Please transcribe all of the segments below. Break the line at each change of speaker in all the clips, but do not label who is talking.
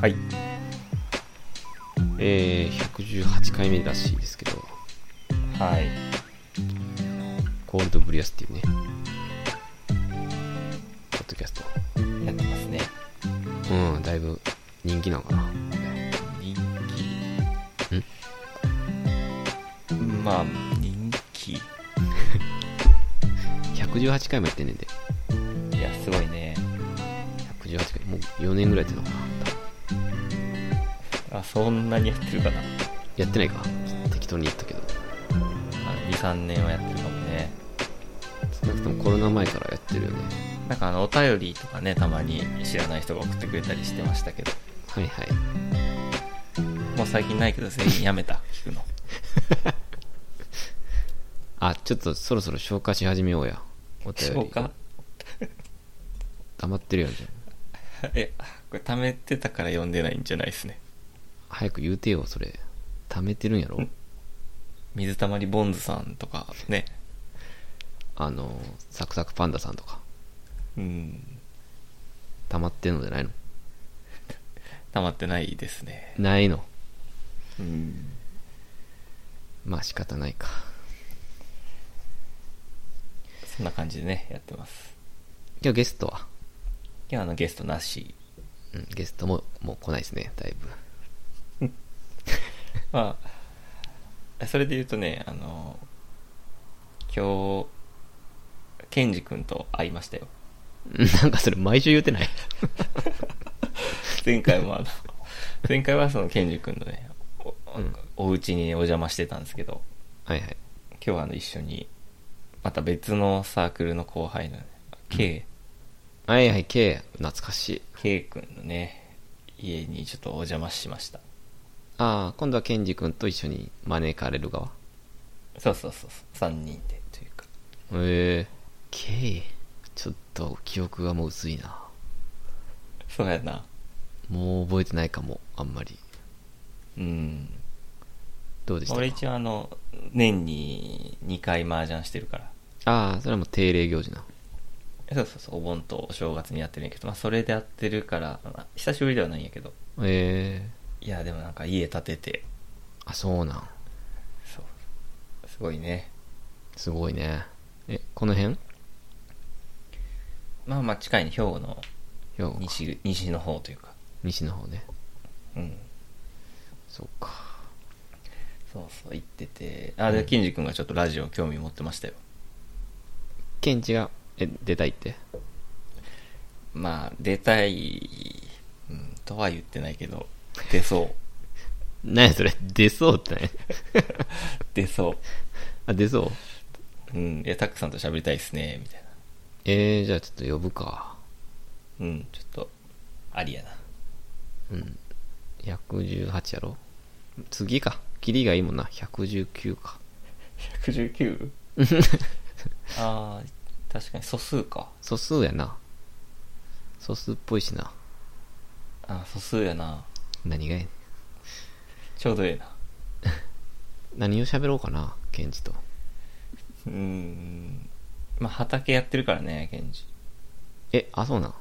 はい
えー、118回目らしいですけど、
はい
コールドブリアスっていうね、ポッドキャスト。
やってますね
うん、だいぶ人気なのかな。
人気んまあ人気い
118回もやってんねんで。
やすごいね
118回、もう4年ぐらいやってんのかな。多分
あそんなにやってるかな
やってないか。ちょっと適当に言ったけど。
23年はやってるかもね
少なくともコロナ前からやってるよね。
なんかあのお便りとかねたまに知らない人が送ってくれたりしてましたけど
はいはい。
もう最近ないけど全員やめた聞くの
あ、ちょっとそろそろ消化し始めようや。お便り。
消化
溜まってるやんじゃん。
えこれ貯めてたから読んでないんじゃないですね
早く言うてよ、それ。溜めてるんやろ
水たまりボンズさんとかね
あの、サクサクパンダさんとか。
うん
溜まってんのじゃないの
溜まってないですね
ないの。
うん
まあ仕方ないか。
そんな感じでねやってます
今日ゲストは、
今日あのゲストなし
うん、ゲストももう来ないですね、だいぶ。
まあそれで言うとねあの今日ケンジ君と会いましたよ
うんなんかそれ毎週言うてない
前回もあの前回はそのケンジ君のねおお家にお邪魔してたんですけど
はいはい。
今日はあの一緒にまた別のサークルの後輩のね K,、
はいはい、K、懐かしい。
K 君のね家にちょっとお邪魔しました
ああ、今度はケンジ君と一緒に招かれる側。
そうそうそうそう3人でというか
ええ K、ちょっと記憶がもう薄いな。
そうやな
もう覚えてないかも、あんまり。
うん
どうでした
俺一応あの年に2回麻雀してるから
ああ、それはもう定例行事な。
そうそうそうお盆とお正月にやってるんやけど、まあ、それでやってるからまあ久しぶりではないんやけど
ええ
いやでもなんか家建てて
あ、そうなん。
そうすごいね
すごいね。え、この辺
まあまあ近いね兵庫の
兵庫か
西西の方というか
西の方ね。
うん
そっか。
そうそう行っててあで金次君がちょっとラジオ興味持ってましたよ
ケンジが、え、出たいって。
まあ出たい、うん、とは言ってないけど出そう
なにそれ出そうってね。
出そ
あ、出そう
ううんいやタックさんと喋りたいですねみたいな
えー、じゃあちょっと呼ぶか。
うんちょっとありやな
うん。118やろ次か。キリがいいもんな。119か。
119? ああ確かに素数か
素数やな。素数っぽいしな。
あー素数やな
何がいい
ちょうどええな
何を喋ろうかな、ケンジと。
うーんまあ畑やってるからねケンジ
え、あ、そうなん。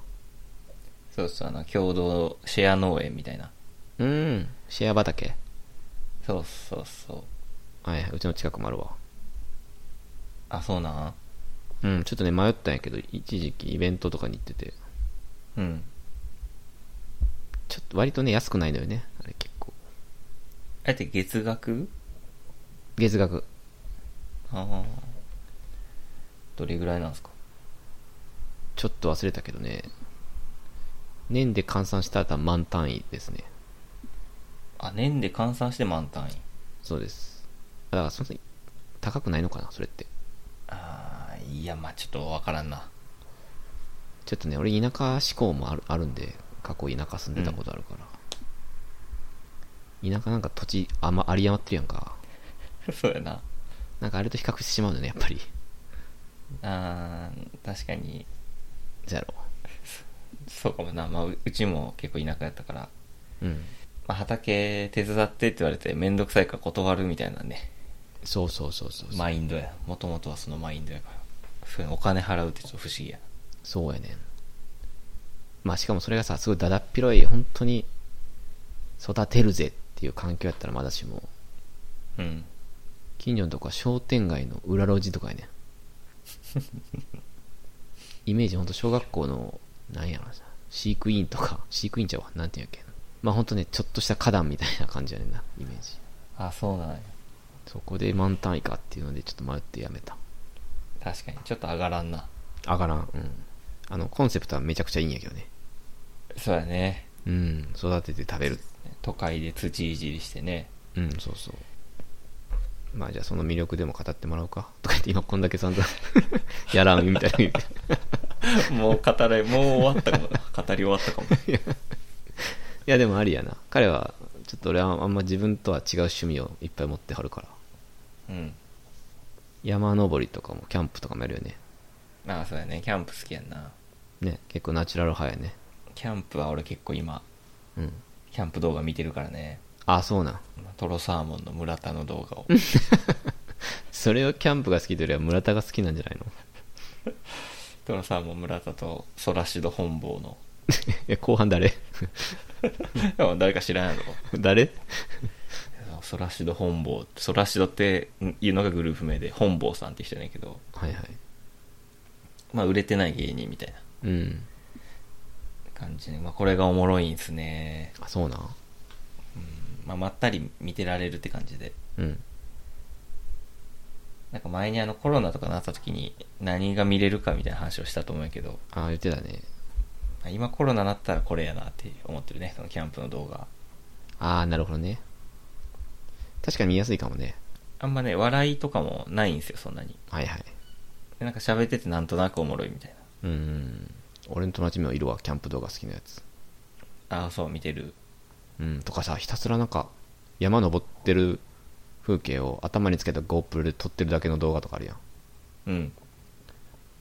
そうそうあの共同シェア農園みたいな
うーん。シェア畑。
そうそうそう
はいはい、うちの近くもあるわ。
あそうなん
うん、ちょっとね、迷ったんやけど、一時期イベントとかに行ってて、
うん
ちょっと割とね、安くないのよね。あれ結構。
あえて月額
月額。
ああどれぐらいなんですか
ちょっと忘れたけどね、年で換算したら多分満単位ですね。
あ年で換算して満単位
そうです。だからそんなに高くないのかな、それって。
ああいやまあちょっとわからんな
ちょっとね、俺田舎志向もあるあるんで、過去田舎住んでたことあるから。田舎なんか土地あ、ま、あり余ってるやんか。
そうやな
なんかあれと比較してしまうんだよね、やっぱり。
あー確かに
じゃろ。
そうかもな、まあ、ううちも結構田舎やったから、
うん。
まあ、畑手伝ってって言われて面倒くさいから断るみたいなね
そうそうそうそうそう。
マインドやもともとはそのマインドやからそういうのお金払うってちょっと不思議や
そうやねん。まあしかもそれがさ、すごいだだっ広い、本当に育てるぜっていう環境やったらまだしも、
うん。
近所のとこは商店街の裏路地とかやねんイメージほんと小学校のなんやろな飼育員とか飼育員ちゃうわなんていうんやっけまあほんとねちょっとした花壇みたいな感じやねんなイメージ
あ、そうなんや。
そこで満単位かっていうのでちょっと迷ってやめた
確かに。ちょっと上がらんな。
上がらんうんあのコンセプトはめちゃくちゃいいんやけどね
そうやね。
うん育てて食べる
都会で土いじりして ね。
うんそうそうまあじゃあその魅力でも語ってもらおうか とか言って今こんだけ散々 やらんみたいな言 うて
もう語れ、もう終わったかも。語り終わったかも。
いやでもありやな彼はちょっと俺はあんま自分とは違う趣味をいっぱい持ってはるから
うん。
山登りとかもキャンプとかもやるよね
あ、そうやね。キャンプ好きやんな。
ね結構ナチュラル派やね
キャンプは俺結構今、
うん
キャンプ動画見てるからね。
あそうなん
トロサーモンの村田の動画を。
それをキャンプが好きというよりは村田が好きなんじゃないの
トロサーモン村田とソラシド本坊の。
え後半誰
誰か知らんやろ。
誰
ソラシド本坊。ソラシドっていうのがグループ名で、本坊さんって人やねんけど、
はいはい
まあ売れてない芸人みたいな
うん
感じで、まあこれがおもろいんすね。
あそうなん
うんまあまったり見てられるって感じで。
うん
なんか前にあのコロナとかなった時に何が見れるかみたいな話をしたと思うけど、
あ言ってたね
まあ今コロナなったらこれやなって思ってるね、そのキャンプの動画。
ああなるほどね確かに見やすいかもね
あんまね、笑いとかもないんですよ、そんなに。
はいはい
でなんか喋っててなんとなくおもろいみたい
うん俺の友達もいるわキャンプ動画好きなやつ
な。ああ、そう、見てる。
うん、とかさひたすらなんか山登ってる風景を頭につけた GoPro で撮ってるだけの動画とかあるやん
うん。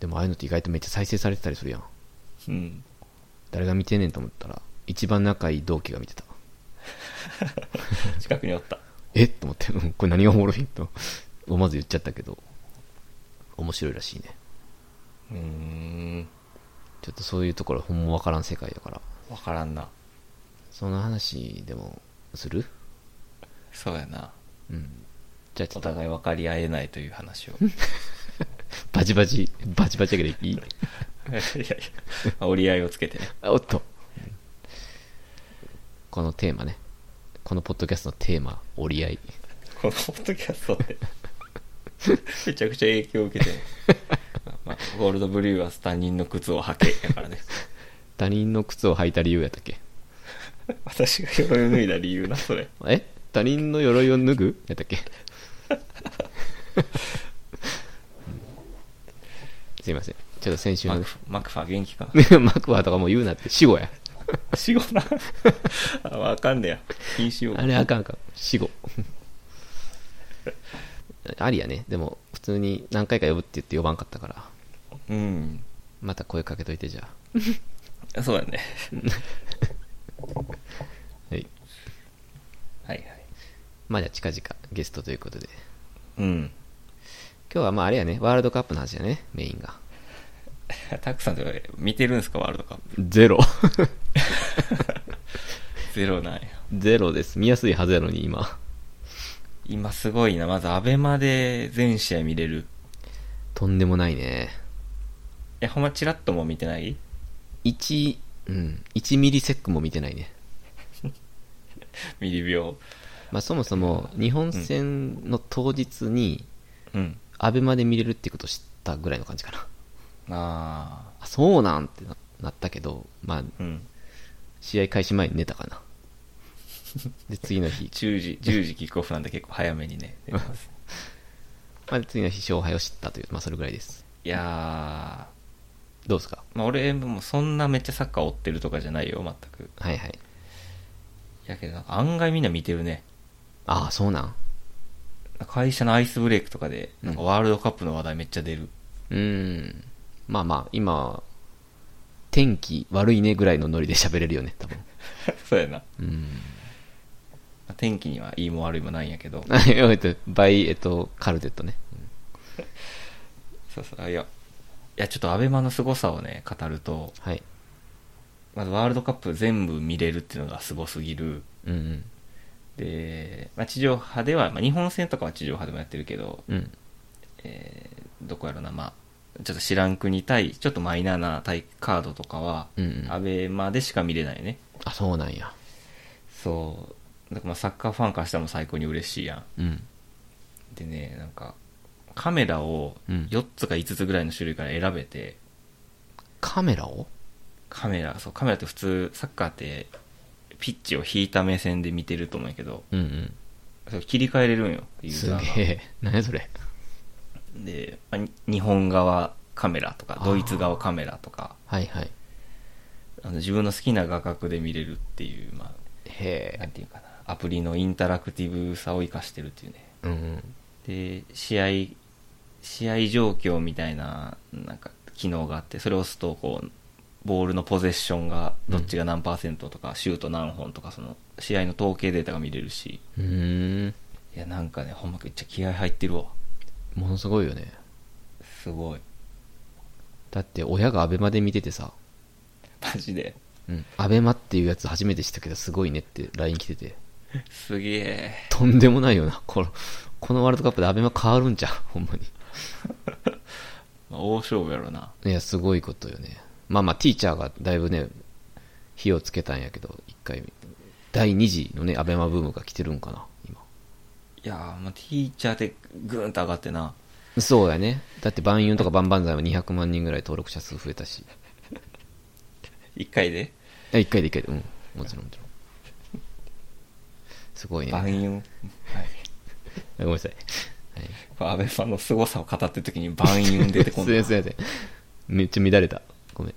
でもああいうのって意外とめっちゃ再生されてたりするやん
うん。
誰が見てんねんと思ったら一番仲いい同期が見てた
近くにおった。
えっと思ってうんこれ何がおもろいと思わず言っちゃったけど面白いらしいね
うーん。
ちょっとそういうところほんまわからん世界だから
わからんな。
その話でもする
そうやな。
うんじゃあちょっ
お
と
互い分かり合えないとい う話を。
バチバチバチバチやけどいい
いやいや、折り合いをつけてね。
あおっと。このテーマね。このポッドキャストのテーマ、折り合い。
このポッドキャストって、めちゃくちゃ影響を受けてる、まあ、ゴールドブリューは他人の靴を履けやからね。
他人の靴を履いた理由やったっけ
私が鎧を脱いだ理由な、それ。
え他人の鎧を脱ぐやったっけ すいません。ちょっと先週
マ
の
ク
ね。
フマクファ元気か
マクワとかもう言うなって、死後や。
な死後な。あ、わかんねや。禁止用
あれあかんあかん。死 後。ありやね。でも、普通に何回か呼ぶって言って呼ばんかったから。
うん。
また声かけといて、じゃあ。
そうだね。
はい。
はいはい。
まあじゃあ近々ゲストということで。
うん。
今日はまああれやね、ワールドカップの話やね、メインが。
たくさんとか見てるんすか、ワールドカップ。
ゼロ。
ゼロなんや。
ゼロです。見やすいはずやのに今。
今すごいな。まず、アベマで全試合見れる。
とんでもないね。
え、ほんまチラッとも見てない
1、うん、1ミリセックも見てないね。
ミリ秒。
まあそもそも日本戦の当日に、
うん。
アベマで見れるってことを知ったぐらいの感じかな。
あ
あ、そうなんってななったけど、まあ
あ。うん。
試合開始前に寝たか な。で、次の日、
10時、10時キックオフなんで結構早めにね、出 ます。
まあ次の日勝敗を知ったという、まあそれぐらいです。
いや
どうですか
ー、まあ俺もそんなめっちゃサッカー追ってるとかじゃないよ、全く。
はいはい。
やけどなんか案外みんな見てるね。
ああ、そうなん。
会社のアイスブレイクとかで、
うん
なんかワールドカップの話題めっちゃ出る。
うーん。まあまあ、今、天気悪いねぐらいのノリで喋れるよね、多分。
そうやな。ま
うーん。
あ天気にはいいも悪いもないんやけど。
あえっと、バイ、えっと、カルテットね。
そうそう。あいや、いやちょっとアベマの凄さをね、語ると、
はい。
ままずワールドカップ全部見れるっていうのがすごすぎる。
うんうん
で、まあ、地上波では、まあ、日本戦とかは地上波でもやってるけど、
うん
えーどこやろな、まあ、ちょっと知らん国対、ちょっとマイナーな対カードとかは、
うんうん
アベマでしか見れないね。
あそうなんや
そう。だからまあサッカーファンからしたらもう最高に嬉しいやん。
うん
でね、なんか、カメラを
うん
4つか5つぐらいの種類から選べて、
カメラを
カメラ、そう、カメラって普通、サッカーって、ピッチを引いた目線で見てると思うんやけど、
うん
それ切り替えれるんよ、
う
ユ
ん
ー
す
ザー
げ
が。
え 何やそれ
で、まあに日本側カメラとか
あ、ー
ドイツ側カメラとか、
はいはい
あの自分の好きな画角で見れるっていう、まあ、な
へ
んていうかな、アプリのインタラクティブさを生かしてるっていうね。
えうんうん
で、試合、試合状況みたいな、なんか、機能があって、それを押すと、こう、ボールのポゼッションが、どっちが何パーセントとか、シュート何本とか、その、試合の統計データが見れるし、
うーん
いや、なんかね、ほんまめっちゃ気合入ってるわ。
ものすごいよね
すごい。
だって親がアベマで見ててさ
マジで。
うん、アベマっていうやつ初めて知ったけどすごいねって LINE 来てて
すげえ。
とんでもないよなこのこのワールドカップでアベマ変わるんじゃん ほんまに
まあ大勝負やろな。
いやすごいことよねまあまあティーチャーがだいぶね火をつけたんやけど一回第2次のねアベマブームが来てるんかな今
いやー、まあ、ティーチャーでぐーんと上がってな。
そうやねだって万有とか万々歳も200万人ぐらい登録者数増えたし
1回で
1回で1回でうんもちろんもちろんすごいね
バンユン。はい。
ごめんなさい、はい、
これ安倍さんの凄さを語ってる時にバンユン出てこん
すい
な
ま せんすいませんめっちゃ乱れたごめん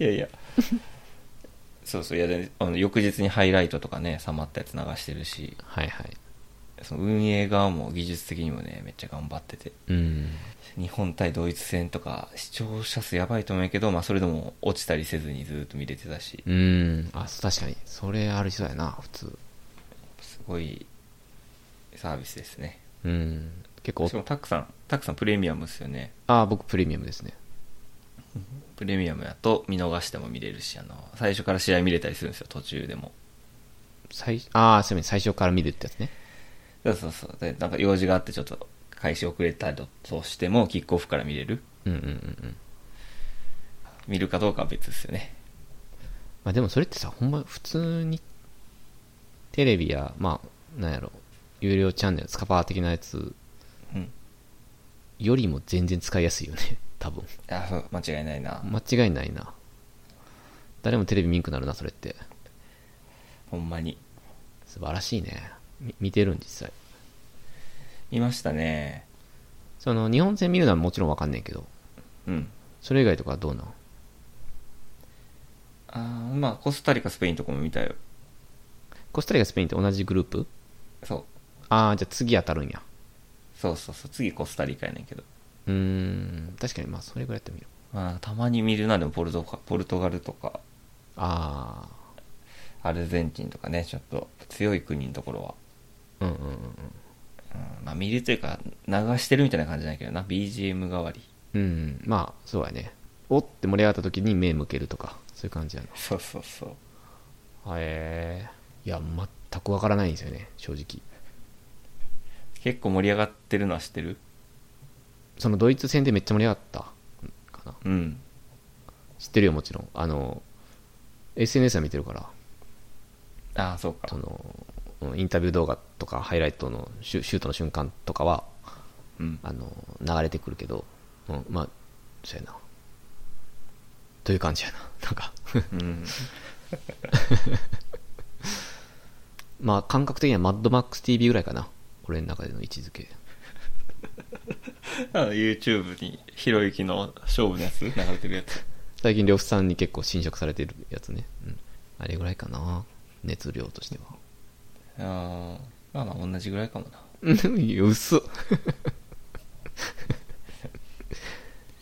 いやい や。そうそう、いやで、あの翌日にハイライトとかね、サマったやつ流してるし、
はいはい
その運営側も技術的にもね、めっちゃ頑張ってて、
うん
日本対ドイツ戦とか、視聴者数やばいと思うんやけど、まあ、それでも落ちたりせずにずっと見れてたし、
うんあそう確かにそれある人やな普通
すごいサービスですね。
うん結構
しかも、たくさん、たくさんプレミアムですよね。
あ僕プレミアムですね
プレミアムやと見逃しても見れるし、あの、最初から試合見れたりするんですよ、途中でも。
最ああすみません最初から見るってやつね
そうそうそう。で、なんか用事があってちょっと開始遅れたとしても、キックオフから見れる。
うんうんうんうん
見るかどうかは別ですよね。
まあでもそれってさほんま普通にテレビやまあなんやろ有料チャンネルスカパー的なやつ
うん。
よりも全然使いやすいよね 多分
あ、そう、間違いないな。
間違いないな誰もテレビ見んくなるなそれって
ほんまに。
素晴らしいねみ見てるん実際
見ましたね。
その日本戦見るのはもちろんわかんねんけど
うん。
それ以外とかはどうなん
あーまあ、コスタリカ、スペインとかも見たよ。
コスタリカ、スペインって同じグループ
そう。
ああ、じゃあ次当たるんや。
そうそうそう。次コスタリカやねんけど。
うーん、確かにまあそれぐらいやってみる。
まあ、たまに見るな、でもポルトガ、ポルトガルとか、
あ
アルゼンチンとかね、ちょっと強い国のところは。
あ、うんうんうん
うん、まあ、見るというか、流してるみたいな感じだけどな。BGM 代わり。
うん。うん、まあそうやね。おって盛り上がった時に目向けるとか、そういう感じやな。
そうそうそう。
へえ。いや、全くわからないんですよね、正直。
結構盛り上がってるのは知ってる
そのドイツ戦でめっちゃ盛り上がったかな。
うん。
知ってるよ、もちろん。あの、SNS は見てるから、
ああ、そうか
そ。の、うんインタビュー動画とかハイライトのシュシュートの瞬間とかは
うん。
あの流れてくるけど、うん、まあそうやなという感じやな なんか
うん。
まあ感覚的にはマッドマックス TV ぐらいかな俺の中での位置づけ
あの YouTube にひろゆきの勝負のやつ流れてるやつ
最近呂布さんに結構侵食されてるやつね、うん、あれぐらいかな熱量としては
あーまあまあ同じぐらいかもな
うんいや嘘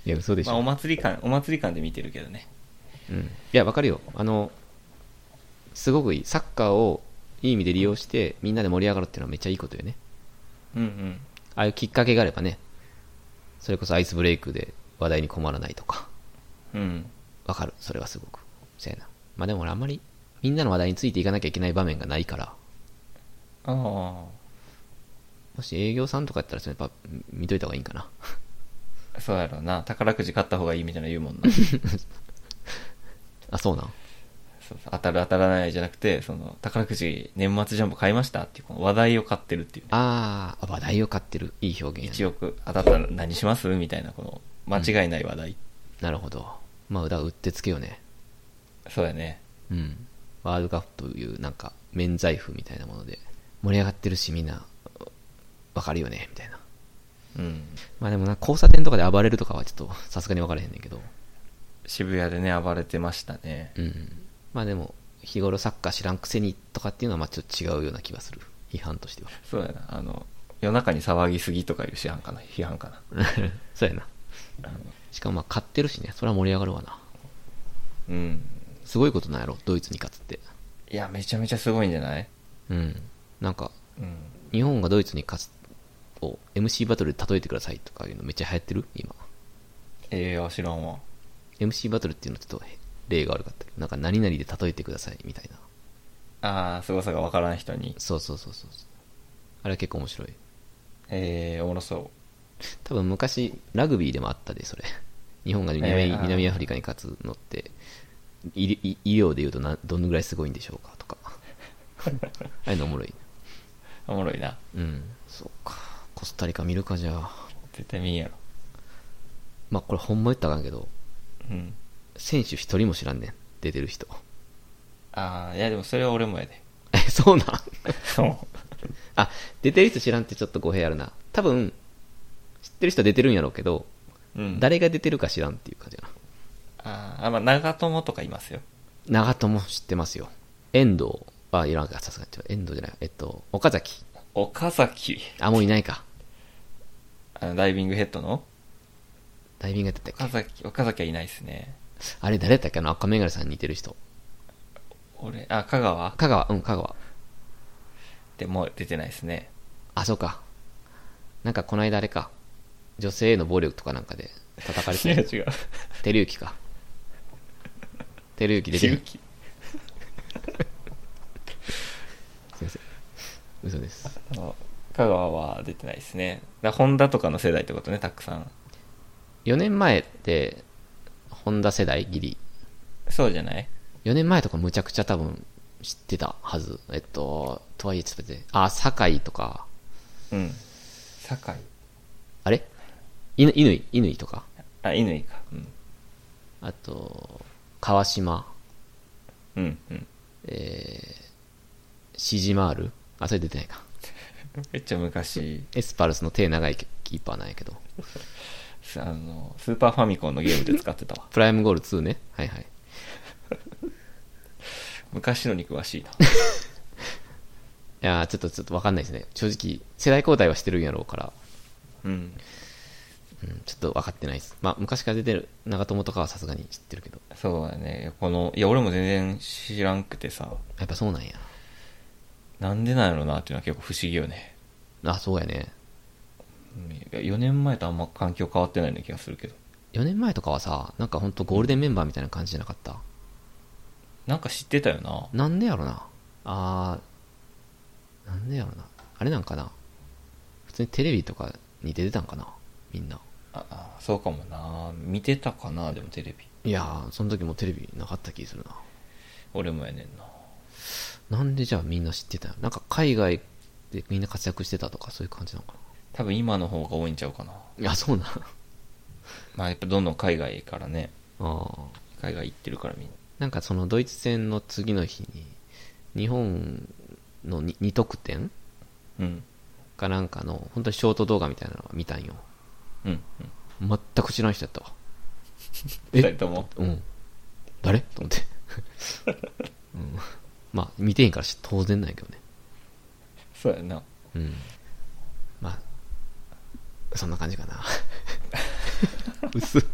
いや嘘でし
まあ
ょ、
お祭り感お祭り感で見てるけどね
うん、いやわかるよあのすごくいいサッカーをいい意味で利用してみんなで盛り上がるっていうのはめっちゃいいことよね
うんうん
ああいうきっかけがあればね、それこそアイスブレイクで話題に困らないとか、
うん
わかる、それはすごく。そやな。まあでも俺あんまり、みんなの話題についていかなきゃいけない場面がないから、
ああ
もし営業さんとかやったら、それやっぱ見といた方がいいんかな。
そうやろうな宝くじ買った方がいいみたいなの言うも んな
あ、そうなん。
そうそう当たる当たらないじゃなくてその宝くじ年末ジャンボ買いましたっていうこの話題を買ってるっていう、ね、
あーあ、話題を買ってる。いい表現や、ね。
1億当たったら何しますみたいなこの間違いない話題、
なるほど。まあ、歌うってつけよね。
そうやね
うん。ワールドカップという、なんか、免罪符みたいなもので、盛り上がってるし、みんな、わかるよね、みたいな。
うん
まあでもな、交差点とかで暴れるとかはちょっと、さすがに分からへんねんけど。
渋谷でね暴れてましたね
うん。まあでも、日頃サッカー知らんくせにとかっていうのは、まあちょっと違うような気がする。批判としては。
そうやなあの夜中に騒ぎすぎとかいう批判かな批判かな
そうやな。しかもまあ勝ってるしね、それは盛り上がるわな。
うん
すごいことなんやろ、ドイツに勝つって。
いやめちゃめちゃすごいんじゃない
うん。なんか、
うん
日本がドイツに勝つを MC バトルで例えてくださいとかいうのめっちゃ流行ってる今。
ええー、知らんわ
MC バトルっていうのはちょっと例が悪かったけど、なんか何々で例えてくださいみたいな。
ああ凄さが分からん人に
そうそうそうそう。あれは結構面白い。
ええー、おもろそ
多分昔、ラグビーでもあったで、それ。 日本が南,、
えーあー
南アフリカに勝つのって、医医医療でいうとなどのぐらいすごいんでしょうか とか。ああいうのおもろい。
うおもろいな
うん。そうか。コスタリカ見るかじゃあ。
絶対見んやろ
まあこれほんま言ったらあかんけど、
うん
選手一人も知らんねん。出てる人。
ああいやでもそれは俺もやで
え、そうなん
そう
あ、出てる人知らんってちょっと語弊あるな。多分、知ってる人は出てるんやろうけど、
うん、
誰が出てるか知らんっていう感じやな。
あーあ、まあ、長友とかいますよ。
長友知ってますよ。遠藤は、いらんか、さすがに。ちょ遠藤じゃない。えっと、岡崎。
岡崎、
あ、もういないか。
あのダイビングヘッドの
ダイビングやってた
岡
っけ
崎、岡崎はいないですね。
あれ誰やったっけあの赤メガネさんに似てる人。
俺、あ、香川
香川、うん、香川。
でもう出てないですね。
あ、そうか。なんかこの間あれか。女性への暴力とかなんかで叩かれ
い
て
や、
る。
違う。
照之か。照之出て
勇
る。
気。
すいません。嘘です。
あの香川は出てないですね。だホンダとかの世代ってことね、たくさん。
4年前って、ホンダ世代ギリ。
そうじゃない
4年前とかむちゃくちゃ多分知ってたはず。えっと、とはいえちょっと待って。あ、酒井とか、
うん。酒井
あれ犬、犬、犬とか。
あ、乾か。うん。
あと、川島、
うん、うん。
えー、シジマール。あ、それ出てないか。
めっちゃ昔、
エスパルスの手長いキーパーなんやけど。
すあの、スーパーファミコンのゲームで使ってたわ。
プライムゴール2ね。はいはい。
昔のに詳しいな。
いやーちょっと、ちょっとわかんないですね。正直、世代交代はしてるんやろうから、
うん。
うん、ちょっと分かってないです。まあ、昔から出てる長友とかはさすがに知ってるけど。
そうだね。この、いや、俺も全然知らんくてさ、
やっぱそうなんや。
なんでなんやろなっていうのは結構不思議よね。
あ、そうやね。
4年前とあんま環境変わってないような気がするけど。
4年前とかはさ、なんかほんとゴールデンメンバーみたいな感じじゃなかった。
なんか知ってたよな。
なんでやろな。あー、なんでやろな。あれなんかな。普通にテレビとかに出てたんかな。みんな。
ああ、そうかもな。見てたかな、でもテレビ。
いやー、その時もテレビなかった気するな。
俺もやねんな。
なんでじゃあみんな知ってたんやなんか海外でみんな活躍してたとかそういう感じなのか
多分今の方が多いんちゃうかな。
な。いや、そうなん。あ
まあやっぱどんどん海外からね、
ー。
海外行ってるからみんな。
なんかそのドイツ戦の次の日に、日本の 2, 得点
うん。
かなんかの、本当にショート動画みたいなのを見たんよ。
うん。うん
全く知らん人やったわ。え
二人とも。
うん。誰と思って。うん。まあ、見てへんからし当然なんやけどね。
そうやな。
うん。まあ、そんな感じかな。薄っ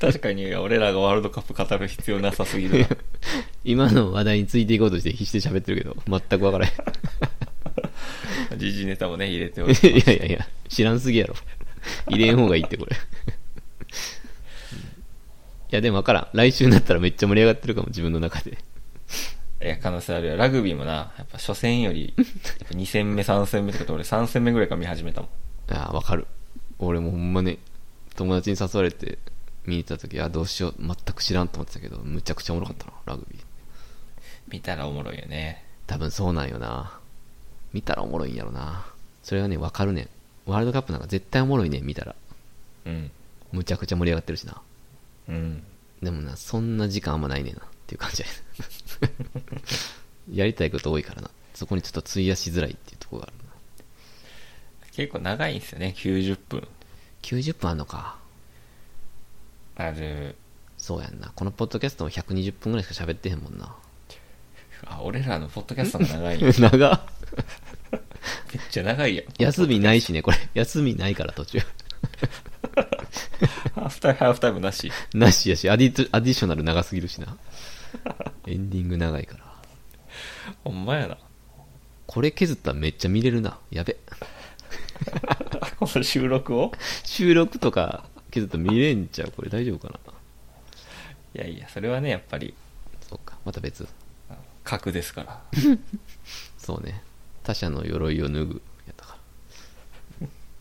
確かに俺らがワールドカップ語る必要なさすぎるな
今の話題についていこうとして必死で喋ってるけど、全くわからへん。
時事ネタもね、入れておいて。
いやいやいや、知らんすぎやろ。入れん方がいいって、これ。いや、でも分からん。来週になったらめっちゃ盛り上がってるかも、自分の中で。
いや、可能性あるよ。ラグビーもな、やっぱ初戦より、やっぱ2戦目、3戦目とかって俺3戦目ぐらいから見始めたもん。
ああ、分かる。俺もほんまね、友達に誘われて見に行った時、あ、どうしよう、全く知らんと思ってたけど、むちゃくちゃおもろかったな、ラグビー。
見たらおもろいよね。
多分そうなんよな。見たらおもろいんやろな。それがね、分かるねん。ワールドカップなんか絶対おもろいねん、見たら。
うん。
むちゃくちゃ盛り上がってるしな。
うん。
でもな、そんな時間あんまないねんな、っていう感じやね やりたいこと多いからな。そこにちょっと費やしづらいっていうところがあるな。
結構長いんですよね、90分。
90分あんのか。
ある。
そうやんな。このポッドキャストも120分ぐらいしか喋ってへんもんな。
あ、俺らのポッドキャストも長いよ。めっ
長っ
ちゃ長いやん。
休みないしね、これ。 休みないから途中。
ハーフタイム、ハーフタイムなし。
なしやし、アディトアディショナル長すぎるし な。エンディング長いから。
ほんま やな。
これ削ったらめっちゃ見れるな。やべ。
この収録を
収録とか削ったら見れんちゃうこれ大丈夫かない
やいや、それはね、やっぱり、
そうか。また別。
格ですから。
そうね。他者の鎧を脱ぐ。やったか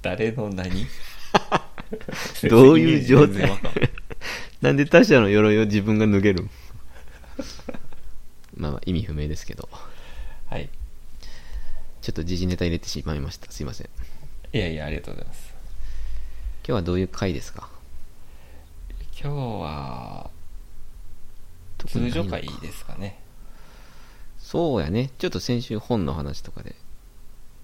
誰の何
ら。 どういう状
全然
態
わかんない
なんで他者の鎧を自分が脱げるん まあまあ意味不明ですけど。
はい。
ちょっと時事ネタ入れてしまいました。すいません。今
いやいや、ありがとうございます。
日はどういう回ですか
今日は、
特
通
にない
常
のか
会ですかね。
そうやね。ちょっと先週本の話とかで、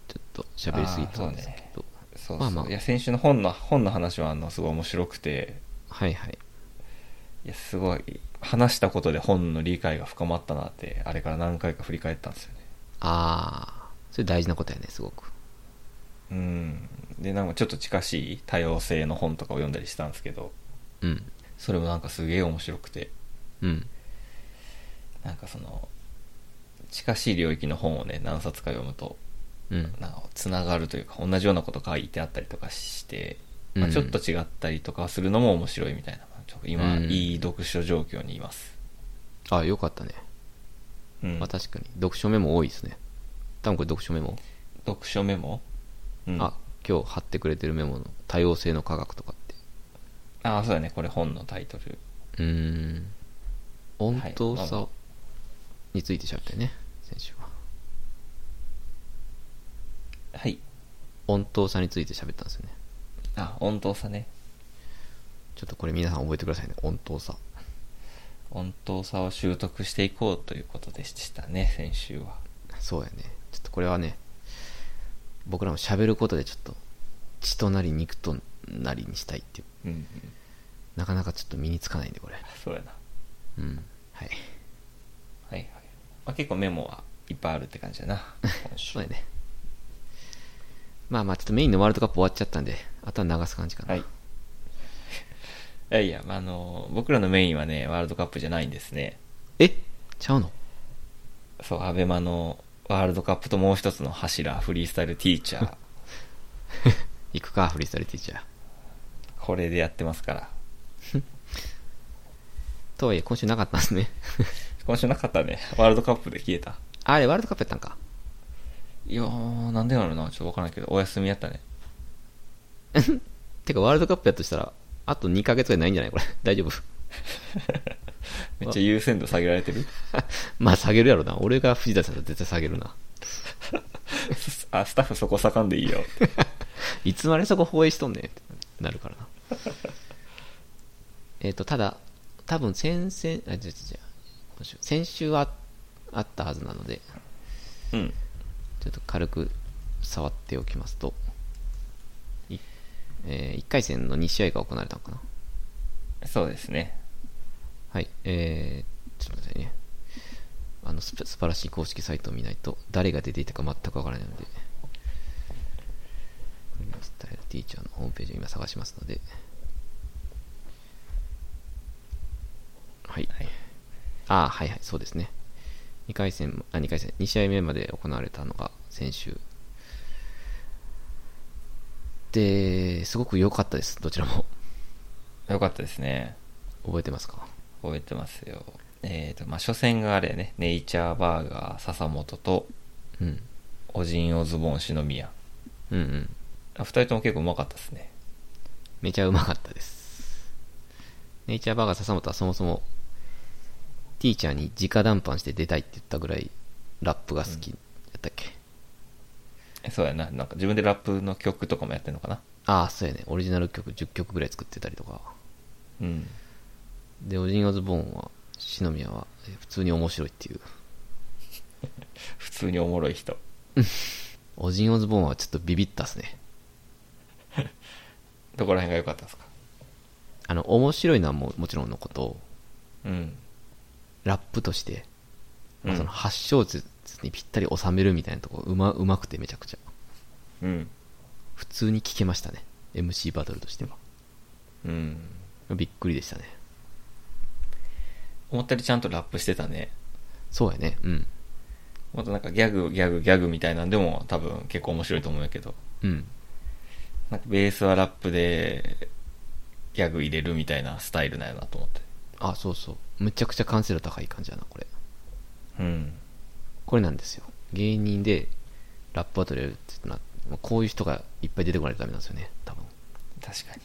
ちょっと喋りすぎたんですけど。
そうそう
まあまあ
いや先週の本の本の話はあのすごい面白くて
はいはい。
いやすごい話したことで本の理解が深まったなってあれから何回か振り返ったんですよね
ああ、それ大事なことやね、すごく。
うんでなんかちょっと近しい多様性の本とかを読んだりしたんですけど
うん。
それもなんかすげえ面白くて
うん。
なんかその近しい領域の本をね何冊か読むと
うん。
なんかつながるというか同じようなこと書いてあったりとかして、ま
う
あ、
ん
ちょっと違ったりとかするのも面白いみたいなちょっと今、
うん
いい読書状況にいます、
あよかったね。
うん
まあ確かに。読書メモ多いですね。多分これ読書メモ、
読書メモ、うん、
あ、今日貼ってくれてるメモの多様性の科学とかって。
あそうだねこれ本のタイトル
うーん。音頭
はいまあま
さについて喋ったよね、先週は。
はい
音頭さについて喋ったんですよね。
あ音頭さね
ちょっとこれ皆さん覚えてくださいね、音頭さ。
音頭さを習得していこうということでしたね先週は
そうやね。ちょっとこれはね、僕らも喋ることでちょっと、血となり肉となりにしたいっていう。
うん、うん、
なかなかちょっと身につかないんで、これ。
そうやな
うん。はい。
はいはい、まあ、結構メモはいっぱいあるって感じだ な今 週
そうやね。まあまあ、ちょっとメインのワールドカップ終わっちゃったんで、あとは流す感じかな。
はい。いやいや、まあ、あの、僕らのメインはね、ワールドカップじゃないんですね。
えちゃうの
そう、アベマのワールドカップともう一つの柱、フリースタイルティーチ ャー。
行くか、フリースタイルティーチャー。
これでやってますから。
とはいえ、今週なかったんですね。
今週なかったね。ワールドカップで消えた。
あれ、ワールドカップやったんか。
いやー、なんでなのな、ちょっとわからないけど、お休みやったね。
てか、ワールドカップやとしたら、あと2ヶ月ぐらいないんじゃないこれ。大丈夫。
めっちゃ優先度下げられ てる
まあ、下げるやろな。俺が藤田さんと絶対下げるな。
あ、スタッフそこ盛んでいいよって。
いつまでそこ放映しとんねんってなるからな。 えっと、ただ、多分先々、あ、違う違う違う今週、先週はあったはずなので、
うん。
ちょっと軽く触っておきますと、いえ1回戦の2試合が行われたのかな。
そうですね。
はい、えー、ちょっと待ってね。あの、す素晴らしい公式サイトを見ないと、誰が出ていたか全くわからないので、フリースタイルティーチャーのホームページを今探しますので、はい。
はい。
ああ、はいはい、そうですね。2回戦、あ、2回戦、2試合目まで行われたのが先週。で、すごく良かったです、どちらも。
よかったですね。
覚えてますか
覚えてますよ。えっ、と、まあ、初戦があれね、ネイチャーバーガー、笹本と、
うん。
オジン・オズボーン・篠宮。
うんうん。
あ、二人とも結構うまかったですね。
めちゃうまかったです。ネイチャーバーガー笹本はそもそも、ティーチャーに直談判して出たいって言ったぐらい、ラップが好きやったっけ、
えそうやな。なんか自分でラップの曲とかもやってるのかな。
ああ、そうやね。オリジナル曲10曲ぐらい作ってたりとか。
うん。
で、オジン・オズボーンは、篠宮は、え普通に面白いっていう。
普通におもろい人。
オジン・オズボーンはちょっとビビったっすね。
どこら辺が良かったですか
あの、面白いのはもうもちろんのこと、
うん。
ラップとして、まあ
うん
その8小節にぴったり収めるみたいなとこ、うま、うまくてめちゃくちゃ。
うん。
普通に聞けましたね。MC バトルとしては。
うん。
びっくりでしたね。
思ったよりちゃんとラップしてたね。
そうやね。うん。
もっとなんかギャグ、ギャグ、ギャグみたいなんでも多分結構面白いと思うんやけど。
うん。
なんかベースはラップで、ギャグ入れるみたいなスタイルなんやなと思って。
あ、そうそう。むちゃくちゃ完成度高い感じだな、これ。
うん。
これなんですよ。芸人でラップバトルやるってな、まあこういう人がいっぱい出てこないとダメなんですよね。多分。
確かに。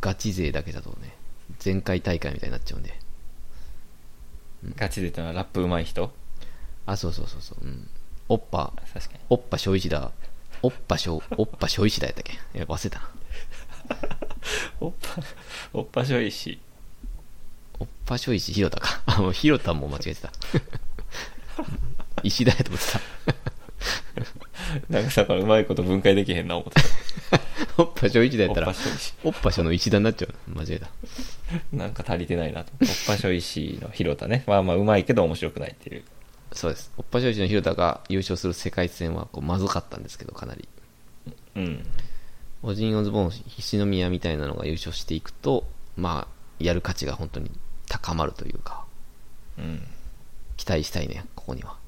ガチ勢だけだとね、前回大会みたいになっちゃうんで。
ガチで言ったのはラップ上手い人
あ、そうそうそうそう。うん。おっぱ、
確かに。
おっぱ小一だ。おっぱ小、おっぱ小一だやったっけいや、忘れたな。
おっぱ、 おっぱしょいし。
おっぱ小石ひろたか。あ、もうひろたも間違えてた。石だやと思ってた。
なんかさ、これうまいこと分解できへんな思ってた。
おっぱ小一だや
お
っ
ったぱ
ら、
しょいし。
おっぱ小の一だになっちゃうな。間違えた。
なんか足りてないなと。 おっぱしょいしの広田ね。まあまあうまいけど面白くないっていう。
そうです。おっぱ小一のひろたが優勝する世界戦はこうまずかったんですけど、かなり。
うん。
オジン・オズボーン、菱宮みたいなのが優勝していくと、まあ、やる価値が本当に高まるというか、
うん。
期待したいね、ここには。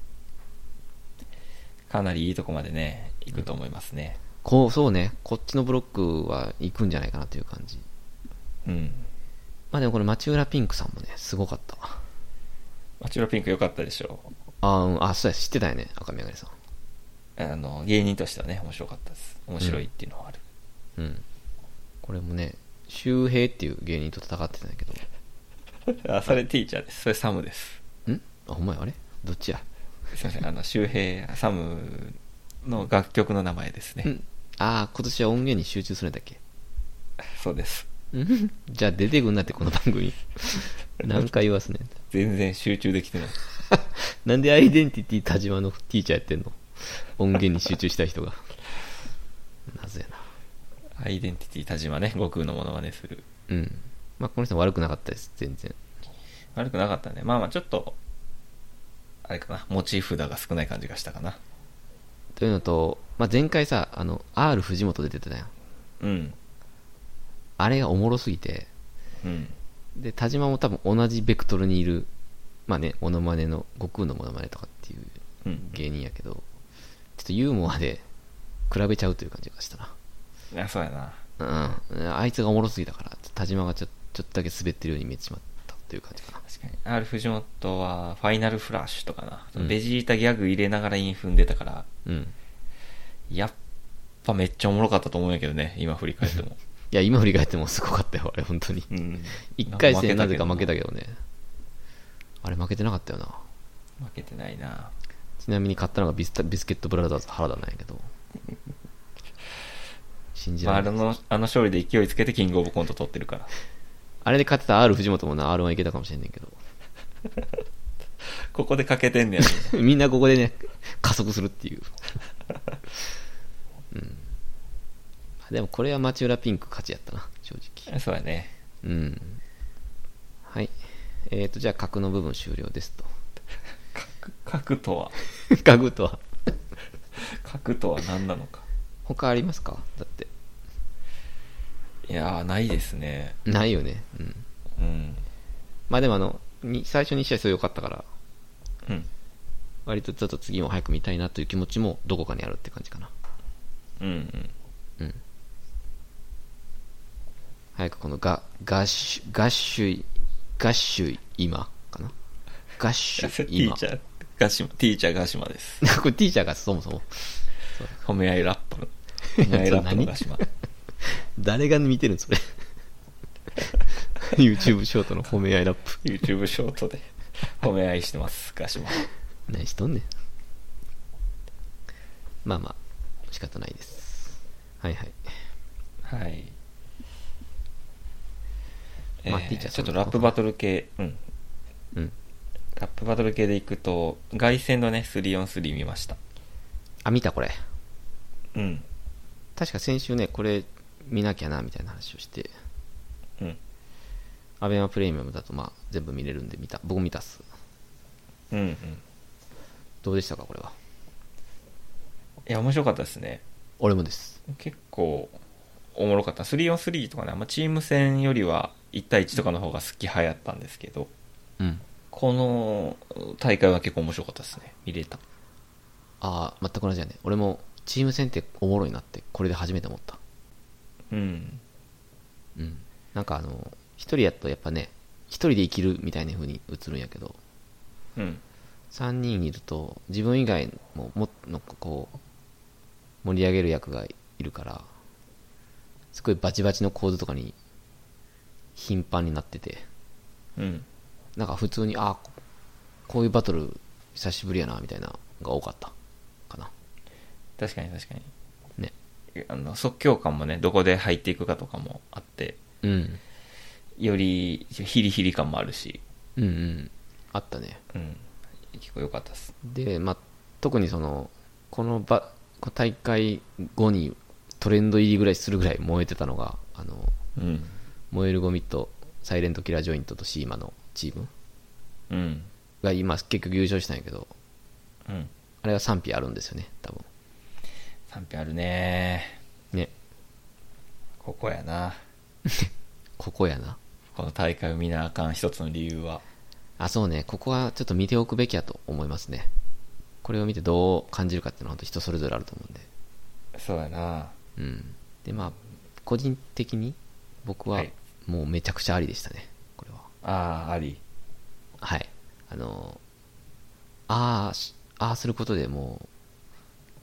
かなりいいとこまでね、行くと思いますね。
こう、そうね、こっちのブロックは行くんじゃないかなという感じ。
うん。
まあでもこの町浦ピンクさんもね、すごかったわ。
マチュラピンク良かったでしょ
あー、うん、あ、そうや、知ってたよね、赤宮がりさん。
あの、芸人としてはね、面白かったです。面白いっていうのはある。
うん。これもね、周平っていう芸人と戦ってたんだけど、
あ、それティーチャーです。それサムです。
んあ、ほんまや、あれどっちや
すいません。あの、周平、サムの楽曲の名前ですね。
うん。ああ、今年は音源に集中するんだっけ
そうです。
うんじゃあ出てくんなって、この番組。 何回言わすねん。
全然集中できてない。
なんでアイデンティティ田島のティーチャーやってんの音源に集中したい人が。なぜやな。
アイデンティティ田島ね、悟空のモノマネする。
うん。まあ、この人も悪くなかったです、全然。
悪くなかったね。まあまあちょっと、あれかな、モチーフ札が少ない感じがしたかな。
というのと、まあ、前回さ、あの、R 藤本出てたやん。
うん。
あれがおもろすぎて、
うん。
で、田島も多分同じベクトルにいる、まあね、モノマネの、悟空のモノマネとかっていう
うん。
芸人やけど、ちょっとユーモアで比べちゃうという感じがしたな。
あ、そうやな。
うん。あいつがおもろすぎたから、田島がちょちょっとだけ滑ってるように見えてしまったという感じかな。
確かに。R 藤本は、ファイナルフラッシュとかな。
うん
ベジータギャグ入れながらインフン出たから、
うん。
やっぱめっちゃおもろかったと思うんやけどね、今振り返っても。
いや、今振り返ってもすごかったよ、あれ、本当に。
うん。
一回戦な
なん
ぜか負けた
け
けどね。あれ、負けてなかったよな。
ど。負けてないな。
ちなみに買ったのがビスタビスケットブラザーズ原田なんやけ ど。信じ
まあ、
ら
あ
れない。
の、あの勝利で勢いつけてキングオブコント取ってるから。
あれで勝ってた R 藤本もな、R1 いけたかもしれんねんけど。
ここで欠けてんねやね。
みんなここでね、加速するっていう。うん。でもこれは町浦ピンク勝ちやったな、正直。
そうやね。
うん。はい。えっ、ー、と、じゃあ角の部分終了ですと。
核とは、
角とは。
核とは何なのか。
他ありますかだって。
いやー、ないですね。
ないよね。うん。
うん。
まあでもあの、に最初に試合すごい良かったから、
うん。
割とちょっと次も早く見たいなという気持ちもどこかにあるって感じかな。
うんうん。
うん。は早くこのガ、ガッシュ、ガッシュ、ガッシュ今かなガッシ
テ
ュ
ィ
今。
ーチャー、ガシマ、ティーチャーガシマです。
これティーチャーがそもそも、
褒め合いラップの。 褒め合いラッ プのガシマ。
誰が見てるんそれ。YouTube ショートの褒め合いラップ。
YouTube ショートで褒め合いしてます、ガシマ。
何しとんねん。まあまあ、仕方ないです。はいはい。
はい。え
まあティーチャー
ー、ちょっ
そ
と
んな
ラップバトル系、うん。
うん。
ラップバトル系でいくと、凱旋のね、3on3 見ました。
あ、見たこれ。
うん。
確か先週ね、これ見なきゃな、みたいな話をして、
うん。
アベマプレミアムだとまあ全部見れるんで見た。僕も見たっす。
うん、うん。い
どうでしたか、これは。
や、面白かったですね。
俺もです。
結構、おもろかった。3on3 とかね、あんまチーム戦よりは1対1とかの方が好き派やったんですけど、
うん。
この大会は結構面白かったですね。見れた。
ああ、全く同じやね。俺もチーム戦っておもろいなって、これで初めて思った。
うん。
うん。なんかあの、一人やとやっぱね、一人で生きるみたいな風に映るんやけど、
うん。
三人いると、自分以外も、もっとこう、盛り上げる役がいるから、すごいバチバチの構図とかに、頻繁になってて、
うん。
なんか普通に、あこういうバトル久しぶりやな、みたいなのが多かった。かな。
確かに確かに。
ね。
あの即興感もね、どこで入っていくかとかもあって、
うん。
よりヒリヒリ感もあるし、
うんうん。あったね。
うん。結構良かったです。
で、まあ、特にその、このば、この大会後にトレンド入りぐらいするぐらい燃えてたのが、あの、
うん。
燃えるゴミとサイレントキラージョイントとシーマのチーム
うん。
が今結局優勝したんやけど、
うん。
あれは賛否あるんですよね、多分。
賛否あるね。
ね。
ここやな。
ここやな。
この大会を見なあかん一つの理由は。
あ、そうね。ここはちょっと見ておくべきやと思いますね。これを見てどう感じるかっていうのは本当人それぞれあると思うんで。
そうやな。
うん。で、まあ、個人的に僕は
はい
もうめちゃくちゃありでしたね。これは。
ああ、あり。
はい。あの、ああし、ああすることでもう、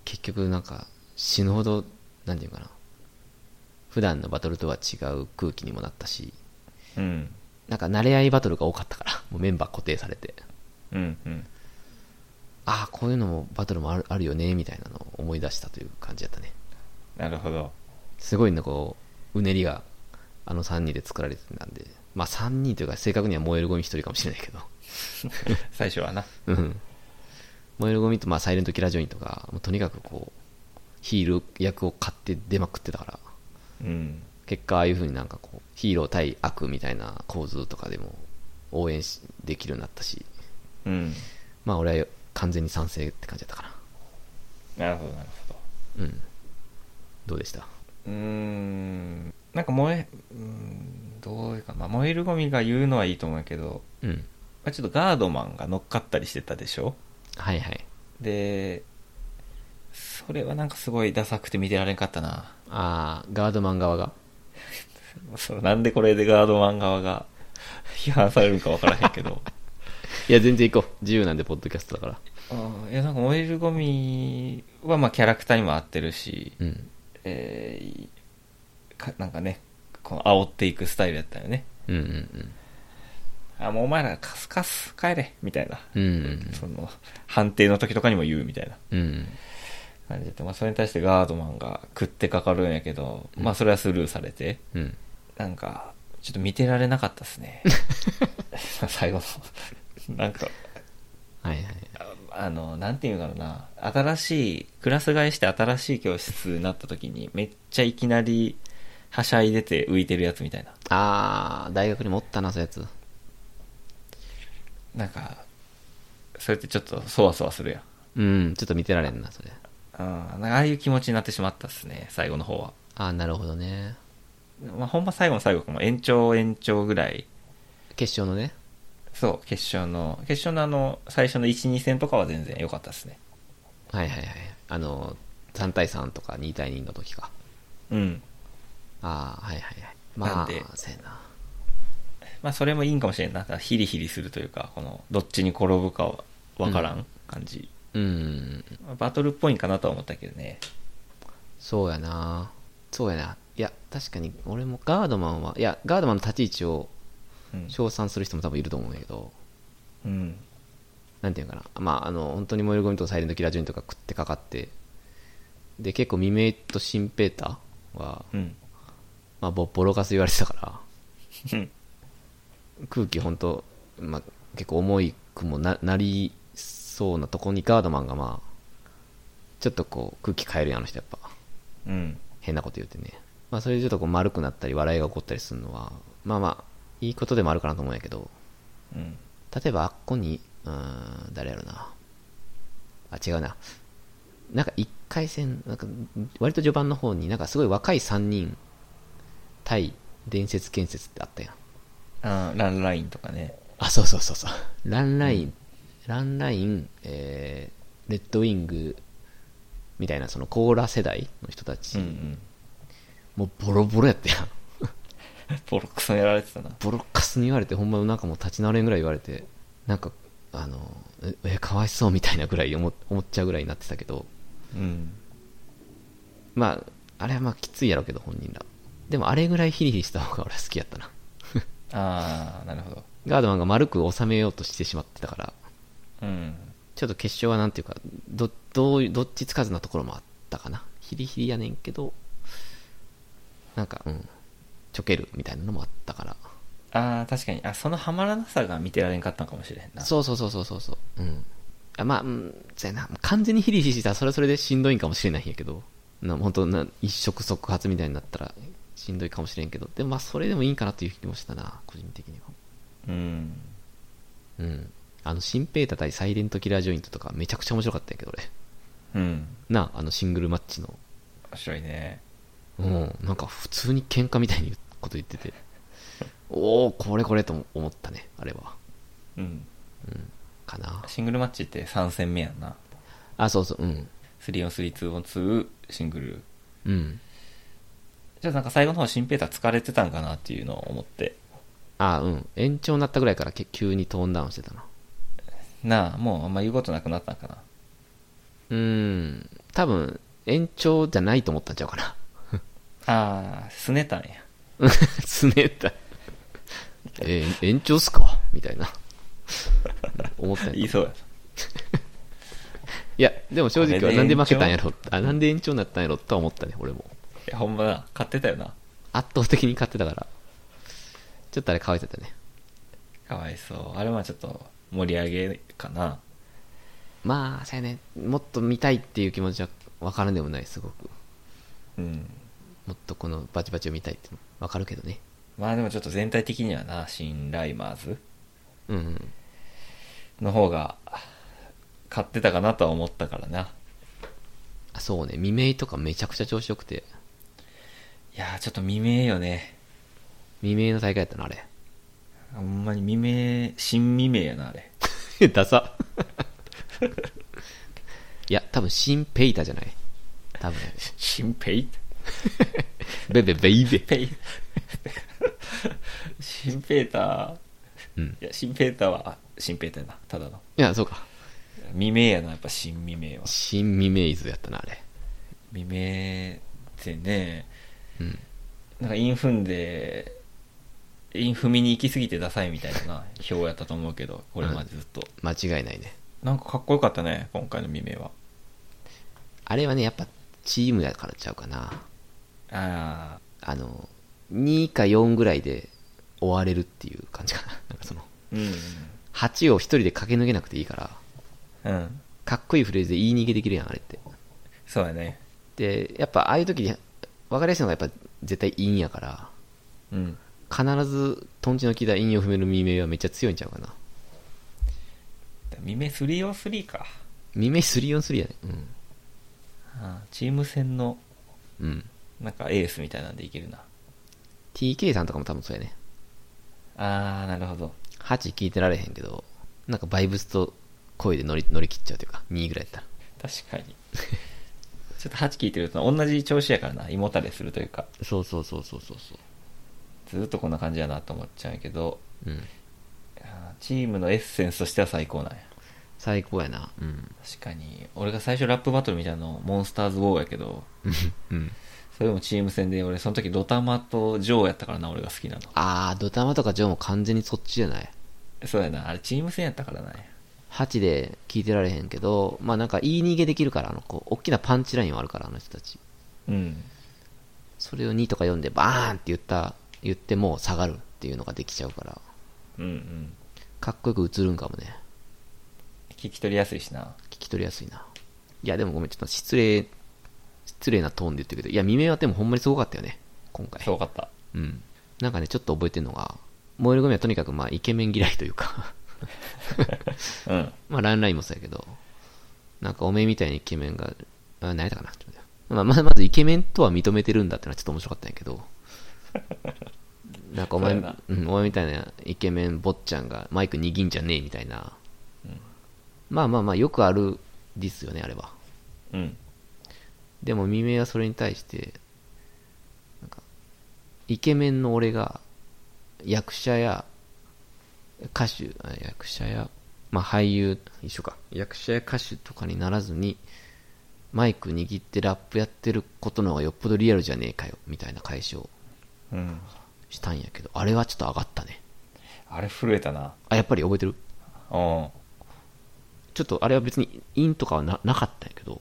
結局なんか死ぬほど、なんていうかな。普段のバトルとは違う空気にもなったし、
うん。
なんか慣れ合いバトルが多かったから、もうメンバー固定されて。
うんうん。
ああ、こういうのもバトルもあるあるよね、みたいなのを思い出したという感じだったね。
なるほ ど。
すごいね、こう、うねりが、あの3人で作られてたんで、まあ3人というか正確には燃えるゴミ1人かもしれないけど、
最初はな。
うん。燃えるゴミと、まあサイレントキラージョインとか、もうとにかくこう、ヒール役を買って出まくってたから、
うん。
結果ああいう風になんかこう、ヒーロー対悪みたいな構図とかでも応援しできるようになったし、
うん。
まあ俺は完全に賛成って感じだったか
なるほど、なるほど。
な。うん。どうでした
うーんなんか燃え、うーん、どういうか、まあ、燃えるゴミが言うのはいいと思うけど、
うん。
まあ、ちょっとガードマンが乗っかったりしてたでしょ
はいはい。
で、それはなんかすごいダサくて見てられんかったな。
ああ、ガードマン側が
そのなんでこれでガードマン側が 批判されるかわからへんけ ど。
いや、全然行こう。自由なんで、ポッドキャストだから。
あーいや、なんか燃えるゴミはまあキャラクターにも合ってるし、
うん。
えーかなんかね、この煽っていくスタイルやったよね。
うんうん
あ、もうお前らカスカス帰れみたいな。
うん。うん
その、判定の時とかにも言うみたいな
うんうん。うん。
感じで、まあそれに対してガードマンが食ってかかるんやけど、まあそれはスルーされて、
うん。
なんか、ちょっと見てられなかったです ね。最後の。なんか、
はいはい。
ああの、なんていうんだろうな、新しい、クラス替えして新しい教室になった時に、めっちゃいきなり、はしゃいでて浮いてるやつみたいな。
あー、大学にもおったな、そういうやつ。
なんか、それってちょっとそわそわするやん。
うん、ちょっと見てられんな、それ。
うん、なんかああいう気持ちになってしまったっすね、最後の方は。
あー、なるほどね。
まあ、ほんま最後の最後かも延長延長ぐらい
決勝のね。
そう決勝の決勝のあの最初の12戦とかは全然良かったですね
はいはいはい。あの、3対3とか2対2の時か。
うん
あー、はいはいはい。ま
な
あ
んで
そうやな
まあそれもいいんかもしれんないなんかヒリヒリするというかこのどっちに転ぶかは分からん感じ、
うん
まあバトルっぽいんかなとは思ったけどね
そうやなそうやないや確かに俺もガードマンはいやガードマンの立ち位置を
うん、
称賛する人も多分いると思うんやけど
うん、
なんていうのかなまああの本当に燃えるゴミとかサイレントキラージュンとか食ってかかってで結構未明とシンペーターは、
うん、
まあボボロカス言われてたから
うん
空気本当、まあ、結構重いくもななりそうなとこにガードマンがまあちょっとこう空気変えるやんあの人やっぱ
うん、
変なこと言ってね、まあ、それでちょっとこう丸くなったり笑いが起こったりするのはまあまあいいことでもあるかなと思うんやけど
うん、
例えばあっこにうーん誰やろなあ違うななんか1回戦なんか割と序盤の方になんかすごい若い3人対伝説建設ってあったやん
あーランラインとかね、
あ、そうそうそうそう。ランライン、ランライン、えー、レッドウィングみたいな、そのコーラ世代の人たち、
うん
もうボロボロやったやん。
うん、ボロクソやられてたな、
ボロカスに言われて、ほんまなんかもう立ち直れんぐらい言われて、なんか、あの、え、えかわいそうみたいなぐらい思思っちゃうぐらいになってたけど、
うん、
まあ、あれはまあきついやろうけど、本人ら。でもあれぐらいヒリヒリした方が俺は好きやったな。
ああなるほど
ガードマンが丸く収めようとしてしまってたから、
うん
ちょっと決勝はなんていうか、ど、どう、どっちつかずなところもあったかな。ヒリヒリやねんけど、なんか、うん、ちょけるみたいなのもあったから。
ああ確かにあそのハマらなさが見てられんかったのかもしれんな
そうそうそうそうそうそう。うん。あまあ、うん、そうやな。完全にヒリヒリしたらそれはそれでしんどいんかもしれないんやけど、な本当な、一触即発みたいになったらしんどいかもしれんけど、でもまあ、それでもいいんかなという気もしたな、個人的には。
うん
うん。あの、シンペータ対サイレントキラージョイントとかめちゃくちゃ面白かったんやけど、俺。
うん
なあ、あのシングルマッチの
面白いね
うん、なんか普通に喧嘩みたいにこと言って て、おお、これこれと思ったね、あれは。
うん
かな。
シングルマッチって3戦目やんな
あ、そうそう、うん。
3 4 3 2 1 2シングル
うん。
じゃあなんか最後の方シンペーター疲れてたんかなっていうのを思って
あ、うん。延長になったぐらいからけ急にトーンダウンしてたな。
なあもうあんま言うことなくなったんかな
うーん。多分、延長じゃないと思ったんちゃうかな。
ああ拗ねたんや
すねった。えー延長っすかみたいな。うん思ったんやと思う
言いそうや
いや、でも正直
こ
は
れで
なんで負けたんやろ、あ、なんで延長になったんやろとは思ったね、俺も。
いやほんまな買ってたよな
圧倒的に勝ってたから。ちょっとあれ可愛いてたね。
かわいそうあれはちょっと盛り上げかな
まあ、そうやね、もっと見たいっていう気持ちは分からんでもない、すごく。
うん
もっとこのバチバチを見たいって分かるけどね。
まあでもちょっと全体的にはな新ライマーズ
うん、うん。
の方が買ってたかなとは思ったからな
あそうね、未明とかめちゃくちゃ調子よくて、
いやーちょっと未明よね
未明の大会やったな、あれ。
ほんまに未明新未明やなあ れ
ダサ。 いや、多分、シンペイタじゃない。多分、
新ペイ
ベベベイベ。
ペイ 新ペーター
うん。
いや新ペーターはあ新ペーターやなただの
いや、そうか。
未明やなやっぱ新未明は
シン未明イズやったな、あれ。
未明ってね
うん。
なんかインフンでイン踏みに行き過ぎてダサいみたいな表やったと思うけどこれまでずっと、
間違いないね。
なんかかっこよかったね今回の未明は
あれはね、やっぱ、チームやからちゃうかな。
ああ
あの、2か4ぐらいで終われるっていう感じかな。 なんかその、
うん
8を一人で駆け抜けなくていいから、
うん
かっこいいフレーズで言い逃げできるやん、あれって。
そうだね
で、やっぱああいう時に、分かりやすいのがやっぱ絶対陰やから、
うん
必ず、トンチの効いた陰を踏める未明はめっちゃ強いんちゃうかな。
未明303か
未明343やね。うん。
あーチーム戦の
うん。
なんかエースみたいなんでいけるな
TK さんとかも多分そうやね。
ああなるほど
8聞いてられへんけど、なんかバイブスと声で乗り乗り切っちゃうというか、2ぐらいやったら。
確か にちょっと8聞いてると同じ調子やからな胃もたれするというか
そうそうそうそうそうそう。
ずっとこんな感じやなと思っちゃうけど
うん
あーチームのエッセンスとしては最高なんや
最高やなうん
確かに俺が最初ラップバトルみたいなのモンスターズ・ウォーやけど
うん
それもチーム戦で俺その時ドタマとジョーやったからな俺が好きなの
ああドタマとかジョーも完全にそっちじゃない
そうやなあれチーム戦やったからな
8で聞いてられへんけどまあなんか言い逃げできるからあのこう大きなパンチラインはあるからあの人たち
うん
それを2とか4でバーンって言った言ってもう下がるっていうのができちゃうから
うんうん
かっこよく映るんかもね
聞き取りやすいしな
聞き取りやすいないやでもごめんちょっと失礼失礼なトーンで言ってるけどいや未明はでもほんまにすごかったよね今回
すごかった
うんなんかねちょっと覚えてるのが燃えるゴミはとにかくまあイケメン嫌いというか
うん
まあランラインもそうやけどなんかおめえみたいにイケメンがあ何やったかなちょっと待ってまあ、まあまずイケメンとは認めてるんだってのはちょっと面白かったんやけどなんかお前
そうやな
うん、お前みたいなイケメン坊ちゃんがマイク握んじゃねえみたいな、まあまあまあよくあるですよねあれは
うん
でも未明はそれに対してなんかイケメンの俺が役者や歌手あ役者や、まあ、俳優一緒か役者や歌手とかにならずにマイク握ってラップやってることの方がよっぽどリアルじゃねえかよみたいな解消
うん
したんやけどあれはちょっと上がったね
あれ震えたな
あやっぱり覚えてる
うん
ちょっとあれは別にインとかはななかったんやけど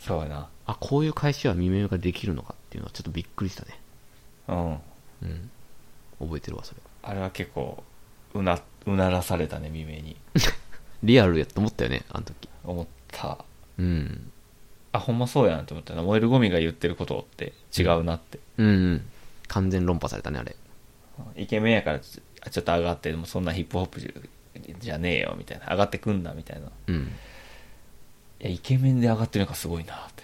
そうやな
あこういう解消は未明ができるのかっていうのはちょっとびっくりしたね
うん
うん覚えてるわそれ
あれは結構うなうならされたね未明に
リアルやと思ったよね、あの時。
思った
うん。
あほんまそうやんと思ったな燃えるゴミが言ってることって違うなって、
うん、うん。完全論破されたね、あれ。
イケメンやからちょちょっと上がってでもそんなヒップホップじゃじゃねえよみたいな上がってくんなみたいない
うん。
やイケメンで上がってるのがすごいなって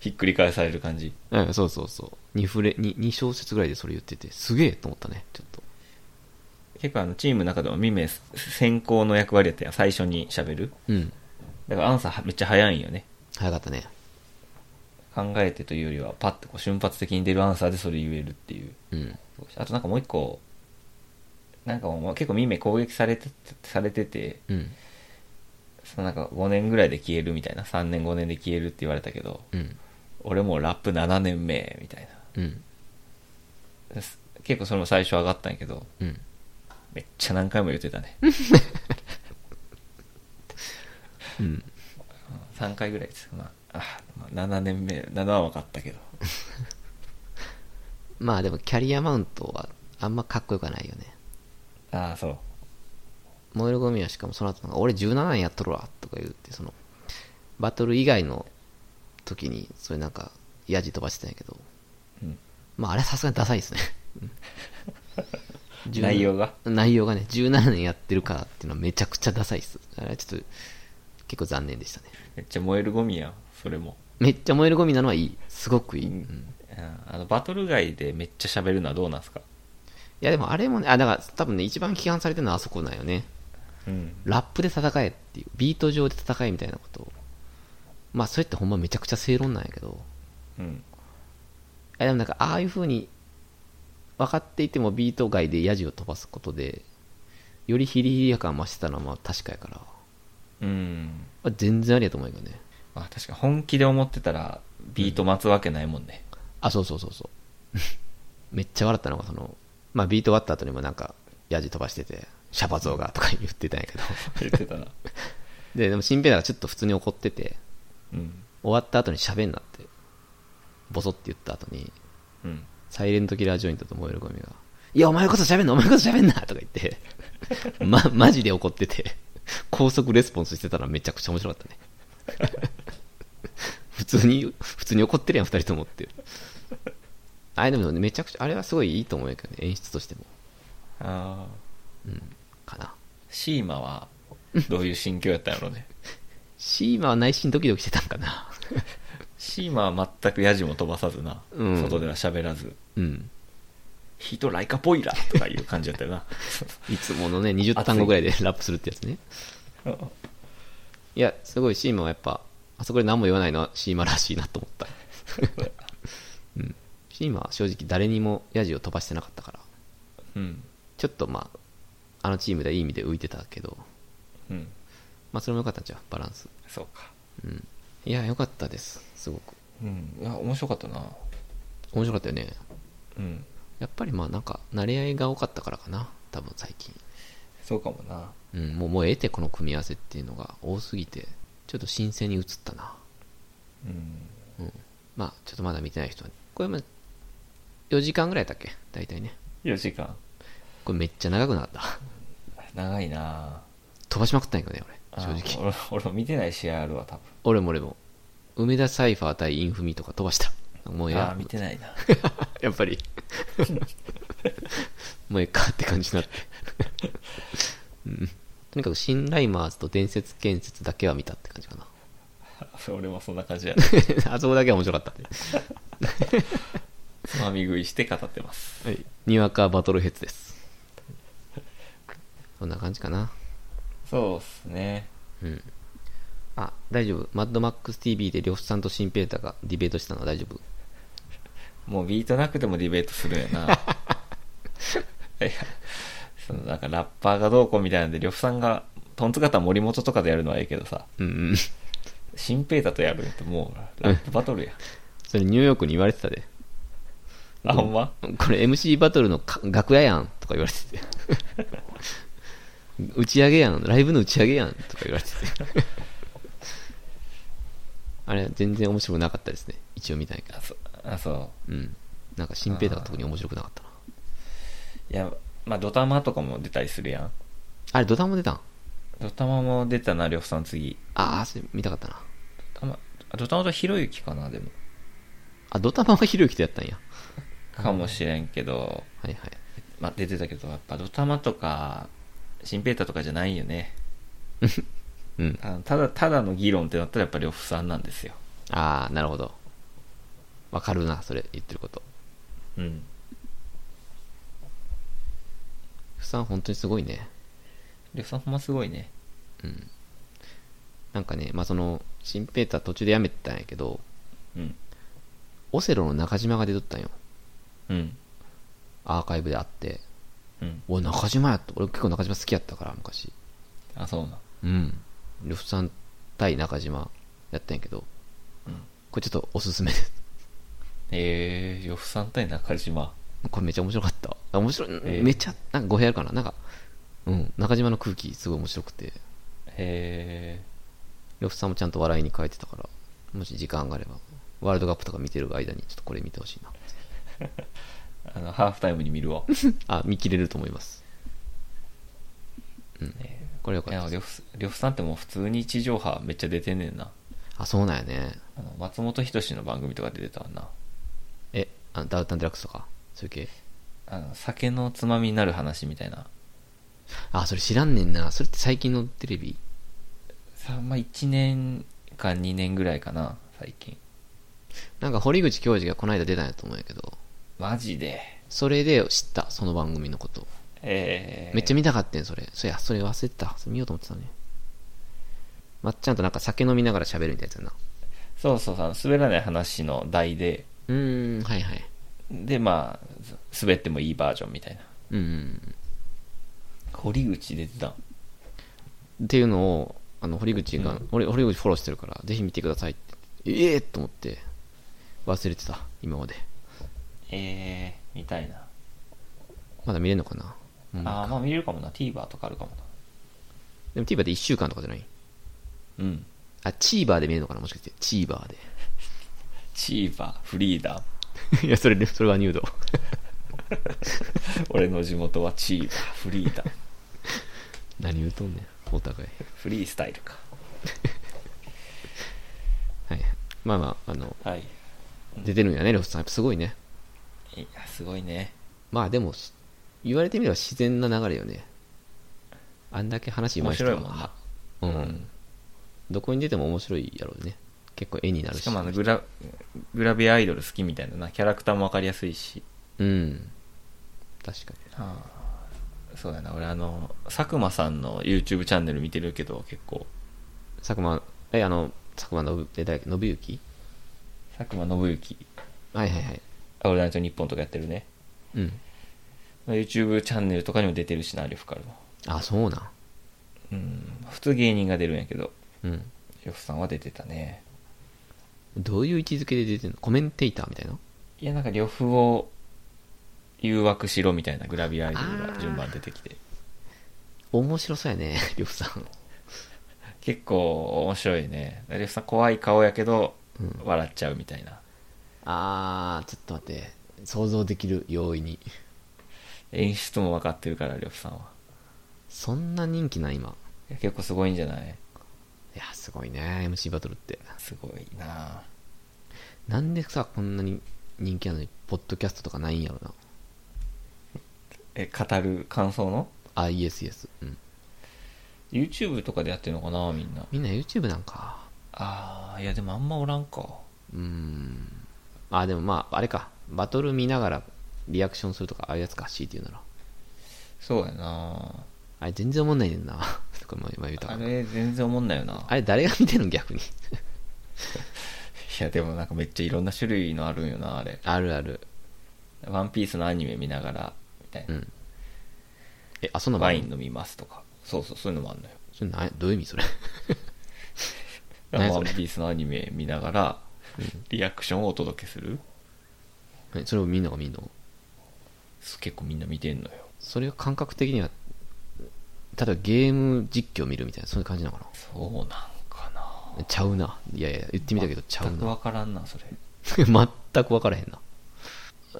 ひっくり返される感じ
うん、そうそうそう。2フレ、二二小節ぐらいでそれ言ってて、すげえと思ったね、ちょっと。
結構あのチームの中でもミメ先行の役割やったやん最初に喋る
うん。
だからアンサーはめっちゃ早いんよね
早かったね。
考えてというよりはパッとこう瞬発的に出るアンサーでそれ言えるっていう
うん。
あとなんかもう一個なんかもう結構ミメ攻撃されてされてて
うん。
そのなんか5年ぐらいで消えるみたいな3年5年で消えるって言われたけど
うん。
俺もうラップ7年目みたい
うん。
なです結構それも最初上がったんやけど
うん。
めっちゃ何回も言ってたね
うん。
3回ぐらいですまああまあ7年目7は分かったけど
まあでも、キャリアマウントは、あんまかっこよくはないよね。
ああそう
燃えるゴミはしかもその後なんか、俺17年やっとるわ、とか言って、その、バトル以外の時に、それなんか、ヤジ飛ばしてたんやけど、
うん
まああれはさすがにダサいですね。17
内容が
内容がね、17年やってるからっていうのはめちゃくちゃダサいっす。あれはちょっと、結構残念でしたね。
めっちゃ燃えるゴミやんそれも、
めっちゃ燃えるゴミなのはいい。すごくいい。うん
うんあのバトル外でめっちゃ喋るのはどうなんすか
いやでもあれもね、あ、だから多分ね、一番批判されてるのはあそこなんよね。
うん
ラップで戦えっていう、ビート上で戦えみたいなことを。まあそれってほんまめちゃくちゃ正論なんやけど、
うん
いやでもなんかああいう風に分かっていてもビート外でヤジを飛ばすことで、よりヒリヒリ感増してたのはまあ確かやから、
うん
まあ全然ありやと思うけどね。
まあ確かに本気で思ってたらビート待つわけないもんね、
あ、そうそうそう そう。めっちゃ笑ったのが、その、まあビート終わった後にもなんか、ヤジ飛ばしてて、シャバ像がとか言ってたんやけど。
言ってたな
で、でも新平だがちょっと普通に怒ってて、
うん
終わった後に喋んなって、ボソって言った後に、
うん
サイレントキラージョイントと燃えるゴミが、いや、お前こそ喋んな、お前こそ喋んなとか言って、 ま、マジで怒ってて、高速レスポンスしてたらめちゃくちゃ面白かったね。 普通に、普通に怒ってるやん、二人と思って。あれでもめちゃくちゃ、あれはすごいいいと思うけどね、演出としても。
ああ
かな。
シーマはどういう心境やったんやろうね
シーマは内心ドキドキしてたんかな。
シーマは全くヤジも飛ばさずな、
うん
外では喋らず
うん。
「ヒトライカポイラ」とかいう感じやったよ な
いつものね、20単語ぐらいでラップするってやつね。いや、すごいシーマはやっぱ、あそこで何も言わないのはシーマらしいなと思った。うん。シ今正直誰にもヤジを飛ばしてなかったから
うん
ちょっとまああのチームでいい意味で浮いてたけど
うん
まあそれも良かったんちゃうバランス
そうか
うんいや良かったですすごく
うんいや面白かったな
面白かったよね
うん
やっぱりまあなんか慣れ合いが多かったからかな多分最近
そうかもな
うんもうもう得てこの組み合わせっていうのが多すぎてちょっと新鮮に映ったな
うん
うんまあちょっとまだ見てない人はこれも4時間ぐらいだったっけ大体ね
4時間
これめっちゃ長くなかった
長いな
飛ばしまくったんやけどね俺
あ
正直
俺俺も見てない試合あるわ多分
俺も俺も梅田サイファー対インフミとか飛ばしたもうええ
あ
や
あー見てない な
やっぱ りもうええかって感じになって、うん、とにかく新ライマーズと伝説建設だけは見たって感じかな
俺もそんな感じや な
あそこだけは面白かったね
つまみ食いして語ってます
はい、にわかバトルヘッズ ですこんな感じかな
そうっすね
うんあ大丈夫マッドマックス TV で呂布さんと新平太がディベートしたのは大丈夫
もうビートなくてもディベートするんや ないやそのなんかラッパーがどうこうみたいなんで呂布さんがトンツカタン森本とかでやるのはいいけどさ
うんうん
新平太とやるんやってもうラップバトルや
それニューヨークに言われてたで
あほんま
これ MC バトルのか楽屋やんとか言われてて 打ち上げやんライブの打ち上げやんとか言われてて あれ全然面白くなかったですね一応見たんやけど
あそあそ
うんなんか新平太が特に面白くなかったな
ういやまあドタマとかも出たりするやん
あれドタンも出たん
ドタマも出たな呂布さん次
ああそれ見たかったな
ドタマあドタマとひろゆきかなでも
あ、ドタマはひろゆきとやったんや。
かもしれんけど、
はいはい。
まあ、出てたけどやっぱドタマとか新平太とかじゃないよね
うん。
あのただただの議論ってなったらやっぱり呂布さんなんですよ
ああ、なるほど。わかるな、それ、言ってること。
うん
ふさん、本当にすごいね。
呂布さんほんますごいね
うん。なんかね、まあ、その、新ペーター途中でやめてたんやけど、
うん
オセロの中島が出とったんよ。
うん
アーカイブであって。
うん
おい、中島やと。俺結構中島好きやったから、昔。
あそうな
うん。呂布さん対中島やったんやけど、
うん
これちょっとおすすめ です。
えー、呂布さん対中島
これめっちゃ面白かった。あ面白い、
えー
めっちゃ、なんか語弊あるかな。なんか、うん、中島の空気すごい面白くて、
へえ
呂布さんもちゃんと笑いに変えてたから、もし時間があれば、ワールドカップとか見てる間にちょっとこれ見てほしいな。
あのハーフタイムに見る わ
あ、見切れると思います。うん。
え
これよか
ーい
った
や
です
呂布呂布さんってもう普通に地上波めっちゃ出てんねんな
あ、そうなんやね。
あの松本人志の番組とかで出てたわな
え、あのダウンタウンデラックスとか、そういう系。
あの酒のつまみになる話みたいな
あ、それ知らんねんな。それって最近のテレビ。
さまあ1年か2年ぐらいかな最近
なんか堀口教授がこの間出たんやと思うんやけど、
マジで
それで知った、その番組のこと。
えー、
めっちゃ見たかったんそれ。そうや、それ忘れてた。それ見ようと思ってたね。まっちゃんとなんか酒飲みながら喋るみたいなやつやな。
そうそうそうあの滑らない話の題で
うーん、はいはい。
でまあず滑ってもいいバージョンみたいな
うんうん
堀口出てたん
うん。っていうのを、あの、堀口が、俺、堀口フォローしてるから、ぜひ見てくださいって。ええと思って、忘れてた、今まで。
えー、見たいな、
まだ見れんのかなもう
あ
な
あ
ん
まあ
か
見れるかもな TVer とかあるかも
でも TVer で1週間とかじゃない
なうん
あ、TVer で見れるのかなもしかして。TVer で。
TVer フリー ダ
いや、それ、それはニュード。
俺の地元は TVer フリ ーダ
何言うとんねん、お互い。
フリースタイルか
はい。まあまあ、あの、
はい
出てるんやね、レフさん。やっぱすごいね。
いやすごいね
まあでもし言われてみれば自然な流れよねあんだけ話うま
面
い人
白
はい
もんな
うん、
うん
どこに出ても面白いやろうね結構絵になるし
しかもあのグラグラビアアイドル好きみたいななキャラクターも分かりやすいし
うん確かに
そうやな俺あの佐久間さんの YouTube チャンネル見てるけど結構
佐久間えあの佐久間のえ誰だっけ信行
佐久間信行
はいはいはい
あオールナイトニッポンとかやってるね。
うん。
YouTube チャンネルとかにも出てるしな、リョフカルも。
あ、そうな
うん。普通芸人が出るんやけど、
ん。うん。
リョフさんは出てたね。
どういう位置づけで出てんのコメンテーターみたいない
や、なんかリョフを誘惑しろみたいなグラビアアイドルが順番出てきて。
面白そうやね、 りょうさん。
結構面白いね。リョフさん怖い顔やけど、笑っちゃうみたいな。
あー、ちょっと待って。想像できる、容易に。
演出も分かってるから、リョフさんは。
そんな人気な、今。
いや結構すごいんじゃない
いや、すごいね、MC バトルって。
すごいなあ
なんでさ、こんなに人気なのに、ポッドキャストとかないんやろな。
え、語る感想の
あ、イエスイエス。うん。
?YouTube とかでやってるのかな、みんな。
みんな YouTube なんか。
ああ、いや、でもあんまおらんか。
うーん。あ、でもまあ、あれか。バトル見ながらリアクションするとか、ああいうやつか、C って言うなら。
そうやな
あれ、全然思んないねんな。 とか、今言うたか
あ
ら。
れ、全然思んないよな。
あれ、誰が見てるの逆に。
いや、でもなんかめっちゃいろんな種類のあるんよな、あれ。
あるある。
ワンピースのアニメ見ながら、みたいうな。
ん。え、あ、そんなのもあ
ワ
る
イン飲みますとか。そうそう、そういうのもあるのよ。
それなどういう意味それ 何
ワ
そ
ン
れ
ピースのアニメ見ながら、リアクションをお届けする
えそれをみんなが見んの
そう結構みんな見てんのよ。
それは感覚的にはただゲーム実況見るみたいなそういう感じなのか
そうなんかな
なちゃうないやいや言ってみたけどちゃう
全く
な
わからんな、それ。
全く分からへんな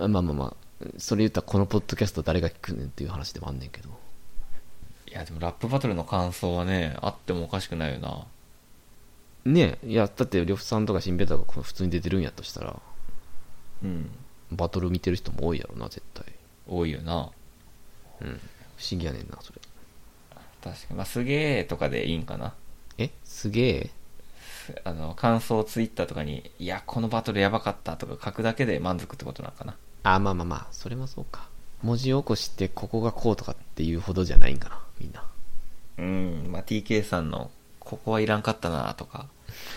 あまあまあまあそれ言ったらこのポッドキャスト誰が聞くねんっていう話でもあんねんけど
いや、でもラップバトルの感想はね、あってもおかしくないよな。
ねえいやだって呂布さんとか新平太がこう普通に出てるんやとしたら
うん。
バトル見てる人も多いやろな絶対
多いよな。
うん不思議やねんなそれ
確かに。まあ、すげえとかでいいんかな。
えすげえ
あの、感想をツイッターとかに、いや、このバトルやばかったとか書くだけで満足ってことなのかな。
あまあまあまあそれもそうか文字起こしてここがこうとかっていうほどじゃないんかなみんな
うん、まあ、TK さんの、ここはいらんかったなとか、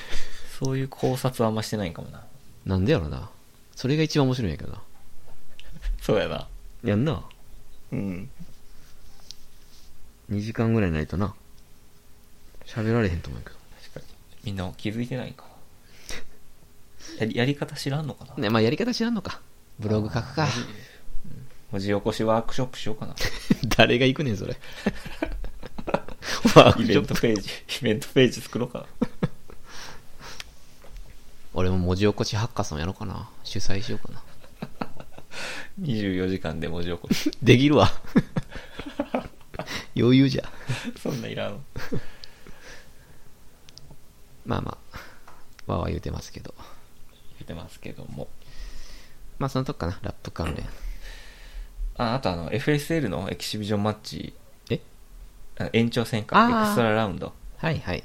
そういう考察はあんましてないんかもな。
なんでやろなそれが一番面白いんやけどな
そうやな。
やんな
うん。
2時間ぐらいないとな喋られへんと思うけ
確かに。みんな気づいてないん かな。やり、やり方知らんのかな
どねまあやり方知らんのかブログ書くか
文字起こしワークショップしようかな。
誰が行くねんそれワーク
イ
シ
ベ
ョ
ン
ッ
ト
プ
ページ、 イベントページ作ろうかな。
俺も文字起こしハッカソンやろうかな主催しようかな
24時間で文字起こし。
できる わ余裕じゃ
そんないらん。
まあまあわーわー言うてますけど
言ってますけども。
まあそのとこかなラップ関連
あ、あとあの、FSL のエキシビジョンマッチ、
え
あ延長戦
あー
か。エクストララウンド。
はいはい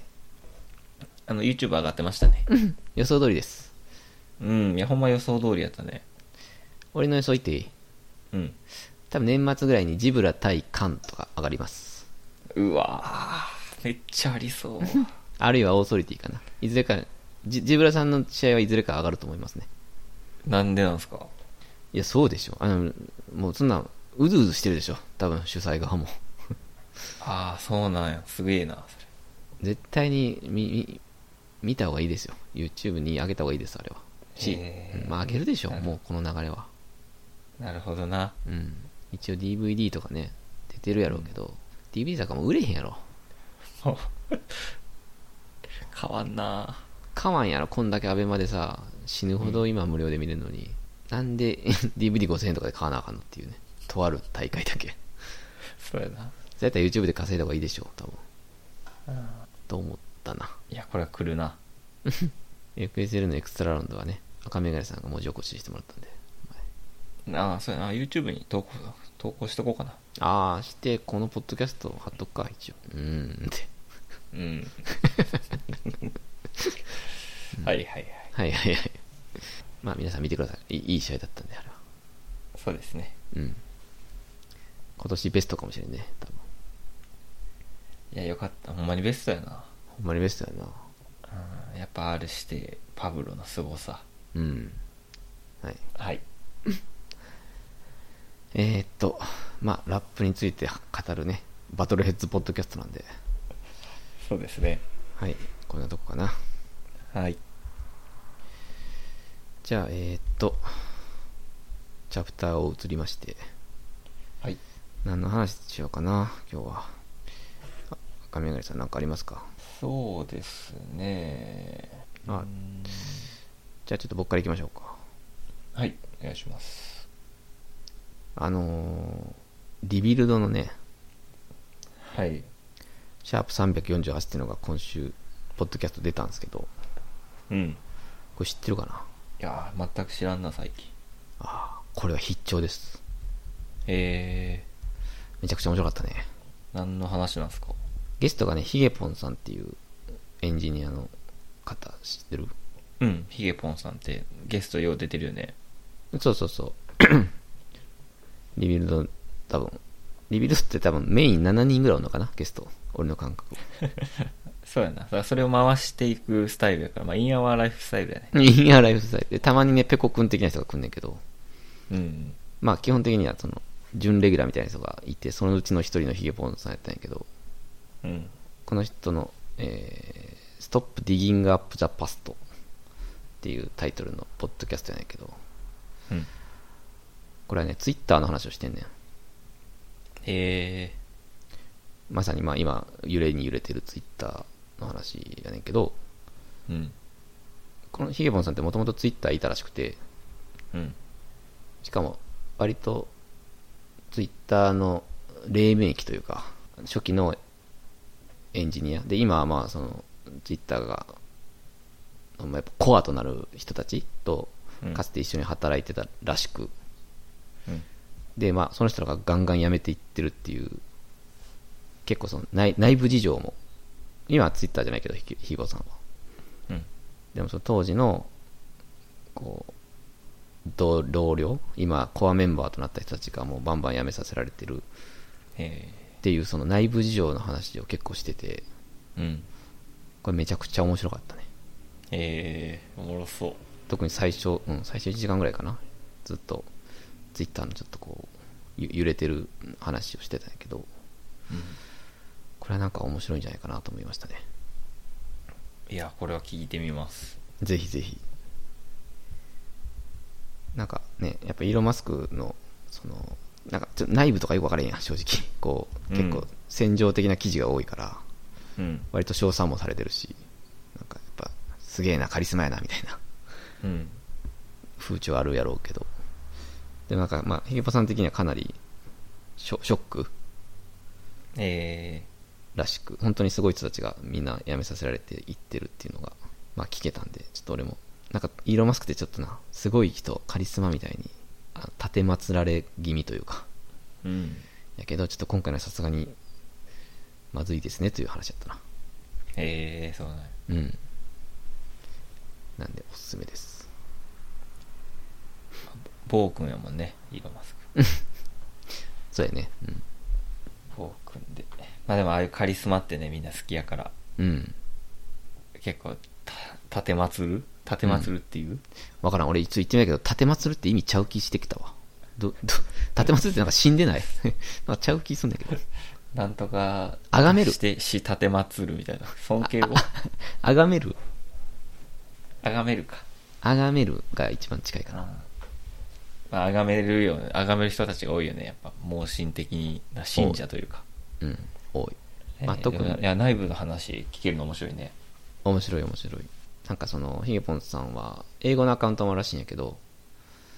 あの、YouTube 上がってましたね。
予想通りです
うん、いや、ほんま予想通りやったね。
俺の予想言っていい
うん。
多分年末ぐらいにジブラ対カンとか上がります
うわぁ、めっちゃあ りそう。
あるいはオーソリティかないずれかジジブラさんの試合はいずれか上がると思いますね
なんでなんすか
いやそうでしょあのもうそんなうずうずしてるでしょ多分主催側も
ああ、そうなんや。すげえな、それ。
絶対にみみ見た方がいいですよ YouTube に上げた方がいいですあれはし、
へー
うんまあ上げるでしょもうこの流れは
なるほどな。
うん一応 DVD とかね出てるやろうけど、DVD とかもう売れへんやろ
もう変わんな
かわんやろこんだけアベマでさ死ぬほど今無料で見れるのに、なんで DVD5000 円とかで買わなあかんのっていうねとある大会だけ
そうやな。
そうやったら YouTube で稼いだ方がいいでしょう多分と思ったない
や、これは来るな。
FSL のエクストララウンドはね赤メガネさんが文字起こししてもらったんで
ああ、そうやな。YouTube に投稿、投稿しとこうかな。
ああしてこのポッドキャスト貼っとくか一応うーんって
うん。はいはいはい。
はいはいはいまあ皆さん見てくださいいいいい試合だったんであれは
そうですね。
うん今年ベストかもしれんね多分
いや、よかった。ほんまにベストやな。
ほんまにベストやな
うん、やっぱ R して、パブロの凄さ。
うんはい
はい。
えーっと、まあ、ラップについて語るね、バトルヘッズポッドキャストなんで、
そうですね。
はい、こんなとこかな。
はい。
じゃあ、えーっと、チャプターを移りまして、
はい。
何の話しようかな、今日は。あ赤目がさん、何かありますか
そうですね。
あ
うーん
じゃあ、ちょっと僕から行きましょうか。
はい。お願いします。
あのーリビルドのね、
はい。
シャープ348っていうのが今週、ポッドキャスト出たんですけど、
うん。
これ知ってるかない
やー、全く知らんな、最近。
ああ、これは必聴です。
え
めちゃくちゃ面白かったね。
ー、何の話なんですか
ゲストがね、ヒゲポンさんっていうエンジニアの方、知ってる
うん。ヒゲポンさんってゲストよう出てるよね。
そうそうそう。 リビルド、多分。リビルドって多分メイン7人ぐらいおるのかなゲスト。俺の感覚。
そうやな。だからそれを回していくスタイルやから、まあ、インアワーライフスタイルやね。
インアライフスタイルで。たまにね、ペコくん的な人が来んねんけど、
うん。
まあ基本的にはその、準レギュラーみたいな人がいて、そのうちの一人のヒゲポンさんやったんやけど、
うん。
この人の、えー、Stop Digging Up the Past っていうタイトルのポッドキャストやねんけど、
うん。
これはね、ツイッターの話をしてんねん。
え
まさにまあ今、揺れに揺れてるツイッターの話やねんけど、
ー、うん。
このヒゲボンさんってもともとツイッターいたらしくて、
うん。
しかも割とツイッターの黎明期というか、初期のエンジニア。で、今はまあそのツイッターが、まあやっぱコアとなる人たちと
うん、
かつて一緒に働いてたらしく、
うん。
で、まあその人らがガンガン辞めていってるっていう、結構その内内部事情も、今はツイッターじゃないけど、ヒヒゲボンさんは。
うん。
でもその当時のこう同同僚今コアメンバーとなった人たちがもうバンバン辞めさせられてる
え
っていうその内部事情の話を結構してて
ー、うん。
これめちゃくちゃ面白かったね
えー、おもろそう。
特に最初、うん、最初1時間ぐらいかなずっとツイッターのちょっとこうゆ揺れてる話をしてたんやけどこれはなんか面白いんじゃないかなと思いましたね
いや、これは聞いてみます。
ぜひぜひ。なんかね、やっぱイーロン・マスクの、その、なんかちょ内部とかよくわからへんやん、正直。こう、
うん
結構戦場的な記事が多いから、
うん。
割と称賛もされてるし、なんかやっぱ、すげえな、カリスマやな、みたいな
うん。
風潮あるやろうけど。でもなんか、まあ、ヒゲパさん的にはかなりショ、ショック
え
らしく、本当にすごい人たちがみんな辞めさせられていってるっていうのが、まあ聞けたんで、ちょっと俺も、なんか、イーロン・マスクってちょっとな、すごい人、カリスマみたいに、あ立てまつられ気味というか、
ー、うん。
やけど、ちょっと今回のはさすがに、まずいですねという話だったな。
えー、そうね。
うん。なんで、おすすめです。
ボー君やもんね、イーロンマスク。
そうやね。うん。
ボー君で。まあでも、ああいうカリスマってね、みんな好きやから、
うん。
結構、た、てまつるたてまつるっていう、
わからん、俺、一応言ってないけど、立てまつるって意味ちゃう気してきたわ。ど、ど、立てまつるってなんか死んでない なんかちゃう気すんだけど。
なんとか、
崇める
して、したてまつるみたいな。尊敬を。
あがめる
あがめるか。
あがめるが一番近いかな。
あまあ、あがめるよね。あがめる人たちが多いよね。やっぱ、盲信的な信者というか。
うん、多い。まあ、
えー
特に
いや、内部の話聞けるの面白いね。
面白い面白い。なんかその、ヒゲポンさんは、英語のアカウントもあるらしいんやけど、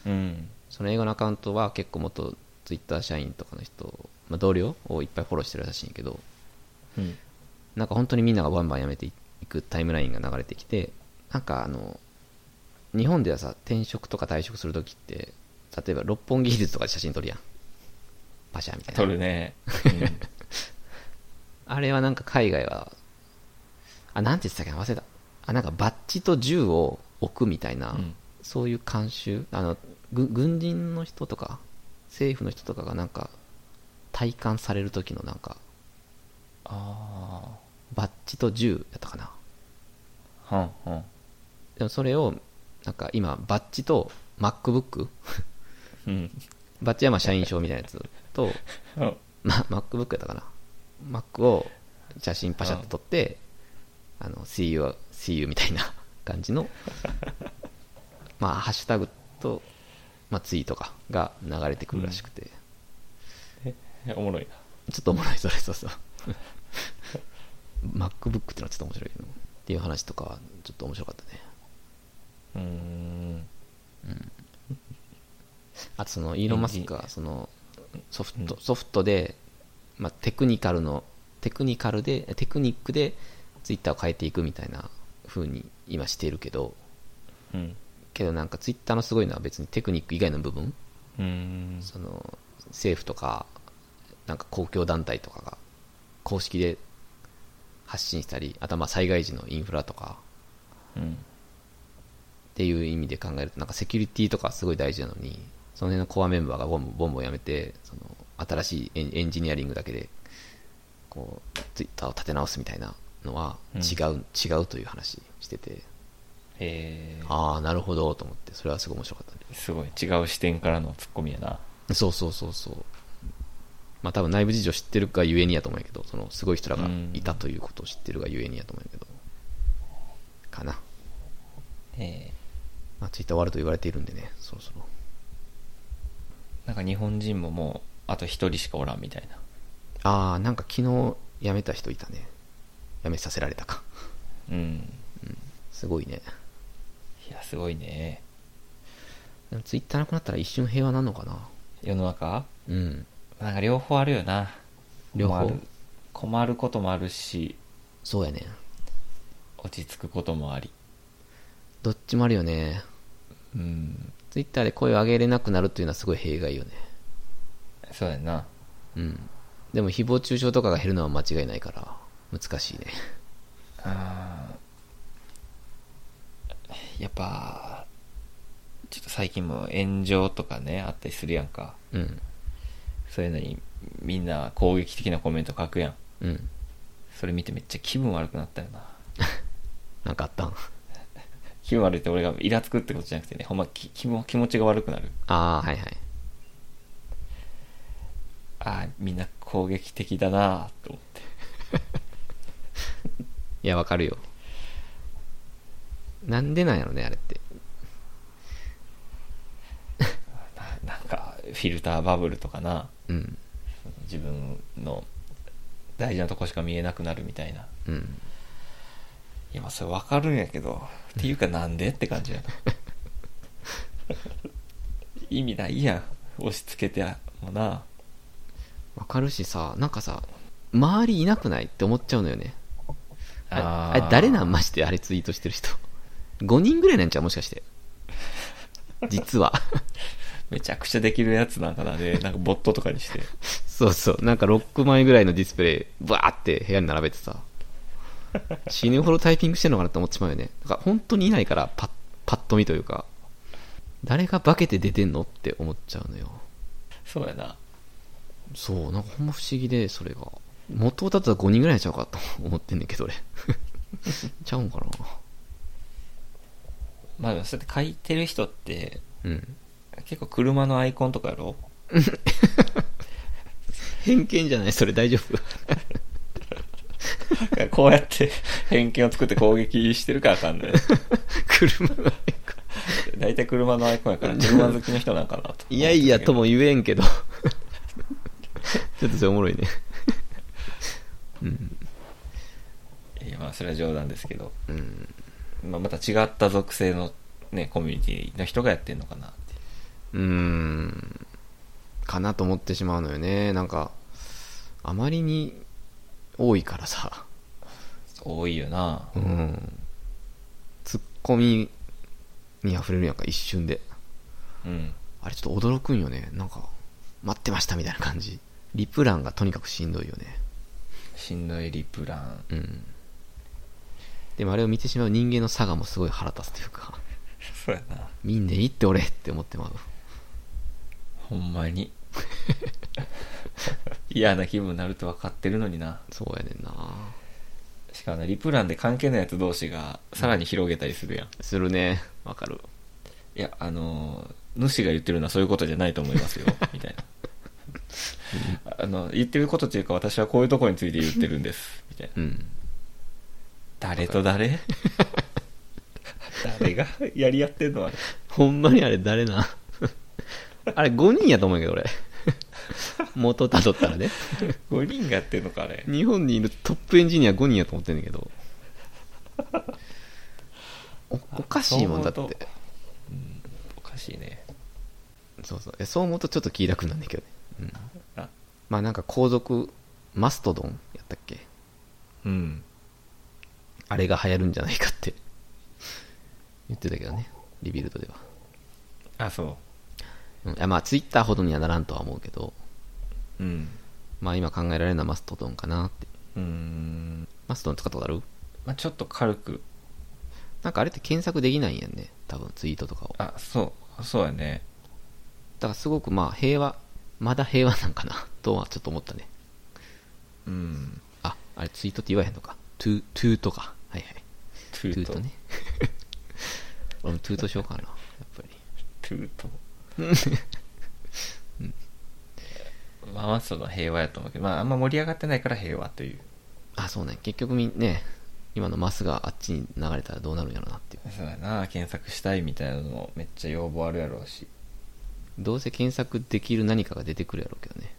うん。
その英語のアカウントは結構元ツイッター社員とかの人、まあ、同僚をいっぱいフォローしてるらしいんやけど、
うん。
なんか本当にみんながバンバンやめていくタイムラインが流れてきて、なんかあの、日本ではさ、転職とか退職するときって、例えば六本木ヒルズとかで写真撮るやん。パシャみたいな。
撮るね。
あれはなんか海外は、あ、なんて言ってたっけな忘れた。あ、なんかバッジと銃を置くみたいな、
うん
そういう慣習。あの、ぐ軍人の人とか、政府の人とかがなんか、体感される時のなんか、
あ
バッジと銃やったかな。
あ。はんはん。
でもそれを、なんか今、バッジと MacBook
うん。
バッチはまあ社員証みたいなやつと、
うん
ま、MacBook だったかな Mac を写真パシャッと撮って、あの See you, see you みたいな感じのまあハッシュタグと、まあ、ツイートかが流れてくるらしくて、
えおもろいな
ちょっとおもろいそれ そうそう MacBook ってのはちょっと面白いけどっていう話とかはちょっと面白かったね
うーん
あとそのイーロン・マスクがそのソフト
うん
ソフトで、まあ、テクニカルのテクニカルでテクニックでツイッターを変えていくみたいな風に今しているけど
うん
けどなんかツイッターのすごいのは別にテクニック以外の部分
うーん
その政府とかなんか公共団体とかが公式で発信したりあとはまあ災害時のインフラとか
うん
っていう意味で考えるとなんかセキュリティとかすごい大事なのにその辺のコアメンバーがボンボンボンボンやめてその新しいエンエンジニアリングだけでこうツイッターを立て直すみたいなのは
うん
違う、違うという話してて
えー
ああなるほどと思ってそれはすごい面白かったね
すごい違う視点からのツッコミやな
そうそうそうそうまあ多分内部事情知ってるがゆえにやと思うんやけどそのすごい人らがいたということを知ってるがゆえにやと思うんやけどかな、
え
まあ、ツイッター終わると言われているんでねそろそろ
ーなんか日本人ももうあと一人しかおらんみたいな
ああなんか昨日辞めた人いたね辞めさせられたか
うん
すごいね
いやすごいね
でもツイッターなくなったら一瞬平和なんのかな
世の中
うん
なんか両方あるよな
両方
困る困ることもあるし
そうやね
落ち着くこともあり
どっちもあるよね
うん
ツイッターで声を上げれなくなるっていうのはすごい弊害よね
そうやな
うんでも誹謗中傷とかが減るのは間違いないから難しいね
あーやっぱちょっと最近も炎上とかねあったりするやんか
うん
そういうのにみんな攻撃的なコメント書くやん
うん
それ見てめっちゃ気分悪くなったよな
なんかあったん
気分悪いって俺がイラつくってことじゃなくてねほんまき気も気持ちが悪くなる
ああはいはい
ああみんな攻撃的だなと思って
いやわかるよなんでなんやろねあれって
ななんかフィルターバブルとかな
うん
自分の大事なとこしか見えなくなるみたいな
うん
いやまあそれ分かるんやけどっていうかなんでって感じやな意味ないやん押し付けてもな
わかるしさなんかさ周りいなくないって思っちゃうのよねあれあれ誰なんましてあれツイートしてる人5人ぐらいなんちゃうもしかして実は
めちゃくちゃできるやつなんかなで、なんかボットとかにして
そうそうなんか6枚ぐらいのディスプレイバーって部屋に並べてさ死ぬほどタイピングしてんのかなって思っちまうよねだから本当にいないからパッパッと見というか誰が化けて出てんのって思っちゃうのよ
そうやな
そうなんかほんま不思議でそれが元だったら5人ぐらいちゃうかと思ってんねんけど俺 ちゃうんかな
まあでもそうやって書いてる人って
うん
結構車のアイコンとかやろ
偏見じゃないそれ大丈夫
だから こうやって偏見を作って攻撃してるからあかんね
車がないか
大体車のアイコンやから車好きの人なんかなと
いやいやとも言えん けどちょっとそれおもろいねうん
いやまあそれは冗談ですけど、
うん
まあ、また違った属性のねコミュニティの人がやってんのかなってい
うー
う
んかなと思ってしまうのよねなんかあまりに多いからさ
多いよな
うんツッコミに溢れるやんか一瞬で
うん
あれちょっと驚くんよねなんか待ってましたみたいな感じリプランがとにかくしんどいよね
しんどいリプラン
うんでもあれを見てしまう人間の差がもうすごい腹立つというか
そうやな
見んでいいって俺って思ってまう
ほんまに 嫌な気分になると分かってるのにな
そうやねんな
しかもなリプランで関係ないやつ同士がさらに広げたりするやん
するねわかる
いやあのー主が言ってるのはそういうことじゃないと思い ますよみたいなあの言ってることというか私はこういうところについて言ってるんですみたい
う
な
ん
誰と誰 誰がやり合ってんのあれ
ほんま にあれ誰なあれ5人やと思うんやけど俺 元たどったらね
5人がやってんのかあれ
日本にいるトップエンジニア5人やと思ってんねんけどおおかしいもんだって
そう思うとうんおかしいね
そうそうえそう思うとちょっと気楽なんだけどね、うん、
あ
まあなんか皇族マストドンやったっけ
うん
あれが流行るんじゃないかって 言ってたけどねリビルドでは、
あそ
うんいやまあツイッターほどにはならんとは思うけど
ううん
まあ今考えられるのはマストドンかなって
うーん
マストドン使ったことある
まあちょっと軽く
なんかあれって検索できないんやんね多分ツイートとかをだか
あそうそうやね
らすごくまあ平和まだ平和なんかなとはちょっと思ったね
うん
ああれツイートって言わへんのかトゥトゥーとかはいはい
トゥ
トゥ
ー
ー
ト
トね 俺もトゥートしようかなやっぱり
トゥートまあまあその平和やと思うけどまああんま盛り上がってないから平和という
あそうね結局みんね今のマスがあっちに流れたらどうなるんやろうなっていう
そうやな検索したいみたいなのめっちゃ要望あるやろうし
どうせ検索できる何かが出てくるやろうけどね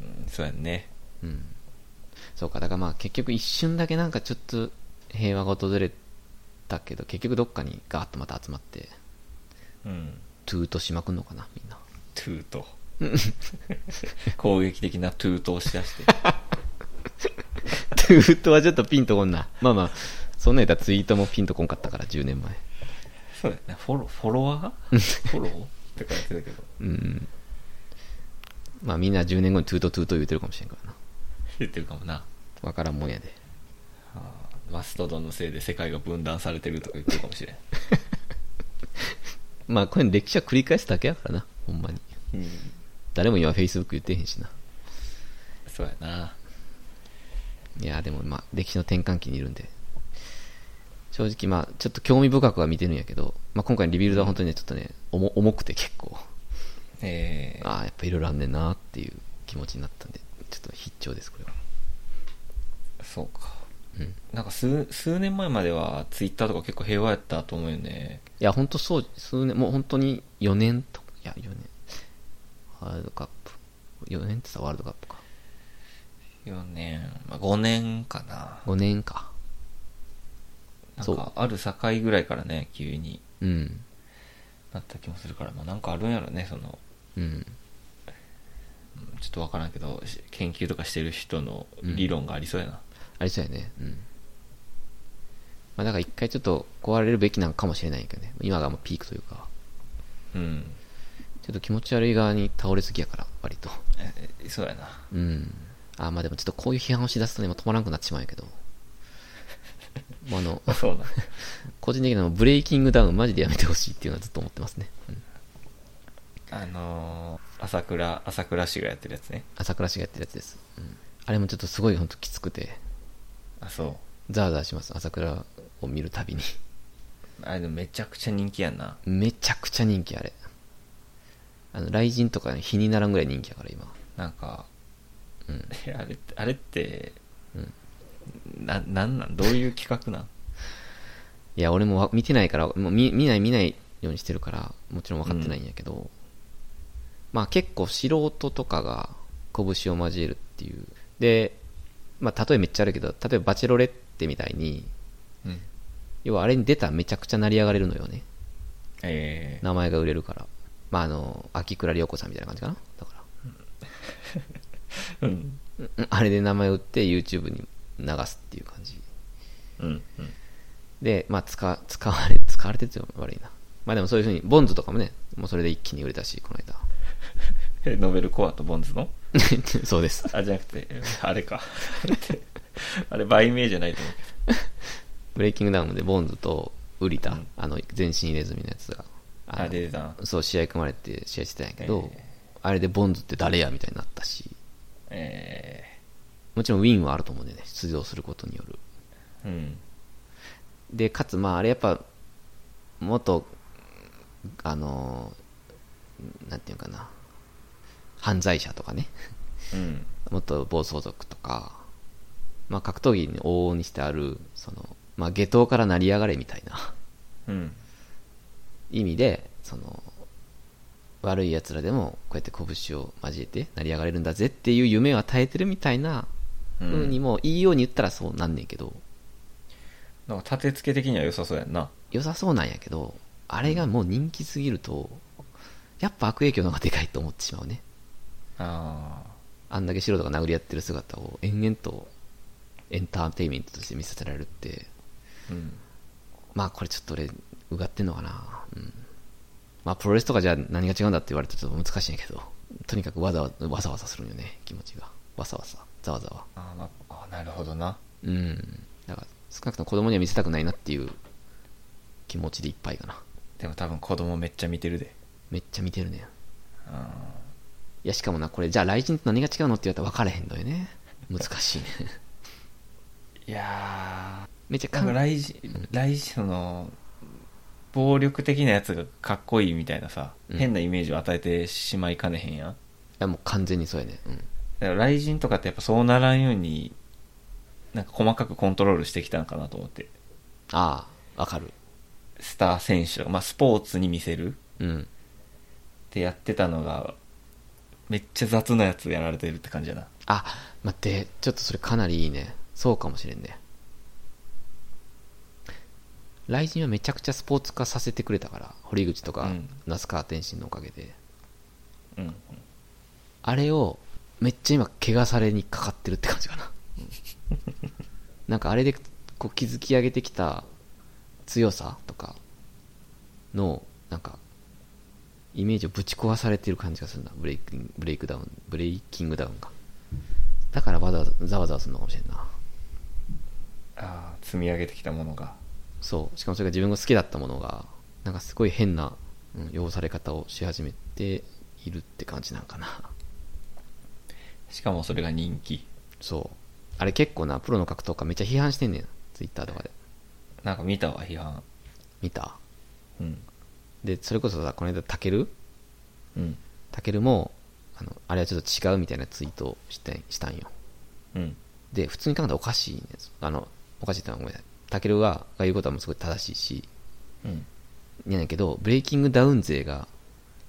うんそうやんね
うんそうかだからまあ結局一瞬だけなんかちょっと平和が訪れたけど結局どっかにガーッとまた集まって
うん
トゥートしまくんのかなみんな
トゥート 攻撃的なトゥートをしだ して
トゥートはちょっとピンとこんなまあまあそんなんやったらツイートもピンとこんかったから10年前
そうやねフォロフォロワーフォローって感じだけど
うんまあみんな10年後にトゥートトゥート言うてるかもしれんからな
言ってるかもな
わからんもんやで
あーマストドンのせいで世界が分断されてるとか言ってるかもしれん
まあこれ歴史は繰り返すだけやからなほんまに
うん
誰も今 Facebook 言ってへんしな
そうやない
やでもまあ歴史の転換期にいるんで正直まあちょっと興味深くは見てるんやけど、まあ、今回のリビルドは本当にねちょっとね重重くて結構
えー
ああやっぱいろいろあんねんなっていう気持ちになったんでちょっと必聴ですこれは
そうか
うんい
なんか数数年前まではツイッターとか結構平和やったと思うよね
や本当そう数年もう本当に4年といや4年ワールドカップ4年ってさワールドカップか
4年、まあ、5年かな
5年か
なん
そう
かある境ぐらいからね急に
うん
なった気もするから、まあ、なんかあるんやろねその
うん
うんちょっとわからんけどし研究とかしてる人の理論がありそうやな、
ありそうやね。うん。まあだから一回ちょっと壊れるべきなのかもしれないけどね。今がもうピークというか、
うん
ちょっと気持ち悪い側に倒れすぎやから、割と。
ええそうやな
うん。あー、まあでもちょっとこういう批判をしだすとね、もう止まらなくなっちまうんやけど。もうあの、
そうな
個人的なブレイキングダウンマジでやめてほしいっていうのはずっと思ってますね。うん。
あのー朝倉朝倉市がやってるやつね
朝倉市がやってるやつです。うん。あれもちょっとすごいほんときつくて、
あそ
ザーザーします。朝倉を見るたびに。
うあれでもめちゃくちゃ人気やんな
めちゃくちゃ人気あれあの雷神とか日にならんぐらい人気やから今
なんか
うん
あれってあれって
うん
ななんなんどういう企画なん
いや俺もわ見てないからもう見見ない見ないようにしてるからもちろん分かってないんやけど、まあ結構素人とかが拳を交えるっていうでまあ例えめっちゃあるけど例えばバチェロレッテみたいに
うん
要はあれに出たらめちゃくちゃ成り上がれるのよね
ええ
名前が売れるからまああの秋倉涼子さんみたいな感じかなだから
うん
うんうんあれで名前を売って YouTube に流すっていう感じ
うんうん
で、まあ、使、使われ、使われてって悪いな。まあでもそういうふうに、ボンズとかもね、もうそれで一気に売れたし、この間。
えノベルコアとボンズの
そうです。
あじゃなくてえあれか あれ売名じゃないと思うけど
ブレイキングダウンでボンズとウリタ、
うん
あの、全身入れ墨のやつが。の
あ出てたな
そう、試合組まれて試合してたんやけど、
ええ
あれでボンズって誰やみたいになったし、
え
もちろんウィンはあると思うんでね、出場することによる。
えうん
で、かつ、まああれやっぱ、元、あのーなんていうかな犯罪者とかね
うん
もっと暴走族とか、まあ、格闘技に往々にしてあるその、まあ、下等から成り上がれみたいな
うん
意味でその悪いやつらでもこうやって拳を交えて成り上がれるんだぜっていう夢を与えてるみたいな
う
風に
ん
もいいように言ったらそうなんねんけど、
なんか立て付け的には良さそうやんな
良さそうなんやけどあれがもう人気すぎるとやっぱ悪影響の方がでかいと思ってしまうね
ああ
あんだけ素人が殴り合ってる姿を延々とエンターテインメントとして見せられるって
うん
まあこれちょっと俺うがってんのかなうんまあプロレスとかじゃ何が違うんだって言われてちょっと難しいんやけどとにかくわざわわざわざするんよね気持ちがわざわざざわざわ
あー、まあ、あなるほどな
うんだから少なくとも子供には見せたくないなっていう気持ちでいっぱいかな
でも多分子供めっちゃ見てるで
めっちゃ見てるねん
あ
いやしかもなこれじゃあ雷神と何が違うのって言われたら分かれへんのよね難しいね
ーいや
めっちゃ
ーなん
考
か
え
来時来時その暴力的なやつがかっこいいみたいなさ、
うん
変なイメージを与えてしまいかねへんやん
やもう完全にそうやねうん
だから雷神とかってやっぱそうならんようになんか細かくコントロールしてきたのかなと思って
ああ分かる
スター選手とか、まあ、スポーツに見せる
うん
ってやってたのがめっちゃ雑なやつやられてるって感じやな
あ待ってちょっとそれかなりいいねそうかもしれんね雷神はめちゃくちゃスポーツ化させてくれたから堀口と
う
か
ん
那須川天心のおかげで、
うん
あれをめっちゃ今怪我されにかかってるって感じかななんかあれでこう築き上げてきた強さとかのなんかイメージをぶち壊されてる感じがするなブレイキンブレイクダウンブレイキングダウンがだからわざわざざわざわするのかもしれんな
ああ積み上げてきたものが
そうしかもそれが自分が好きだったものがなんかすごい変な、うん、用され方をし始めているって感じなんかな
しかもそれが人気
そう。あれ結構な、プロの格闘家めっちゃ批判してんねん。ツイッターとかで。
なんか見たわ批判
見た
うん
で、それこそさ、この間、タケル
うん
タケルも、あの、あれはちょっと違うみたいなツイートをしてしたんよ。
うん
で、普通に考えたらおかしいね。あの、おかしいってのはごめんなさい。タケルが、が言うことはもうすごい正しいし、
うん
いやねんけど、ブレイキングダウン勢が、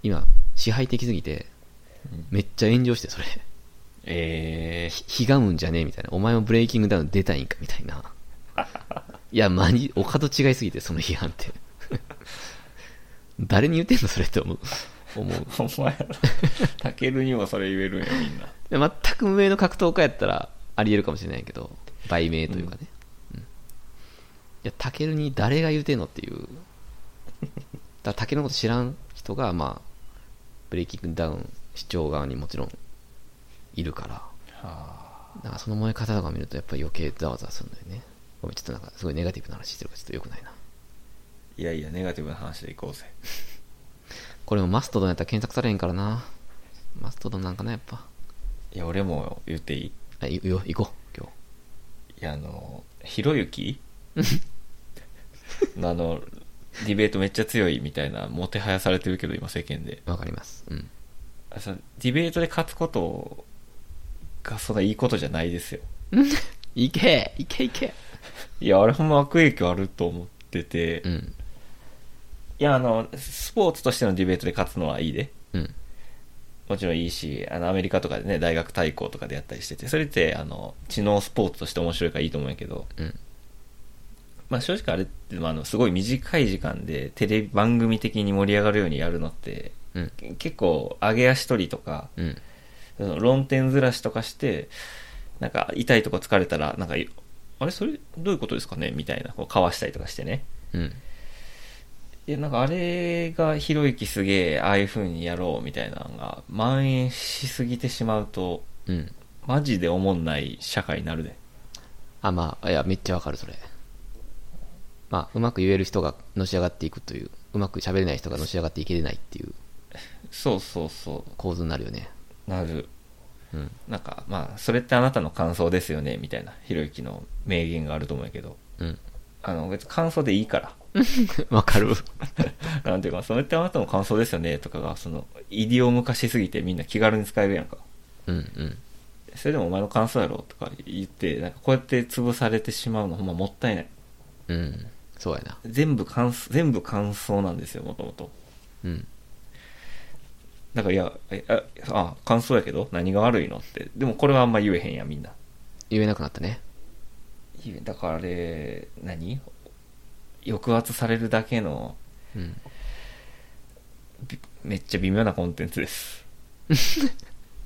今、支配的すぎて、めっちゃ炎上して、それ。
ええ
ひがむんじゃねえみたいな。お前もブレイキングダウン出たいんかみたい な。いや、まに、お門違いすぎて、その批判って。 誰に言ってんのそれって思う。思う。
お前ら タケルにもそれ言えるんやみんな
で全く無名の格闘家やったら、あり得るかもしれないけど、売名というかね。うんいや、タケルに誰が言うてんのっていう。 だからタケルのこと知らん人が、まあ、ブレイキングダウン視聴側にもちろん、いるから。
は
なんかその燃え方とか見るとやっぱ余計ざわざわするんだよね。ごめん、ちょっとなんかすごいネガティブな話してるからちょっと良くないな。
いやいやネガティブな話でいこうぜ
これもマストドンやったら検索されへんからな。マストドンなんかな、やっぱ。
いや俺も言っていい
あ、いいよ、行こう、今
いやあのひろゆきのあのディベートめっちゃ強いみたいなもてはやされてるけど今世間で
日。わかります。うん。
あそのディベートで勝つことがそんないいことじゃないですよ
いけいけいけ
いやあれほんま悪影響あると思ってて、
う
い
ん。
やあのスポーツとしてのディベートで勝つのはいいで
うん。
もちろんいいしあのアメリカとかでね大学対抗とかでやったりしててそれってあの知能スポーツとして面白いからいいと思うんやけど
うん。
まあ、正直あれって、まあ、あのすごい短い時間でテレビ番組的に盛り上がるようにやるのって
うん。
け結構上げ足取りとか
うん。
その論点ずらしとかしてなんか痛いとこ疲れたらなんかいあれそれどういうことですかねみたいなこうかわしたりとかしてね
うん。
いやなんかあれがひろゆきすげえああいう風にやろうみたいなのが蔓延しすぎてしまうと
うん。
マジでおもんない社会になるで
あ、まあ、いや、めっちゃわかる、それ。まあ、うまく言える人がのし上がっていくという、うまく喋れない人がのし上がっていけれないっていう
そうそうそ
構図になるよね。
うなる
うん。
なんかまあそれってあなたの感想ですよねみたいなひろゆきの名言があると思うけど
うん。
あの別に感想でいいから
わかる。
なんていうか、それってあなたの感想ですよねとかが、その、イディオム化しすぎてみんな気軽に使えるやんか。
うんうん。
それでもお前の感想やろとか言って、なんかこうやって潰されてしまうのほんまもったいない。
うん。そうやな。
全部感想、全部感想なんですよ、もともと。
うん。
だからいや、えあ、あ感想やけど何が悪いのって。でもこれはあんま言えへんやん、みんな。
言えなくなったね。
いやだからあれ、何抑圧されるだけの、
うん。
びめっちゃ微妙なコンテンツです。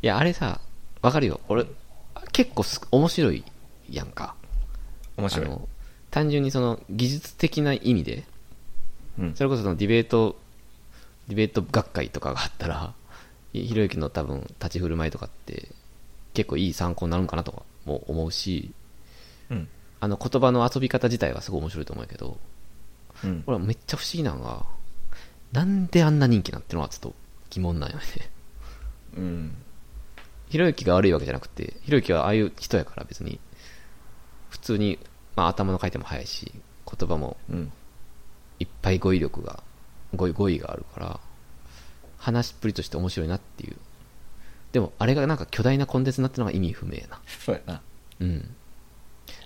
いや、あれさ、わかるよ。俺、結構す面白いやんか。
面白い
あ。の、単純にその技術的な意味で、
うん
そ。れこそそのディベート、ディベート学会とかがあったら、ひひろゆきの多分立ち振る舞いとかって結構いい参考になるんかなとかも思うし、
うん。
あの言葉の遊び方自体はすごい面白いと思うけど、
うん。
俺はめっちゃ不思議なのが、なんであんな人気なんてのはちょっと疑問なんよね。
うん。
ひろゆきが悪いわけじゃなくて、ひろゆきはああいう人やから別に、普通に、まあ頭の回転も早いし、言葉も
うん。
いっぱい語彙力が語彙語彙があるから話しっぷりとして面白いなっていうでもあれがなんか巨大なコンテンツになってるのが意味不明な
そうやな。
うん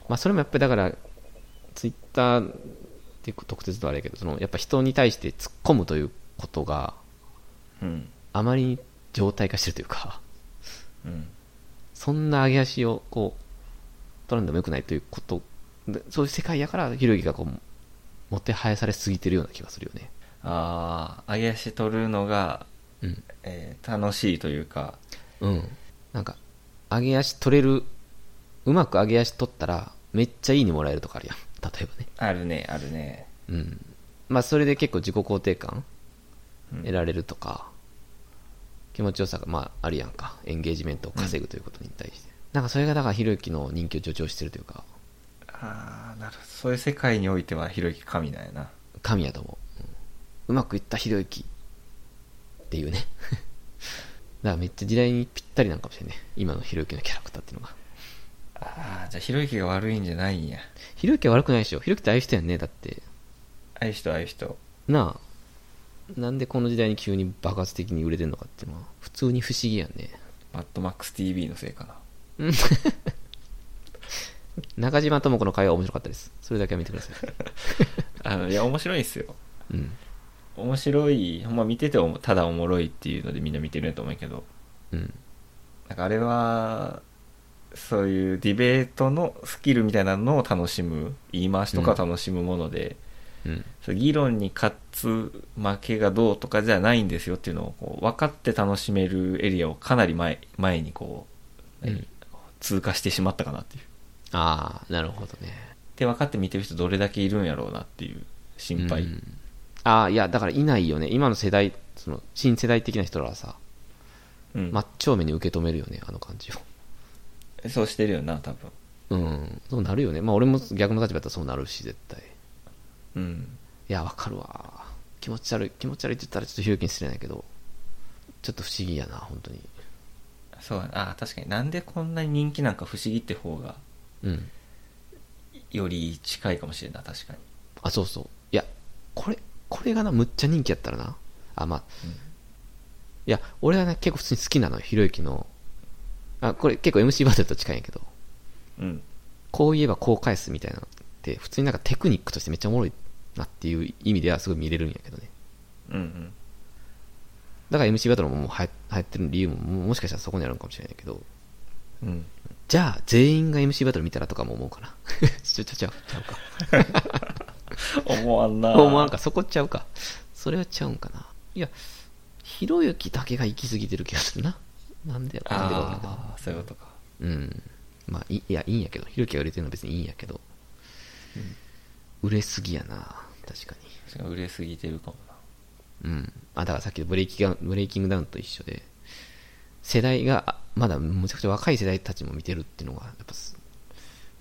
まあそれもやっぱりだからツイッターっていう特定とあれやけどそのやっぱ人に対して突っ込むということが
うん。
あまりに常態化してるというか
うん。
そんな上げ足をこう取らんでもよくないということでそういう世界やからひろゆきがこうもてはやされすぎてるような気がするよね
ああ、揚げ足取るのが、
うん
えー楽しいというか、
うん。なんか、上げ足取れる、うまく上げ足取ったら、めっちゃいいにもらえるとかあるやん。 例えばね。
あるね、あるね。
うん。まあ、それで結構自己肯定感
うん
得られるとか、気持ちよさが、まあ、あるやんか。エンゲージメントを稼ぐということに対して。なんか、それがだから、ひろゆきの人気を助長してるというか、
ああ、なるほど。そういう世界においては、ひろゆき神なんやな。
神やと思う。うんうまくいったひろゆきっていうね。 だから、めっちゃ時代にぴったりなんかもしれないね。今のひろゆきのキャラクターっていうのが。
ああ、じゃあひろゆきが悪いんじゃないんや。
ひろゆきは悪くないでしょ。ひろゆきってああいう人やんね。だって、
ああいう人、ああいう人。
なあなんでこの時代に急に爆発的に売れてんのかっていうのは普通に不思議やんね
マッドマックス TV のせいかな。
中島智子の会話面白かったですそれだけは見てください
あの、いや、面白いんすよ。
うん
面白い、ほんま見てておもただおもろいっていうのでみんな見てるんやと思うけど、
うん
なんかあれは、そういうディベートのスキルみたいなのを楽しむ、言い回しとかを楽しむもので、
うん
そう議論に勝つ負けがどうとかじゃないんですよっていうのをこう分かって楽しめるエリアをかなり前前にこう、
うん
通過してしまったかなっていう。
ああなるほどね
で分かって見てる人どれだけいるんやろうなっていう心配。
うんああいやだからいないよね今の世代その新世代的な人らはさ
うん
真っ正面に受け止めるよねあの感じを
そうしてるよな多分。
うんそうなるよねまあ俺も逆の立場だったらそうなるし絶対
うん。
いやわかるわ気持ち悪い気持ち悪いって言ったらちょっとひろゆきに失礼ないけどちょっと不思議やな本当に
そうやなあ確かになんでこんなに人気なんか不思議って方が
うん
より近いかもしれんない確かに。
あ、そうそう。いや、これ、これがな、むっちゃ人気やったらな。あ、まあ、
うん
いや、俺はね、結構普通に好きなのよ、ひろゆきの。あ、これ結構 MC バトルと近いんやけど、
うん。
こう言えばこう返すみたいなのって、普通になんかテクニックとしてめっちゃおもろいなっていう意味ではすごい見れるんやけどね。
うんうん。
だから MC バトルももう流行流行ってる理由もももしかしたらそこにあるのかもしれないけど、
うん。
じゃあ全員が MC バトル見たらとかも思うかな。 ちょ、ちょ、ちゃう、ちゃうか。
思わんな
思わんか、そこちゃうか。それはちゃうんかな。いや、ひろゆきだけが行き過ぎてる気がするな。なんでやなんでかわかんないけど
ああそういうことか。
うん。まあ、いいいや、いいんやけど。ひろゆきが売れてるのは別にいいんやけど。売れすぎやな。確か
確かに売れすぎてるかもな。
に。うん。あ、だからさっきのブレイキがブレイキングダウンと一緒で、世代が、あまだむちゃくちゃ若い世代たちも見てるっていうのが、やっぱす、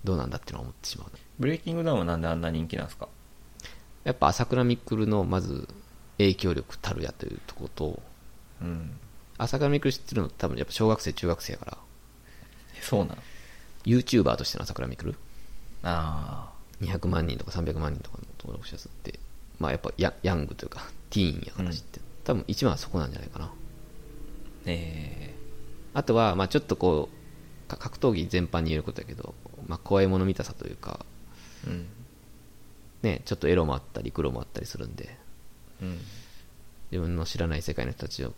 どうなんだっていうのは思ってしまうね。
ブレイキングダウンはなんであんな人気なんですか
やっぱ朝倉未来の、まず、影響力たるやというところと、
うん。
朝倉未来知ってるのって多分やっぱ小学生中学生やから
えそうなの
YouTuber としての朝倉未来
ああ。
200万人とか300万人とかの登録者数ってまあやっぱヤヤングというかティーンやから知って、多分一番はそこなんじゃないかな
え
あとはまあちょっとこうか格闘技全般に言えることだけど、まあ、怖いもの見たさというか
えうん
ねちょっとエロもあったり黒もあったりするんで
うん
自分の知らない世界の人たちを、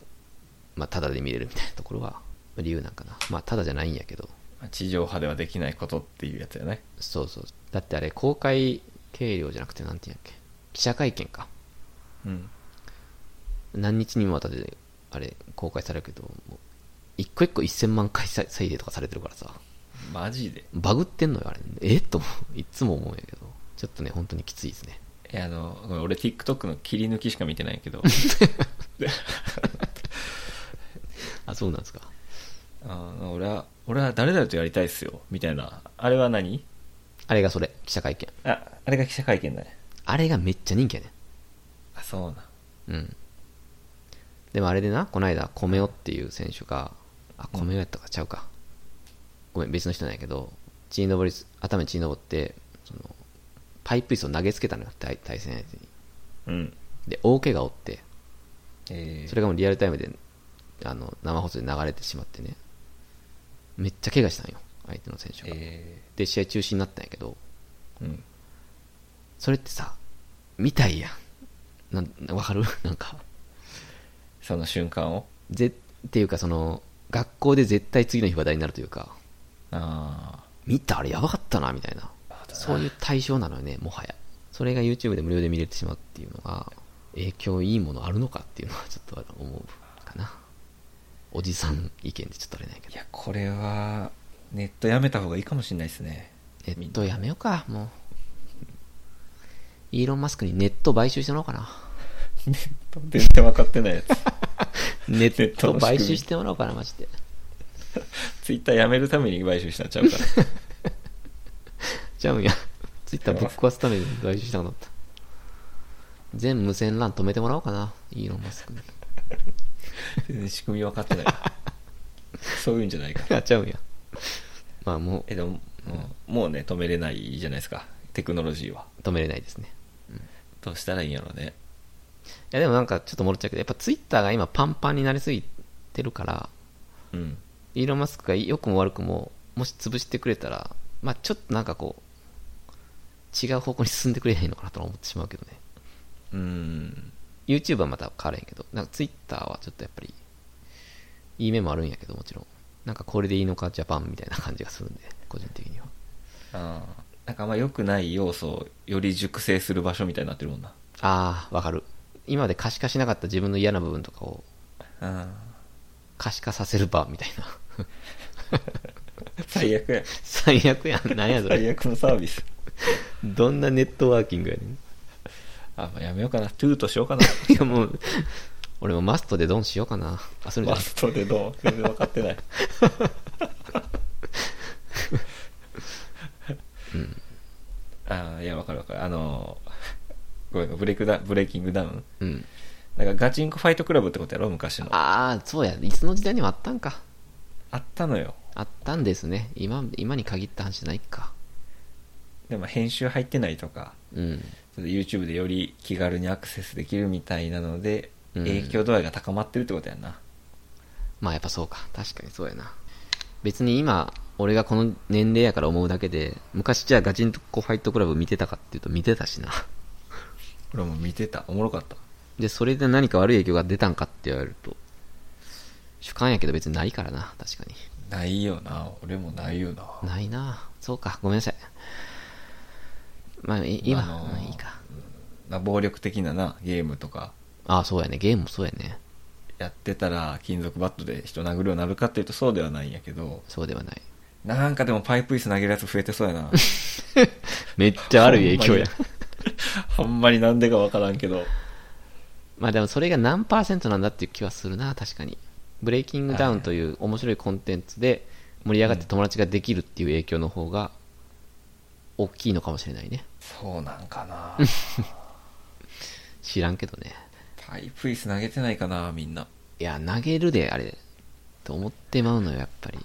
まあ、タダで見れるみたいなところは理由なんかなまあタダじゃないんやけど
まあ地上波ではできないことっていうやつやね
そうそうだってあれ公開計量じゃなくてなんていうんやっけ記者会見か
うん
何日にもわたってあれ公開されるけどもう一個一個1000万回再再生とかされてるからさ
マジで
バグってんのよあれえっと思ういつも思うんやけどちょっとね本当にきついですね
いやあのごめん俺 TikTok の切り抜きしか見てないけ ど
あそうなんですか
あの俺は俺は誰々とやりたいっすよみたいなあれは何
あれがそれ記者会見
ああれが記者会見だね
あれがめっちゃ人気やね
あそうなん
うんでもあれでなこの間米尾っていう選手があ
うん
米尾やったかちゃうかごめん別の人なんやけど血に登りす頭に血に登ってそのパイプ椅子を投げつけたのよ対対戦相手に
うん
で大怪我を負って
ええ
それがもうリアルタイムであの生放送で流れてしまってねめっちゃ怪我したんよ相手の選手が、
え
で試合中止になったんやけど
えうん
それってさ見たいやんなんなわかる なんか
その瞬間を
ぜっていうかその学校で絶対次の日話題になるというか
あ
見たあれやばかったなみたいな
あ
そういう対象なのよねもはやそれが YouTube で無料で見れてしまうっていうのが影響いいものあるのかっていうのはちょっと思うかなおじさん意見でちょっとあれないけど
いやこれはネットやめた方がいいかもしれないですね
ネットやめようか、もう。イーロン・マスクにネット買収してもらおうか な。
ネット全然分かってないや
ネ
ッ
ッ
ト
ト
の仕組み
買収してもらおうかな、マジで。
つ ツイッターやめるために買収したんちゃうから
じゃあもういや、 ツイッターぶっ壊すために買収したくなった。全無線 LAN 止めてもらおうかな、イーロン・マスクに。
全然仕組み分かってないそういうんじゃないから
やっちゃうんや。まあも
えでももうもうね止めれないじゃないですかテクノロジーは
う止めれないですね。
どうしたらいいんやろうね
いやでもなんかちょっと戻っちゃうけど、やっぱツイッターが今パンパンになりすぎてるから、
うん
イーロン・マスクが良くも悪くももし潰してくれたら、まあ、ちょっとなんかこう違う方向に進んでくれへんのかなとは思ってしまうけどね
うん
YouTube はまた変わらへんけどなんか Twitter はちょっとやっぱりいい面もあるんやけどもちろんなんかこれでいいのかジャパンみたいな感じがするんで個人的には
ああなんかあんま良くない要素をより熟成する場所みたいになってるもんな
ああわかる今まで可視化しなかった自分の嫌な部分とかを
あ
可視化させる場みたいな
あ最悪や
最悪や ん何やそ
最
れ
悪のサービス
どんなネットワーキングやねん
あ、まあ、やめようかなトゥーとしようかない
やもう俺もマストでドンしようかなあそれじゃ
マ
ない
ストでどう全然分かってない
うん
ああいや分かる分かるあのごめんブレイクダブレイキングダウン
うん
なんかガチンコファイトクラブってことやろ昔のあ
ああそうやいつの時代にもあったんか
ったのよ
あったんですね今今に限った話じゃないか
でも編集入ってないとか
うん
ちょっと YouTube でより気軽にアクセスできるみたいなので、
うん
影響度合いが高まってるってことやな
まあやっぱそうか確かにそうやな別に今俺がこの年齢やから思うだけで昔じゃあガチンとこうファイトクラブ見てたかっていうと見てたしな
俺も見てたおもろかった
でそれで何か悪い影響が出たんかって言われると主観やけど別にないからな確かに
ないよな俺もないよな
ないなそうかごめんなさいまあい今、
あのー
まあいいか
な暴力的ななゲームとか
ああそうやねゲームもそうやね
やってたら金属バットで人殴るようになるかっていうとそうではないんやけど
そうではない
なんかでもパイプ椅子投げるやつ増えてそうやな
めっちゃ悪い影響や
ほんまになんでかわからんけど
まあでもそれが何パーセントなんだっていう気はするな確かにブレイキングダウンという面白いコンテンツで盛り上がって友達ができるっていう影響の方が大きいのかもしれないね
そうなんかな
知らんけどね
パイプ椅子投げてないかなみんない
や投げるであれと思ってまうのよやっぱり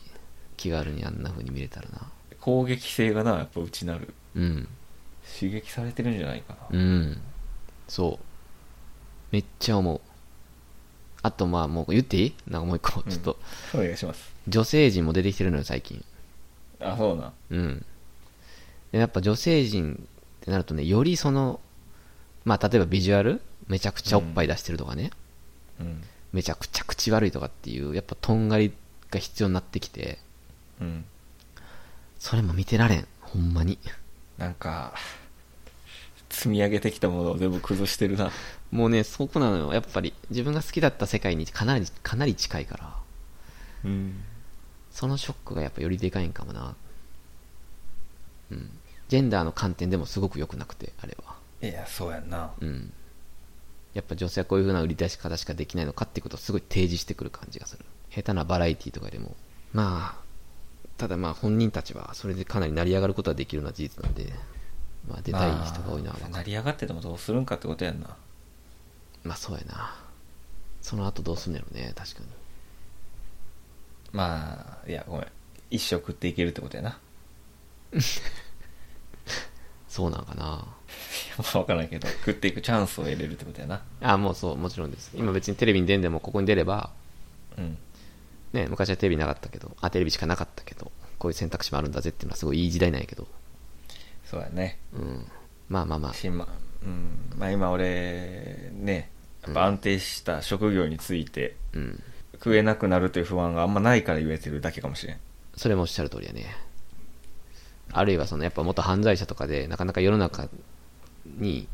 気軽にあんな風に見れたらな
攻撃性がなやっぱうちなる
うん
刺激されてるんじゃないかな
うんそうめっちゃ思うあとまあもう言っていいなんかもう一個
うん
ちょっと、
お願いします
女性陣も出てきてるのよ最近
あそうな
うんでやっぱ女性陣ってなるとねよりそのまあ例えばビジュアルめちゃくちゃおっぱい出してるとかね、
うん
めちゃくちゃ口悪いとかっていうやっぱとんがりが必要になってきて
うん
それも見てられんほんまに
なんか積み上げてきたものを全部崩してるな
もうねそこなのよやっぱり自分が好きだった世界にかなりかなり近いから
うん
そのショックがやっぱよりでかいんかもなうんジェンダーの観点でもすごく良くなくてあれはい
やそうやんな
うんやっぱ女性はこういう風な売り出し方しかできないのかってことをすごい提示してくる感じがする下手なバラエティとかでもまあただまあ本人たちはそれでかなり成り上がることはできるのは事実なんでまあ出たい人が多いのは分か
まあ
る
成り上がっててもどうするんかってことやんな
まあそうやなその後どうすんねやろね確かに
まあいやごめん一生食っていけるってことやな い
そうなんかな
や分からんけど食っていくチャンスを得れるってことやな
あもうそうもちろんです今別にテレビに出んでもここに出れば
うん
ね昔はテレビなかったけどあテレビしかなかったけどこういう選択肢もあるんだぜっていうのはすごいいい時代なんやけど
そうやね
うんまあまあまあ
しんまうんまあ今俺ねやっぱ安定した職業について
うん
食えなくなるという不安があんまないから言えてるだけかもしれん
それもおっしゃる通りやねあるいはそのやっぱ元犯罪者とかでなかなか世の中に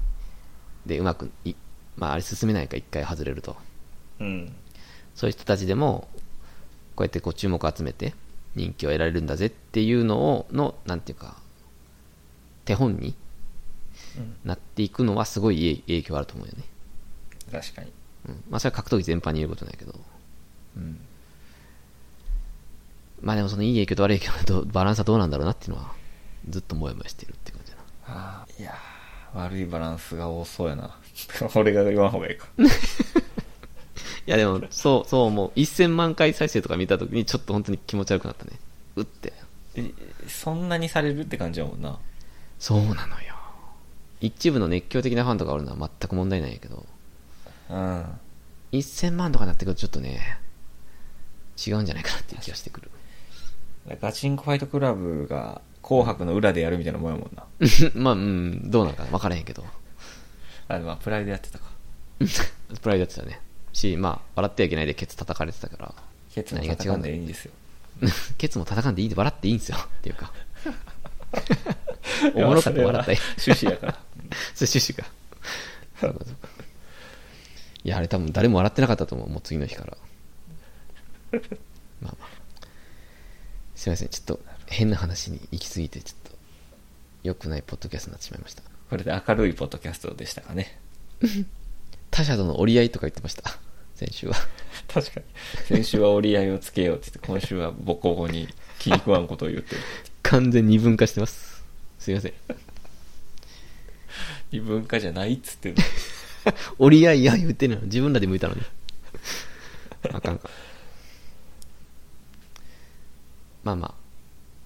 でうまくいまああれ進めないから一回外れると
うん
そういう人たちでもこうやってこう注目を集めて人気を得られるんだぜっていうのをのなんていうか手本に
うん
なっていくのはすごいいい影響あると思うよね、
確かに
うん、まあそれは格闘技全般に言うことないけど
うん
まあでもそのいい影響と悪い影響のどバランスはどうなんだろうなっていうのはずっとモヤモヤしてるって感じだな
あーいやー悪いバランスが多そうやな 俺が言わん方がいいか
いやでも、そう、そう思う。1000万回再生とか見た時に、ちょっと本当に気持ち悪くなったね。うって。
えそんなにされるって感じやもんな
そうなのよ。一部の熱狂的なファンとかおるのは全く問題ないんやけど、
うん
1000万とかなってくるとちょっとね、違うんじゃないかなっていう気がしてくる。
ガチンコファイトクラブが紅白の裏でやるみたいなもんやもんな
まあ、うん、どうなのか分からへんけど。
あまあプライドやってたか
プライドやってたね。し、まあ、笑ってはいけないでケツ叩かれてたから。
ケツも
何が違
戦
うんんだ
でいい
よ。
んですよ
ケツも叩かんでいいで笑っていいんですよ。っていうか。おもろかった笑ったよ
いやそれは趣旨やから
それ趣旨か。そうかそうかいや、あれ多分誰も笑ってなかったと思う。もう次の日から。まあまあ。すいません。ちょっと変な話に行き過ぎて、ちょっと良くないポッドキャストになってしまいました。
これで明るいポッドキャストでしたかね
他者との折り合いとか言ってました。先週は。
確かに先週は折り合いをつけようって言って今週はボコボコに気に食わんことを言ってる
完全に二分化してます。すいません。
異文化じゃないっつってんの
折り合いや言ってんの自分らで向いたのに。あかんか。まあまあ。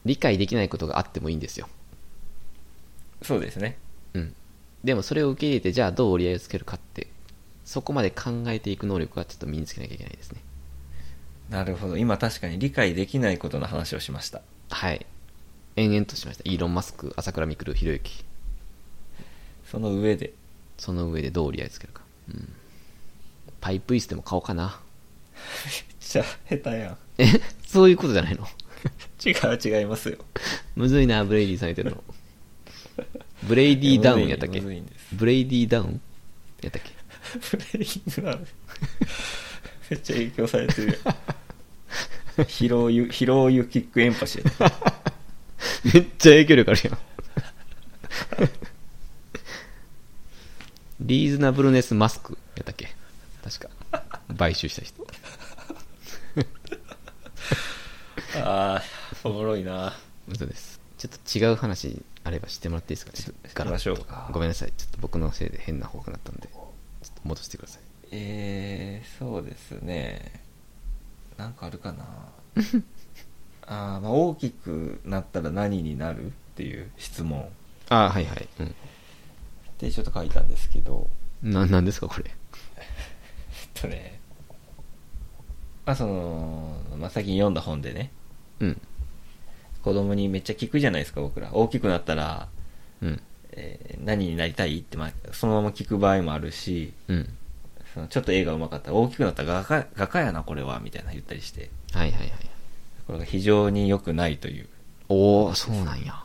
理解できないことがあってもいいんですよ。
そうですね
うん、でもそれを受け入れてじゃあどう折り合いをつけるかってそこまで考えていく能力はちょっと身につけなきゃいけないですね
なるほど今確かに理解できないことの話をしました
はい延々としましたイーロン・マスク朝倉未来ひろゆき
その上で
その上でどう折り合いつけるか、うん、パイプ椅子でも買おうかな
めっちゃ下手やん
え そういうことじゃないの
違う違いますよ
むずいなブレイディさん言ってるのブレイディダウンやったっけ
むずいんです
ブレイディダウンやったっけ
ブレインダウンめっちゃ影響されてるやん疲労ゆ疲労ゆキックエンパシー
めっちゃ影響力あるやん。 リーズナブルネスマスクやったっけ確か。買収した人。
ああおもろいな
嘘です。ちょっと違う話あればしてもらっていいですかちょっとガラッと
しましょうか
ごめんなさい。ちょっと僕のせいで変な方向になったんで、ちょっと戻してください。
えー、そうですねなんかあるか なあー、まあ大きくなったら何になるっていう質問
あはいはい。うん。
でちょっと書いたんですけど
ななんですかこれ
えっとね、まあその、まあ最近読んだ本でね、
うん
子供にめっちゃ聞くじゃないですか、僕ら。大きくなったら、
うん
えー何になりたいって、まあ、そのまま聞く場合もあるし、
うん
そのちょっと絵が上手かったら、大きくなったら画家画家やな、これは、みたいな言ったりして、
はいはいはい
これが非常に良くないという。
おおそうなんや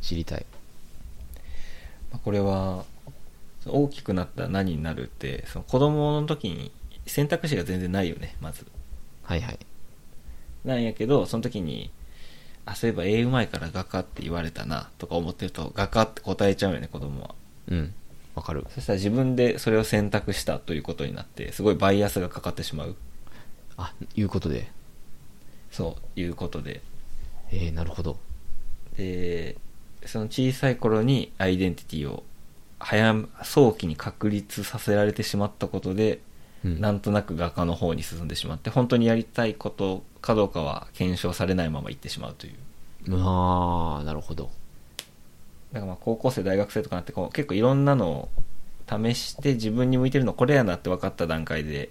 知りたい
まあこれは、その大きくなったら何になるって、その子供の時に選択肢が全然ないよね、まず。
はいはい
なんやけど、その時に、あ、そういえば絵うまいから画家って言われたな、とか思ってると、画家って答えちゃうよね、子供は。
うんわかる
そしたら自分でそれを選択したということになって、すごいバイアスがかかってしまう。
あいうことで
そう、いうことで。
えー、なるほど
で、その小さい頃にアイデンティティを早め、早期に確立させられてしまったことで、
うん
なんとなく画家の方に進んでしまって、本当にやりたいことかどうかは検証されないまま行ってしまうという。
ああなるほど
だからまあ高校生大学生とかになってこう結構いろんなのを試して自分に向いてるのこれやなって分かった段階で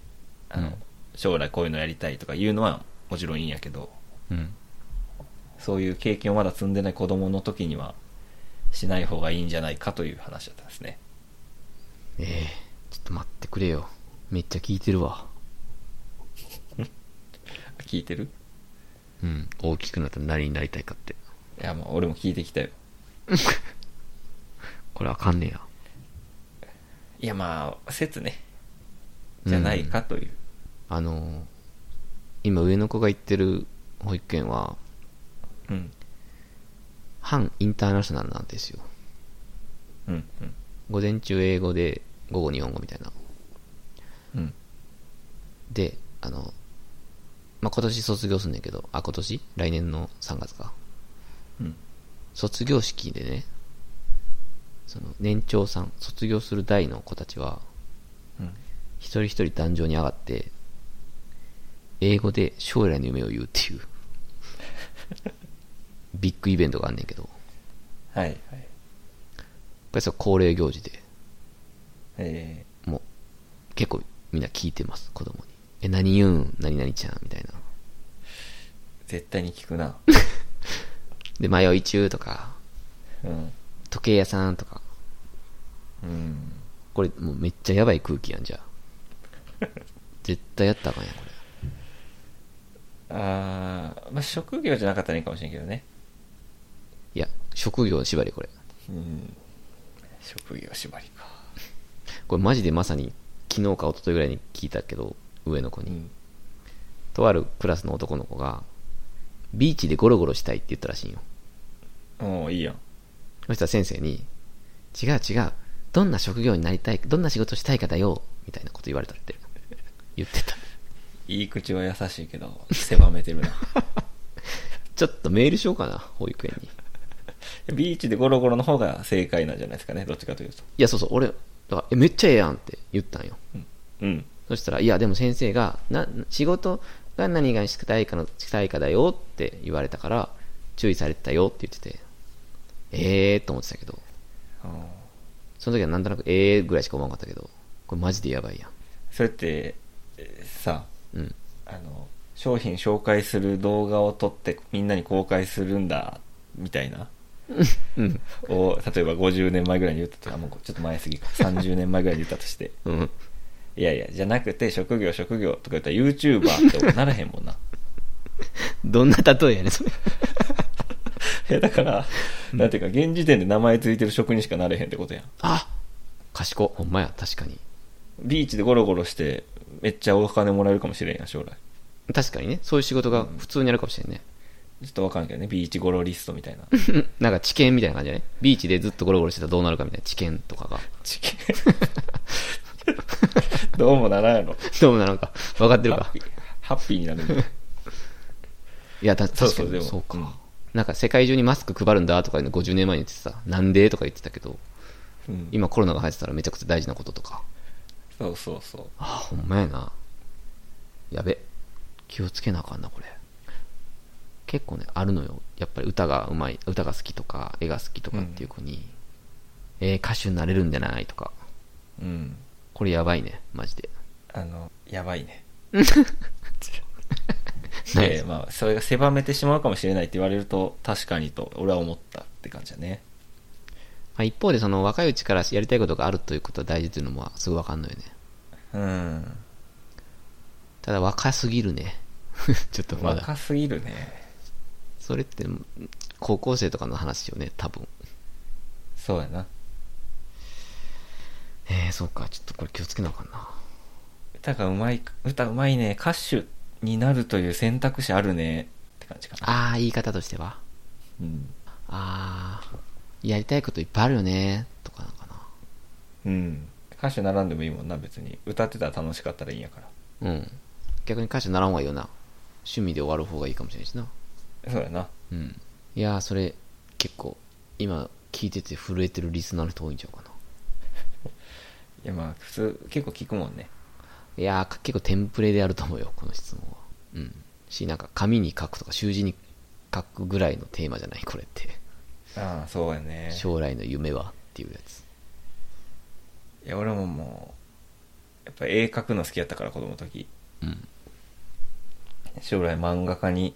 あの、
うん
将来こういうのやりたいとかいうのはもちろんいいんやけど
うん
そういう経験をまだ積んでない子供の時にはしない方がいいんじゃないかという話だったんですね
ええちょっと待ってくれよめっちゃ聞いてるわ
聞いてる
うん大きくなったら何になりたいかって
いやもう俺も聞いてきたよ
これあかんねや
いやまあ説ねじゃないかという、
あのー今上の子が行ってる保育園は
うん、
反インターナショナルなんですよ
うん
午前中英語で午後日本語みたいな
うんうん
であの、まあ、今年卒業するんだけどあ今年来年の3月か
うん
卒業式でねその年長さん卒業する代の子たちは
うん
一人一人壇上に上がって英語で将来の夢を言うっていうビッグイベントがあんねんけどこ
はいはい
れさ恒例行事で
え
もう結構みんな聞いてます子供に「え何言うん何々ちゃん」みたいな
ー、絶対に聞くな
で「迷い中」とか
うん
「時計屋さん」とか
うん
これもうめっちゃやばい空気やんじゃあ絶対やったらあかんやんこれ
あーまあ、職業じゃなかったらいいかもしれんけどね。
いや職業の縛りこれ
うん。職業縛りか。
これマジでまさに昨日か一昨日ぐらいに聞いたけど上の子
う
に、
ん。
とあるクラスの男の子がビーチでゴロゴロしたいって言ったらしいんよ
おーいいやん。
そしたら先生に「違う違うどんな職業になりたいどんな仕事したいかだよ」みたいなこと言われたって言ってた
言い口は優しいけど、狭めてるな。
ちょっとメールしようかな保育園にい
ビーチでゴロゴロの方が正解なんじゃないですかね。どっちかというと。
やそうそう俺だからえめっちゃええやんって言ったんよ
うん。うん。
そしたら、いや、でも先生が、な、仕事が何がしたいかの、したいかだよって言われたから、注意されてたよって言ってて、ええー、と思ってたけど、
おー
その時はなんとなくええーぐらいしか思わなかったけど、これマジでやばいや
それって、えーさ、
ん。うん。
あの、商品紹介する動画を撮ってみんなに公開するんだ、みたい な。
うん。
を、例えば50年前ぐらいに言ったとあ、もうちょっと前すぎか。30年前ぐらいに言ったとして。
うん。
いやいや、じゃなくて、職業、職業とか言ったら YouTuber ってならへんも んな。
どんな例えやねん、それ。
いや、だから、なんていうか、現時点で名前ついてる職にしかなれへんってことやん。
あ賢い。ほんまや、確かに。
ビーチでゴロゴロして、めっちゃお金もらえるかもしれんやん、将来。
確かにね、そういう仕事が普通にあるかもしれんね。
ちょっとわかんないけどね、ビーチゴロリストみたいな。
なんか知見みたいな感じだね。ビーチでずっとゴロゴロしてたらどうなるかみたいな知見とかが。
チキン。 どうもならんやろ。
どうもななんか、分かってる
ハ
か
ッ。ピー、ハッピーになるみたいな。
いや、た
そう
確か
そうで
に
も
そうか、
うん
なんか世界中にマスク配るんだとかいうの50年前に言ってた。なんでとか言ってたけど、
うん、
今コロナが流行ってたらめちゃくちゃ大事なこととか。
そうそうそう。
ああ、ほんまやな。やべ。気をつけなあかんな、これ。結構ね、あるのよ。やっぱり歌がうまい、歌が好きとか、絵が好きとかっていう子に、えー歌手になれるんじゃないとか、
うん
これやばいね、マジで。
あのやば いね
ナイ
で
ス
まあそれが狭めてしまうかもしれないって言われると確かにと俺は思ったって感じだね
まあ、一方で、その若いうちからやりたいことがあるということは大事というのもすぐわかんのよね。
うん
ただ若すぎるね。 ちょっとまだ。
若すぎるね
それって、高校生とかの話よね、多分。
そうやな
えー、そうか。ちょっとこれ気をつけなあかんな。
歌がうまい歌うまいね歌手になるという選択肢あるねって感じかな
ああ、言い方としては。
うん、
ああ、やりたいこといっぱいあるよね、とかなんか
うん、歌手並んでもいいもんな別に歌ってたら楽しかったらいいんやから
な。うん。逆に歌手ならん方がいいよな。趣味で終わる方がいいかもしれないしな。
そうやな
うん。いやー、それ、結構、今、聞いてて震えてるリスナーの人多いんちゃうかな。
いやまあ普通結構聞くもんね
いやー、結構テンプレであると思うよ、この質問は。うん。し、なんか、紙に書くとか、習字に書くぐらいのテーマじゃない、これって。
ああそうやね
将来の夢はっていうやつ。
いや俺ももうやっぱ絵描くの好きやったから子供の時
うん。
将来漫画家に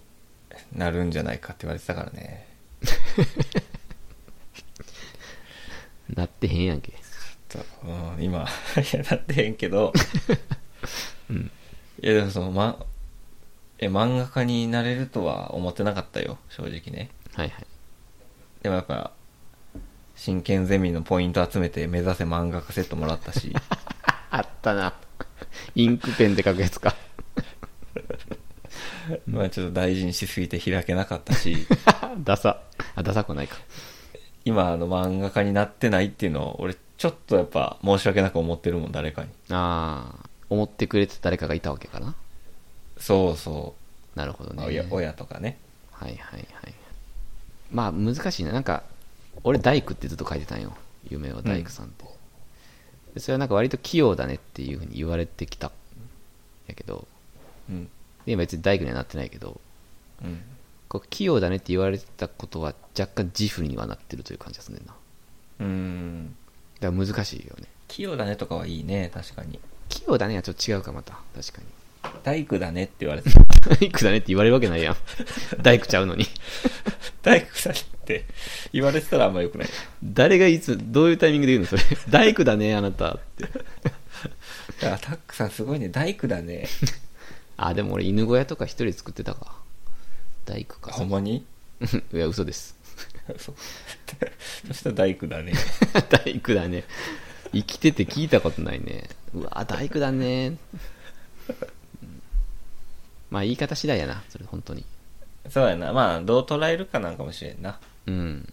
なるんじゃないかって言われてたからね
なってへんやんけ。
ちょっと、うん、今 いやなってへんけ ど
うん。
いやでもその、ま、え漫画家になれるとは思ってなかったよ正直ね
はいはい。
でもやっぱ真剣ゼミのポイント集めて目指せ漫画家セットもらったし
あったな。インクペンで書くやつか。
まあちょっと大事にしすぎて開けなかったし
ダサ。あ、ダサくないか。
今あの漫画家になってないっていうのを俺ちょっとやっぱ申し訳なく思ってるもん誰かに
ああ、思ってくれてた誰かがいたわけかな。
そうそ
なるほど
う、
ね。
親親とかね
はいはいはい。まあ難しいな。なんか、俺大工ってずっと書いてたんよ。夢は大工さんって。でそれはなんか割と器用だねっていうふうに言われてきた。やけど、
うん
で今別に大工にはなってないけど、
うん
こう器用だねって言われてたことは若干自負にはなってるという感じがするんだよな。
うーん
だから難しいよね。
器用だねとかはいいね確かに
器用だねはちょっと違うかまた。確かに。
大工だねって言われて
大工だねって言われるわけないやん。 大工ちゃうのに。
大工だねって言われてたらあんま良くない
誰がいつ、どういうタイミングで言うのそれ。 大工だね、あなたって。
だからタックさんすごいね大工だね
あ、でも俺犬小屋とか一人作ってたか。大工か。
ほんまに
いや、嘘です。
そうそしたら大工だね
大工だね。生きてて聞いたことないね。うわ、大工だね。うんまあ、言い方次第やな。それ、本当に。
そうやなまあどう捉えるかなんかもしれんな
うん。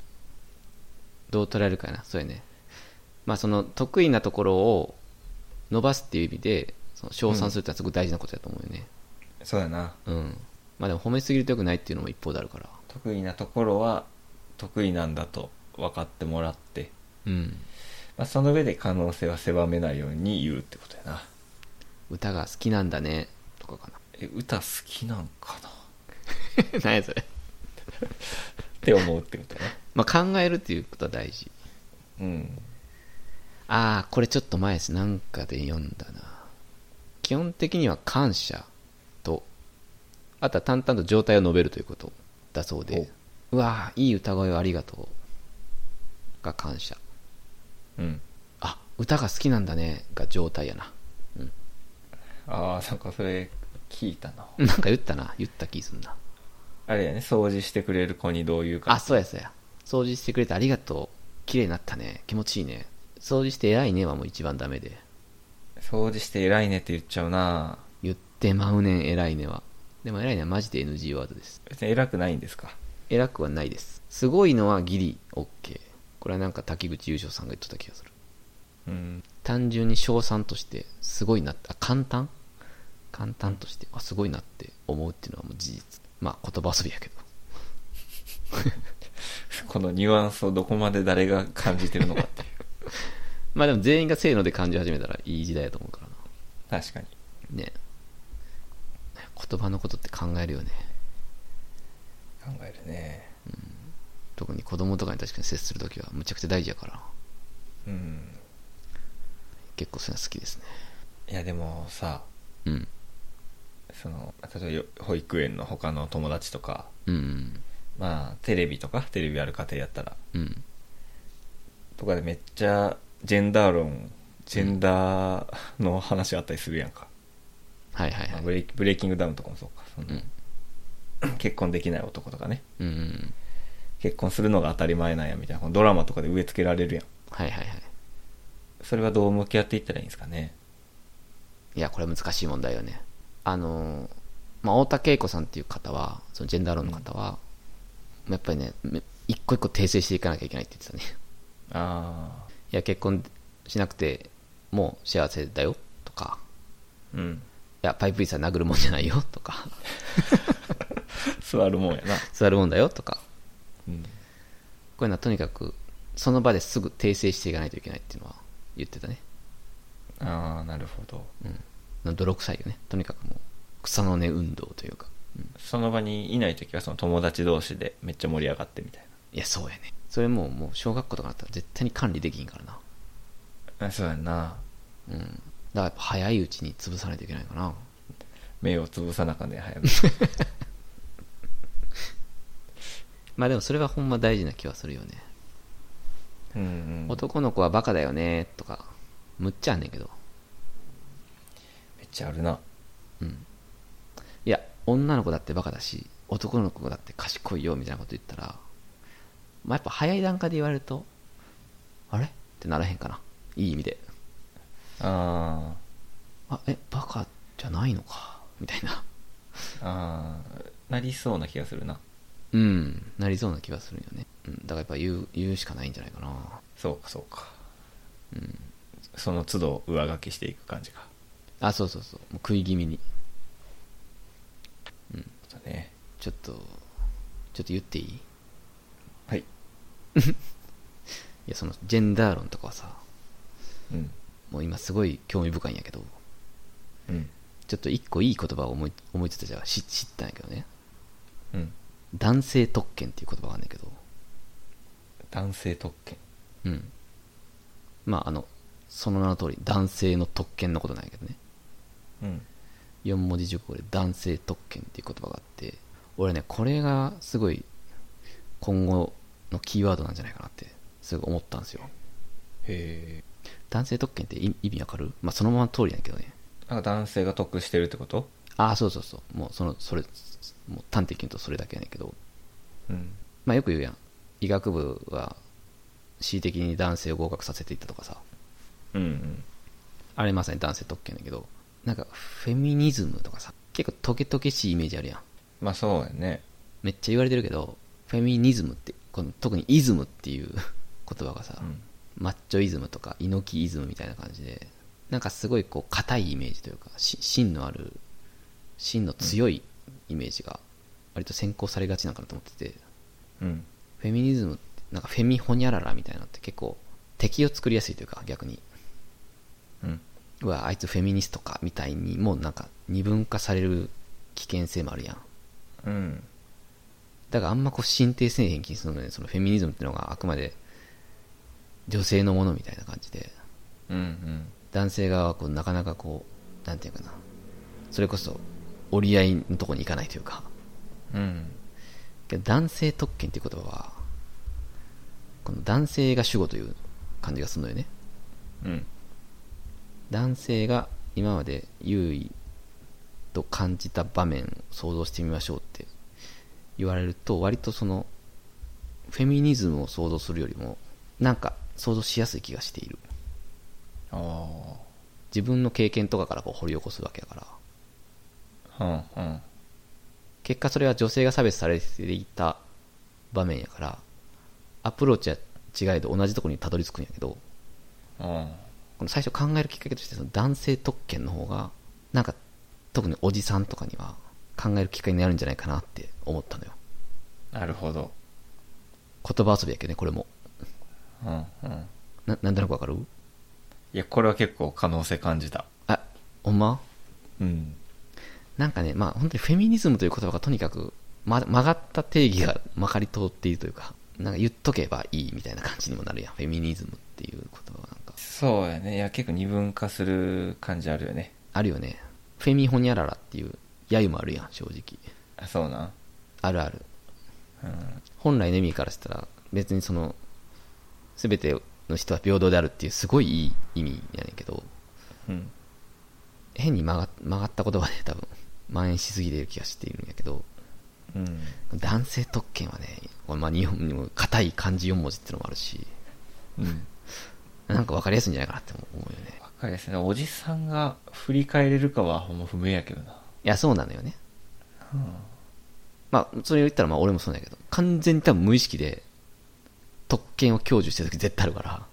どう捉えるかな。そうやね。まあ、その、得意なところを伸ばすっていう意味で、その称賛するってのはすごく大事なことだと思うよね。
そうやな
うん。まあでも褒めすぎると良くないっていうのも一方であるから。
得意なところは得意なんだと分かってもらって、
うん。
まあ、その上で可能性は狭めないように言うってことやな
歌が好きなん だね、とかか
え歌好きなんかなっ
な。何やそれ。
て思うってことやな
まあ考えるっていうことは大事。
うん
ああ、これちょっと前です。なんかで読んだな。基本的には感謝と、あとは淡々と状態を述べるということだそうで、うわあ、いい歌声をありがとう。が感謝。
うん
あ、歌が好きなんだね。が状態やな。 うん。
ああなんかそれ聞いたな
なんか言ったな。言った気すんな。
あれやね掃除してくれる子にどういうか
あ、そうやそうや。掃除してくれてありがとう。綺麗になったね。気持ちいいね。掃除して偉いねはもう一番ダメで。
掃除して偉いねって言っちゃうな
言ってまうねん、偉いねは。でも偉いねはマジで NG ワードです。
別に偉くないんですか
偉くはないです。すごいのはギリ OK。これはなんか滝口優勝さんが言っとった気がする。
うん
単純に賞賛として、すごいなって、あ、簡単簡単として、あ、すごいなって思うっていうのはもう事実。まあ言葉遊びやけど。
このニュアンスをどこまで誰が感じてるのかっていう
まあでも全員がせーので感じ始めたらいい時代だと思うからな。
確かに
ね言葉のことって考えるよね
考えるね
特に子供とかに確かに接するときはむちゃくちゃ大事やから
うん
結構それは好きですね
いやでもさ
うん
その例えばよ保育園の他の友達とか
うん
まあテレビとかテレビある家庭やったら
うん
とかでめっちゃジェンダー論ジェンダーの話あったりするやんか、
はいはい
ま
は
あ
い
ブレイキブレイキングダウンとかもそうかその
うん
結婚できない男とかね
うんうん
結婚するのが当たり前なんやみたいなこのドラマとかで植え付けられるやん
はいはいはい
それはどう向き合っていったらいいんですかね
いやこれは難しい問題よねあのまあ太田恵子さんっていう方はそのジェンダー論の方は、まあやっぱりねめ一個一個訂正していかなきゃいけないって言ってたね
ああ
いや結婚しなくてもう幸せだよとか
うん
いやパイプ椅子は殴るもんじゃないよ とか
座るもんやな、
座るもんだよとか
うん、
こういうのはとにかくその場ですぐ訂正していかないといけないっていうのは言ってたね、
ああなるほど
うん、泥臭いよねとにかくもう草の根運動というか、うん、
その場にいない時はその友達同士でめっちゃ盛り上がってみたい
いやそうやねそれもうもう小学校とかだったら絶対に管理できんからな
なあそうやんな
うん、だからやっぱ早いうちに潰さないといけないかな
目を潰さなあかんね 早く
まあでもそれはほんま大事な気はするよね、
うん、うん、
男の子はバカだよねとかむっちゃあんねんけど
めっちゃあるな
うんいや女の子だってバカだし男の子だって賢いよみたいなこと言ったら、まあ、やっぱ早い段階で言われるとあれってならへんかないい意味で
あ
あえバカじゃないのかみたいな
あああなりそうな気がするな
うんなりそうな気がするよね、うん、だからやっぱ言う言うしかないんじゃないかな
そうかそうか
うん
その都度上書きしていく感じか
あそうそうそうもう食い気味に
だね
ちょっとちょっと言っていいい
はい
やそのジェンダー論とかはさ
うん
もう今すごい興味深いんやけど
うん
ちょっと一個いい言葉を思い思いついたじゃんし知ったんやけどね
うん
男性特権っていう言葉があるんだけど
男性特権
うんまああのその名の通り男性の特権のことなんやけどね
うん
4文字熟語で男性特権っていう言葉があって俺ねこれがすごい今後のキーワードなんじゃないかなってすごい思ったんですよ
へえ
男性特権って意意味わかるまあそのままの通りなんやけどね
か男性が得してるってこと
ああそうそうそうもうそのそれもう端的に言うとそれだけやねんけど
うん
まあよく言うやん医学部は恣意的に男性を合格させていったとかさ
うんうん
あれまさに男性特権だけどなんかフェミニズムとかさ結構トゲトゲしいイメージあるやん
まあそうやね
めっちゃ言われてるけどフェミニズムってこの特にイズムっていう 言葉がさ、
うん
マッチョイズムとか猪木イズムみたいな感じでなんかすごいこう硬いイメージというかし芯のある芯の強いイメージが割と先行されがちなんかなと思ってて
うん
フェミニズムってなんかフェミホニャララみたいなのって結構敵を作りやすいというか逆に
うん
うわあいつフェミニストかみたいにもうなんか二分化される危険性もあるやん
うん
だからあんまこう進呈せえへん気するのでそのフェミニズムってのがあくまで女性のものみたいな感じで
うんうん
男性側はこうなかなかこうなんていうかなそれこそ折り合いのとこに行かないというか
うん
けど男性特権っていう言葉はこの男性が主語という感じがするのよね
うん
男性が今まで優位と感じた場面を想像してみましょうって言われると割とそのフェミニズムを想像するよりもなんか想像しやすい気がしている
ああ
自分の経験とかからこう掘り起こすわけだから
うんうん
結果それは女性が差別されていた場面やからアプローチは違いど同じところにたどり着くんやけど
あ
この最初考えるきっかけとしてその男性特権の方がなんか特におじさんとかには考える機会になるんじゃないかなって思ったのよ
あなるほど
言葉遊びやけどねこれも
うんうん
ななんとなくわかる
いやこれは結構可能性感じた
あほんま
うん
なんかねまあ本当にフェミニズムという言葉がとにかく、ま、曲がった定義がまかり通っているというかなんか言っとけばいいみたいな感じにもなるやんフェミニズムっていう言葉はなんか
そうやね。いや、結構二分化する感じあるよね。
あるよねフェミホニャララっていう揶揄もあるやん正直
あ、そうな。
あるある
うん。
本来の意味からしたら別にその全ての人は平等であるっていうすごいいい意味やねんけど
うん。
変に曲が曲がった言葉で 多分蔓延しすぎてる気がしているんやけど
うん。
男性特権はね、これまあ、日本にも硬い漢字4文字ってのもあるし
うん。
なんか分かりやすいんじゃないかなって思うよね
わかりですね。おじさんが振り返れるかはほんま不明やけどな。
いやそうなのよね
うん。
まあそれ言ったらまあ俺もそうなんやけど完全に多分無意識で特権を享受してる時絶対あるから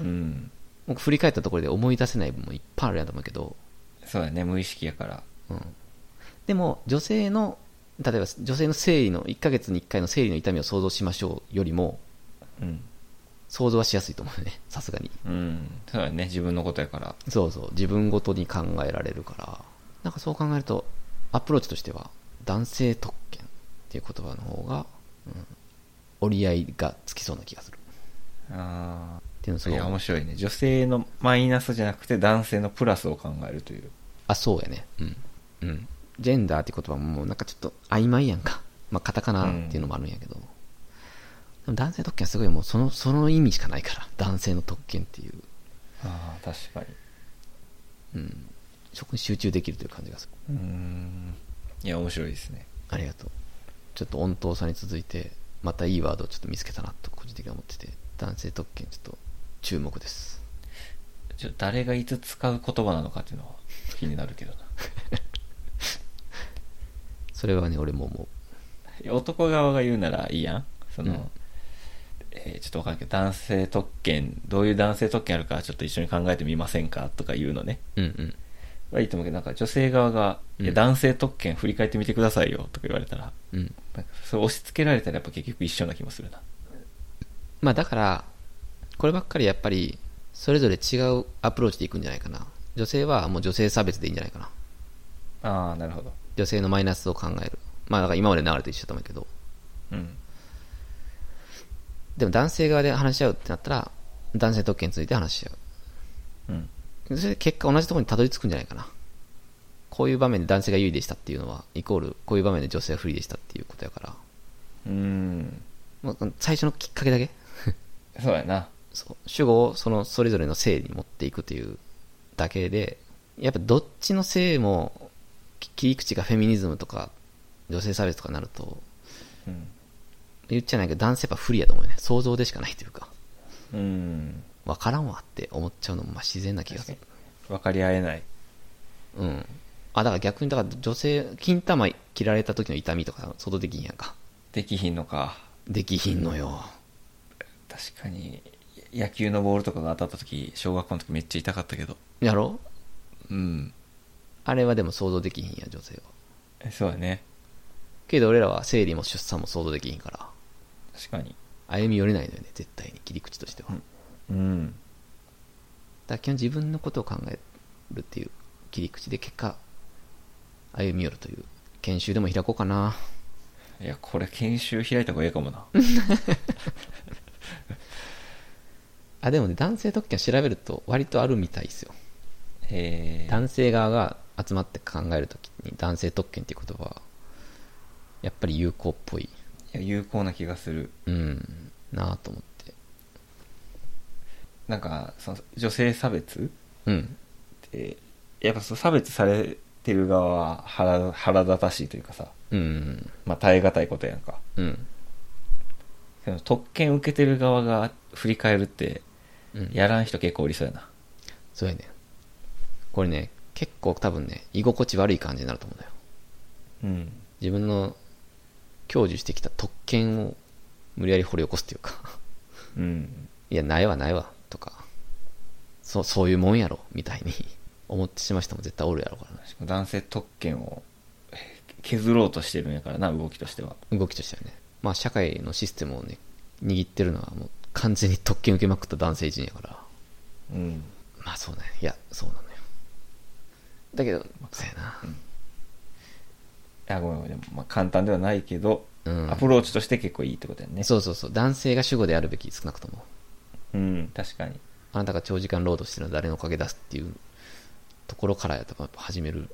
うん。
僕振り返ったところで思い出せない部分もいっぱいあるやと思うけど、
そうだね。無意識やから。
うん、でも女性の例えば女性の生理の1ヶ月に1回の生理の痛みを想像しましょうよりも
うん。
想像はしやすいと思うよね さすがに
うん。そうだね。自分のことやから。
そうそう自分ごとに考えられるからなんかそう考えるとアプローチとしては男性特権っていう言葉の方が、うん、折り合いがつきそうな気がするっ
あ
ていうのを
あ。
す
い
ごい
や、面白いね。女性のマイナスじゃなくて男性のプラスを考えるという。
あそうやねうんうんジェンダーって言葉ももうなんかちょっと曖昧やんかまあカタカナっていうのもあるんやけど、でも男性特権はすごいもうそのその意味しかないから男性の特権っていう、
ああ、確かに。
うん、そこに集中できるという感じがする
うーん。いや、面白いですね。
ありがとうちょっと温当さに続いてまたいいワードをちょっと見つけたなと個人的に思ってて男性特権ちょっと注目です
ちょ誰がいつ使う言葉なのかっていうのは気になるけどな。
それはね俺も思う
いや 男側が言うならいいやん。その、
うん
えーちょっとわかんないけど、男性特権、どういう男性特権あるかちょっと一緒に考えてみませんかとか言うのね。
うんうん
はいいと思うけど、なんか女性側が、
うん
いや男性特権振り返ってみてくださいよとか言われたら、
うん
なんかそう押し付けられたらやっぱ結局一緒な気もするな。
まあだから、こればっかりやっぱり、それぞれ違うアプローチでいくんじゃないかな。女性はもう女性差別でいいんじゃないかな。
ああ、なるほど。
女性のマイナスを考える。まあだから今までの流れと一緒だと思うけど。
うん。
でも男性側で話し合うってなったら、男性特権について話し合
うん。
う。それで結果同じところにたどり着くんじゃないかな。こういう場面で男性が優位でしたっていうのは、イコールこういう場面で女性が不利でしたっていうことやから。
うーん。
まあ、最初のきっかけだけ
そうやな。
そう主語をそのそれぞれの性に持っていくというだけでやっぱどっちの性もき切り口がフェミニズムとか女性差別とかになると
うん。
言っちゃないけど男性やっぱ不利やと思うよね想像でしかないというか
うん。
分からんわって思っちゃうのもまあ自然な気がする
分かり合えない。
うんあだから逆にだから女性金玉切られた時の痛みとか想像できひんやんか
できひんのか。
できひんのよ
確かに野球のボールとかが当たった時小学校の時めっちゃ痛かったけど
やろ
うん
あれはでも想像できひんやん女性は
えそうだね
けど俺らは生理も出産も想像できひんから
確かに
歩み寄れないのよね絶対に切り口としては、
うん
だか
うん
ら基本自分のことを考えるっていう切り口で結果歩み寄るという研修でも開こうかない
やこれ研修開いた方がいいかもな
あでもね男性特権調べると割とあるみたいですよ
えー、
男性側が集まって考えるときに男性特権っていう言葉はやっぱり有効っぽい
いや有効な気がする
うんなあと思って
なんかその女性差別
うん
ってやっぱその差別されてる側は腹腹立たしいというかさ
うん
まあ耐え難いことやんか
うん
でも特権受けてる側が振り返るって
うん
やらん人結構おりそうやな
そうやねこれね結構多分ね居心地悪い感じになると思うんだよ
うん
自分の享受してきた特権を無理やり掘り起こすっていうか
うん
いやないわないわとかそうそういうもんやろみたいに 思ってしまう人も絶対おるやろうからね
しかも男性特権をえー削ろうとしてるんやからな動きとしては
動きとしてはねまあ社会のシステムをね握ってるのはもう完全に特権受けまくった男性陣やから
うん
まあそうねいやそうなのよだけどそうやな
あごめんごめん、まあ、簡単ではないけど、
うん
アプローチとして結構いいってことやね
そうそうそう男性が主語であるべき少なくとも
うん確かに
あなたが長時間労働してるのは誰のおかげだすっていうところからやっぱ始める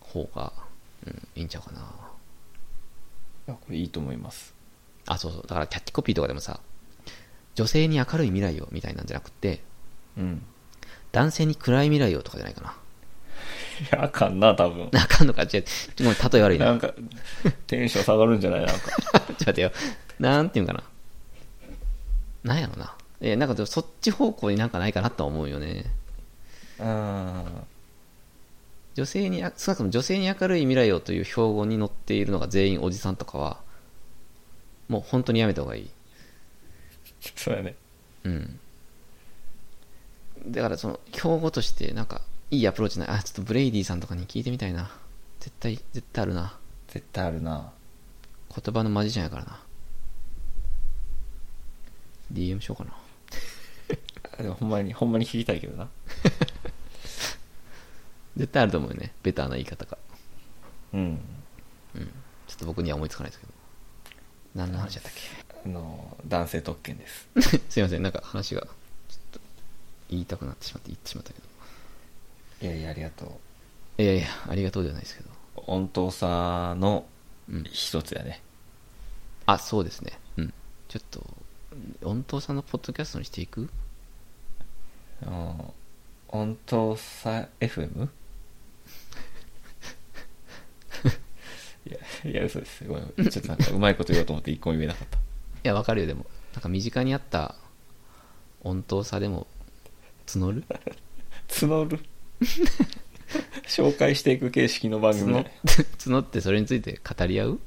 方が、うん、いいんちゃうかな。
いやこれいいと思います
あ、そうそう。だからキャッチコピーとかでもさ、女性に明るい未来をみたいなんじゃなくて、
うん
男性に暗い未来をとかじゃないかな。
いやあかんな多分
あかんのか違う。ちょっとごめん例え悪いな。
なんかテンション下がるんじゃないなん
ちょ
か
っと待ってよ。なんていうんかな。なんやろな。え、なんかでもそっち方向になんかないかなとは思うよね。
うん
女性に、あ少なくとも女性に明るい未来をという標語に載っているのが全員おじさんとかは、もう本当にやめた方がいい。
そうやね
うん。だからその、標語としてなんか、いいアプローチない。あ、ちょっとブレイディさんとかに聞いてみたいな。絶対、絶対あるな。
絶対あるな
言葉のマジシャンやからな。DM しようかな。
でもほんまにほんまに聞きたいけどな
絶対あると思うよね。ベターな言い方が。
うん
ちょっと僕には思いつかないですけど。何の話だったっ
あの男性特権です
け すいません、なんか話が、ちょっと、言いたくなってしまって言ってしまったけど。
いやいやありがとう
いやいや、ありがとうではないですけど。
温当さの
うん。
一つやね
あ、そうですね。うん。ちょっと、音頭さんのポッドキャストにしていく
うん温当さ FM? いやいや嘘ですごめんちょっとなんかうまいこと言おうと思って一個も言えなかった
いや、わかるよ、でも。なんか身近にあった音頭さでも募る
募 る紹介していく形式の番組
募
ね
っ募って それについて語り合う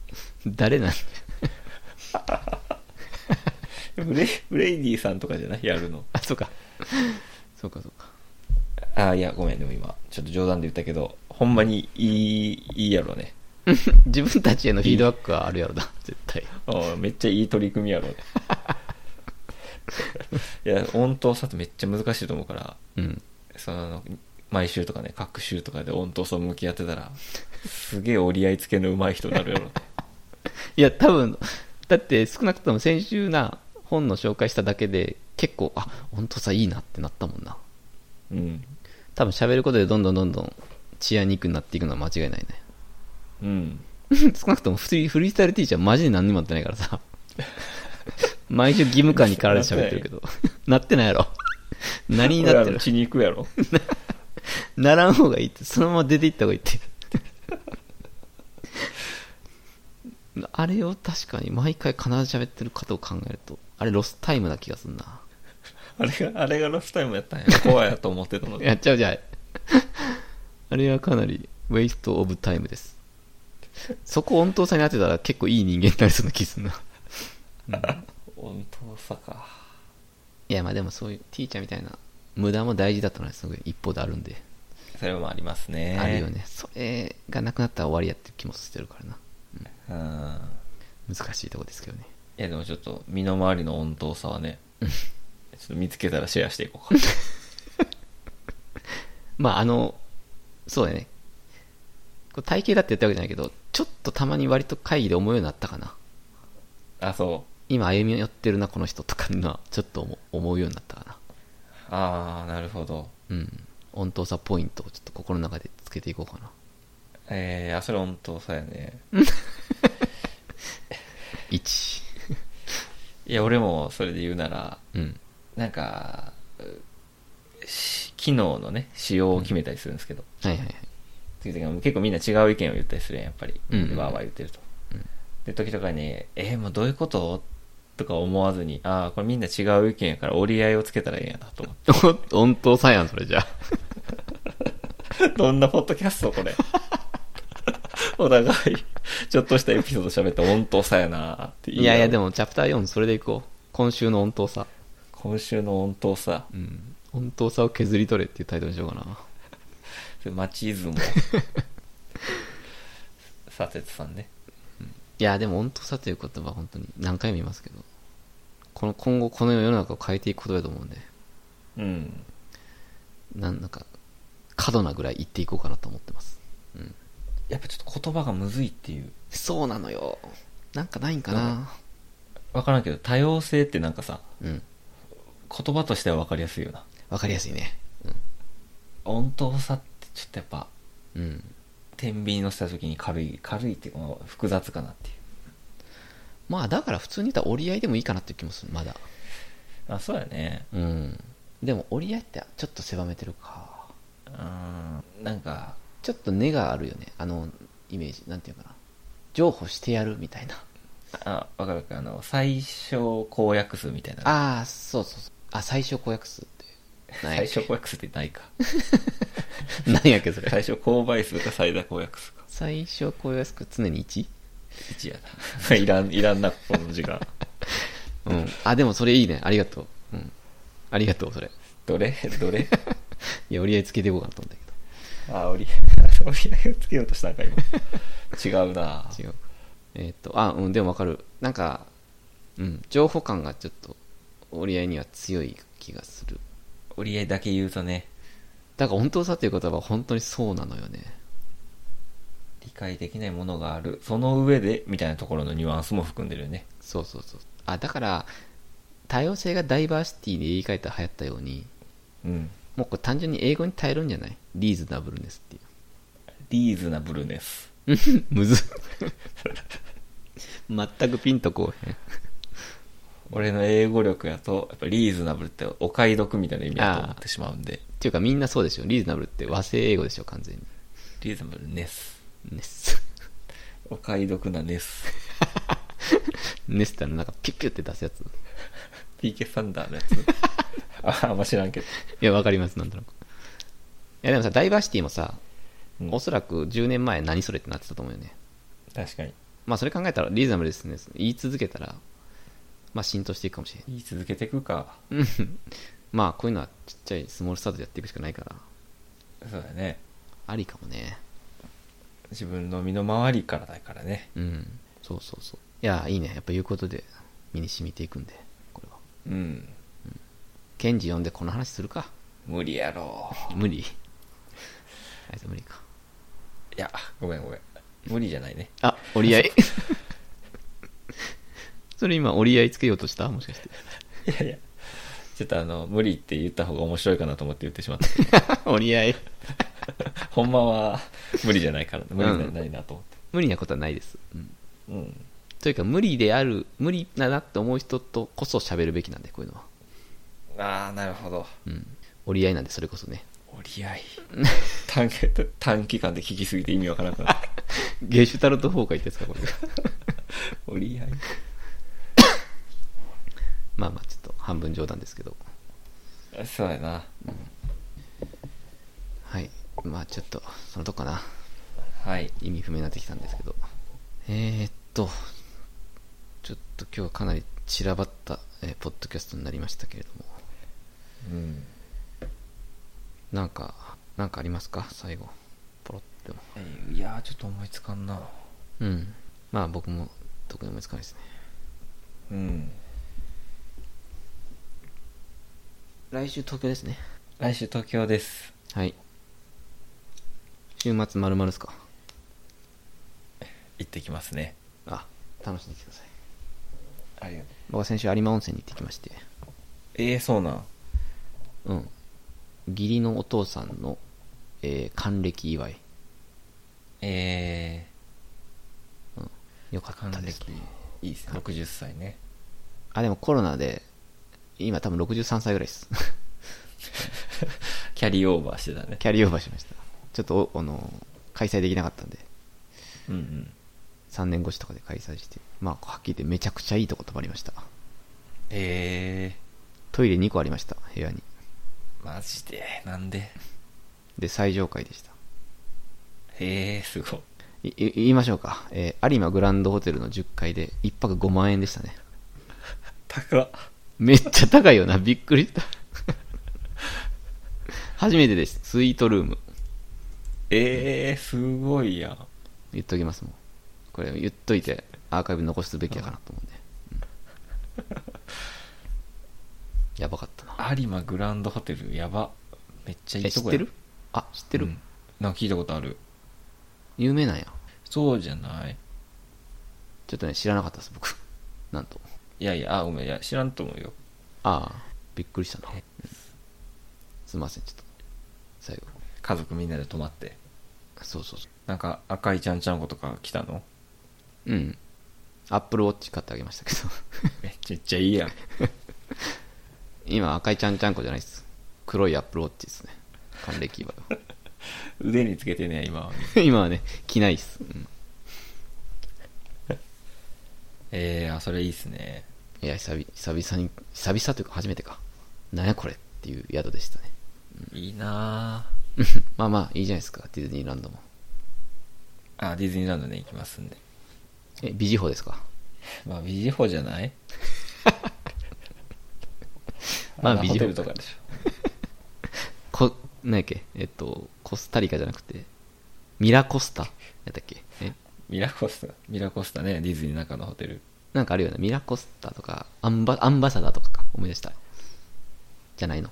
誰なん
ブレイブレイディさんとかじゃないやるの
あ、そうか。 そうか、そうか。
あいやごめんでも今ちょっと冗談で言ったけどほんまにいいいいやろね
自分たちへのフィードバックはあるやろな、絶対。
うんめっちゃいい取り組みや ろねいや音頭さってめっちゃ難しいと思うから
うん。
その毎週とかね各週とかで音頭さ向き合ってたらすげえ折り合いつけの上手い人になるやろ ね
いや、多分、だって少なくとも先週な、本の紹介しただけで、結構、あ、本当さ、いいなってなったもんな。
うん
多分喋ることでどんどんどんどん、チア肉になっていくのは間違い ないね。
うん
少なくとも普通にフリースタイルティーチャーマジで何にもなってないからさ。毎週義務感に駆られて喋ってるけ ど。なってないやろ。何になって
俺らの
る
血に行くやろ
ならん方がいいって、そのまま出ていった方がいい って。あれを確かに毎回必ず喋ってる方を考えると、あれロスタイムな気がすんな。
あれがあれがラスタイムやったんや怖いやと思ってたのに
やっちゃうじ ゃん。あれはかなりウェイストオブタイムです。そこ温当さに当てたら結構いい人間になりそうな気すんな。
本当さか
いやまあでもそういうティーチャーみたいな無駄も大事だったのはすごい一方であるんで、
それもありますね
あるよね。それがなくなったら終わりやっていう気もしてるからな。
うん
難しいとこですけどね。
いやでもちょっと身の回りの温当さ はねちょっと見つけたらシェアしていこうか
まああの、そうだね。こう体型だってやったわけじゃないけど、ちょっとたまに割と会議で思うようになったかな。
あそう
今歩み寄ってるな、この人とかのはちょっと思う思うようになったかな。
ああなるほど
うん。温当さポイントをちょっと心の中でつけていこうかな。
えー、あそれ本当さやね
1。
いや俺もそれで言うなら
うん。
なんかうし機能のね仕様を決めたりするんですけど、
はいはいはい。
っていう時は結構みんな違う意見を言ったりするやんやっぱり
うんうんうん
わーわー言ってると、
うん
で時とかに「えー、もうどういうこと?」とか思わずに「ああこれみんな違う意見やから折り合いをつけたらええんやな」と思っ
お温当さやん、それじゃあ。
て どんなポッドキャストこれ お互いちょっとしたエピソード喋って本当さやなって
いやいや、で
も
もチャプター4、それでいこう。今週の温当さ。
今週の本当さ
うん。温当さを削り取れっていうタイトルにしようかな。
マチイ ズムをさてつさんね
いや、でも温当さという言葉、本当に何回も言いますけど。この、今後この世の中を変えていくことだと思うんで、
うん
なんなんか、過度なぐらい言っていこうかなと思ってます。うん。
やっぱちょっと言葉がむずいっていう
そうなのよ。なんかないんかな。
分からんけど多様性ってなんかさ
うん。
言葉としては分かりやすいよな
わかりやすいね。
音頭さってちょっとやっぱ
うん。うん。
天秤に乗せた時に軽い軽いっていうかまあ複雑かなっていう
まあ、だから普通に言ったら折り合いでもいいかなっていう気もする、まだ。
あそうやね
うん。でも折り合いってちょっと狭めてるか。
うんなんか
ちょっと根があるよね。あの、イメージ。なんていうかな。譲歩してやるみたいな。
あ分かる分かるあの最小公約数みたいな
ああ、そうそうそう。あ、最小公約数って。なんや
最小公約数ってないか
何やっけ、それ。
最小公倍数か最大公約数か
最小公約数常に 1?
1やな いらんいらんなこの時間
うん。あ、でもそれいいね。ありがとう。うん。ありがとう、それ。
どれどれ
いや、折り合いつけていこうかなと思ったけど。
あ折り 折り合いをつけようとしたんか今違うな
違うえーっ、とあうんでもわかるなんかうん情報感がちょっと折り合いには強い気がする
折り合いだけ言うとね
だから本当さという言葉は本当にそうなのよね
理解できないものがあるその上でみたいなところのニュアンスも含んでるよね
そうそうそうあだから多様性がダイバーシティで言い換えたら流行ったように
うん
もうこれ単純に英語に耐えるんじゃないリーズナブルネスっていう
リーズナブルネス
うん むずっ全くピンとこうへん
俺の英語力やとやっぱリーズナブルってお買い得みたいな意味だと思ってしまうんで
っていうかみんなそうでしょリーズナブルって和製英語でしょ完全に
リーズナブルネス
ネス
お買い得なネス
ネスってあのなんかピュッピュって出すやつ
PK サンダーのやつ ああんま知らんけど
いや、わかります、なんとなく。いや、でもさ、ダイバーシティもさ、
うん
おそらく10年前何それってなってたと思うよね。
確かに
まあ、それ考えたらリーズナブルですね。言い続けたら、まあ、浸透していくかもしれ
言い続けていくか
ない。うんまあ、こういうのはちっちゃいスモールスタートでやっていくしかないから、
そうだね
ありかもね。
自分の身の回りからだからね
うん。そうそうそう。いや、いいね。やっぱ言うことで、身に染みていくんで、これは。
うん
ケンジ呼んでこの話するか。
無理やろ
無理。あいつ無理か。
いやごめんごめん無理じゃないね
あ、折り合い。 それ今、折り合いつけようとしたもしかして。
いやいやちょっとあの無理って言った方が面白いかなと思って言って しまった
折り合い。
ほんまは無理じゃないから無理じゃ
うん
ないなと思って
無理なことはないです。うん
うん、
というか、無理である、無理だなと思う人とこそ喋るべきなんで、こういうのは。
ああなるほど
うん。折り合いなんで、それこそね。
折り合 い短期短期間で聞きすぎて意味わからなくなった
ゲシュタルト崩壊ってやつか、これ。
折り合い
まあまあ、ちょっと半分冗談ですけど。
あそうやな
はい。まあ、ちょっと、そのとこかな。
はい
意味不明になってきたんですけど。えー、っと、ちょっと今日はかなり散らばった、えーポッドキャストになりましたけれども。
うん
なんか、なんかありますか最後。ポロッとでも。
いやーちょっと思いつかんな
うん。まあ僕も特に思いつかないですね。
うん
来週東京ですね。
来週東京です
はい。週末まるまるですか
行ってきますね
あ、楽しんできてください。
ありがとう
僕は先週有馬温泉に行ってきまして、
ええそうなん
うん。義理のお父さんの、えー、還暦祝い。
え
うん。よか
ー、
った
還
です
暦
ね。
いいですね60歳ね
あ、でもコロナで、今多分63歳ぐらいです。
キャリーオーバーしてたね
キャリーオーバーしました。ちょっとお、あの、開催できなかったんで、
うんうん
3年越しとかで開催して、まあ、はっきり言ってめちゃくちゃいいとこ泊まりました。
え
トイレ2個ありました、部屋に。
ー、マジでなんで
で、最上階でした。
えー、すご
い
い
い言いましょうか、えー有馬グランドホテルの10階で1泊5万円でしたね
高っ
めっちゃ高いよなびっくりした 初めてですスイートルーム
えー、すごいやん
言っときますもんこれ言っといてアーカイブ残すべきやかなと思うんで、うんやばかったな
有馬グランドホテルやばめっちゃい
え
いと
知っ
こ
て
や
るあ知ってる、
うんなんか聞いたことある
有名なんや
そうじゃない
ちょっとね知らなかったです僕なんと
いやいやあごめんいや知らんと思うよ
ああびっくりしたね、うんすいませんちょっと最後
家族みんなで泊まって
そうそうそ
なんか赤いちゃんちゃんことか来た の
ううんアップルウォッチ買ってあげましたけど
めちゃくちゃいいやん
今赤いちゃんちゃんこじゃないです黒いアップルウォッチですね還暦祝いは
腕につけてね今は
今はね着ないっす、うん、
えー、あそれいいっすね
いや久々久々に久々というか初めてかなんやこれっていう宿でしたね
いいな
まあまあいいじゃないですかディズニーランドも
ああディズニーランドね行きますんで
え美人法ですか
まあ美人法じゃ ない
まあ
の
美人法
ホテルとかでし
こなんやっけえっとコスタリカじゃなくてミラコスタやったっけえ
ょミラコスタミラコスタねディズニーの中のホテル
なんかあるよねミラコスタとかアンバアンバサダーとかか思い出したじゃないの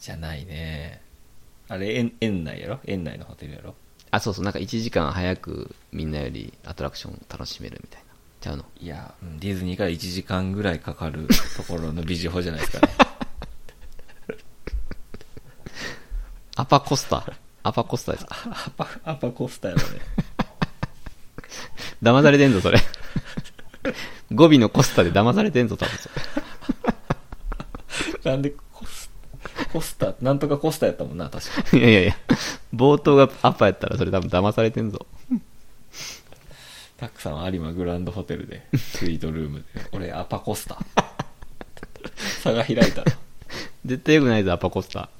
じゃないねあれ園園内やろ園内のホテルやろ
あそうそうなんか1時間早くみんなよりアトラクションを楽しめるみたいなちゃうの
いや、うんディズニーから1時間ぐらいかかるところの美人法じゃないですかね
アパコスタアパコスタですか
アパ アパコスタやろね
騙されてんぞそれ 語尾のコスタで騙されてんぞ多分それ
なんでコスコスタなんとかコスタやったもんな確 か
いやいやいや、冒頭がアッパーやったらそれ多分騙されてんぞ。
たくさん有馬グランドホテルでスイートルー ムで俺アパコスタ差が開いたら
絶対良くないぞ、アパコスタ。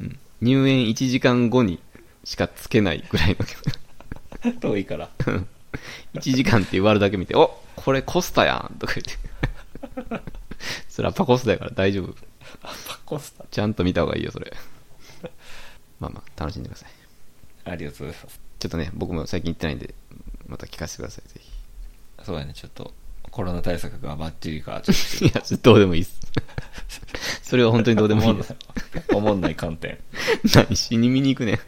うん入園1時間後にしかつけないぐらい
遠いから
の。1時間って言われるだけ見て、おこれコスタやんとか言って。それアパコスタやから大丈夫。
アパコスタ
ちゃんと見た方がいいよ、それ。まあまあ、楽しんでください。
ありがとうございます
ちょっとね、僕も最近行ってないんで、また聞かせてください、ぜひ。
そうやねちょっとコロナ対策がバッチリかちょっと
いや、ちょっとどうでもいいっす。それは本当にどうでもいいです。
おもんない観点
何しに見に行くねん。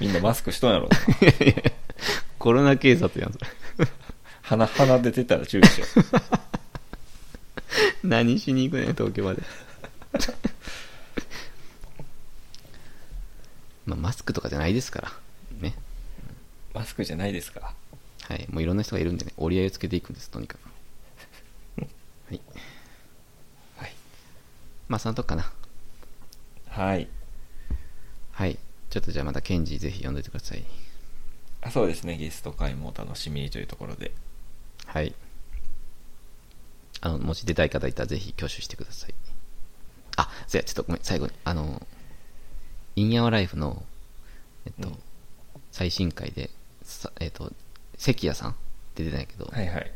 みんなマスクしとんやろ
コロナ警察やん、それ。
鼻鼻出てたら注意しよう
何しに行くねん、東京まで。 まあ、マスクとかじゃないですから。ね。
マスクじゃないですか
はい。もういろんな人がいるんでね、折り合いをつけていくんです、とにかく。はい。
はい
まあ、そのとこかな。
はい
はい。ちょっとじゃあまた、ケンジぜひ読んでいてください。
あそうですねゲスト会もお楽しみにというところで
はい。あの、もし出たい方いたらぜひ挙手してください。あ、そうや、ちょっとごめん、最後に、あの、インヤワライフの、えっと、
うん
最新回で、さえっと、関谷さんって出てないけど、
はいはい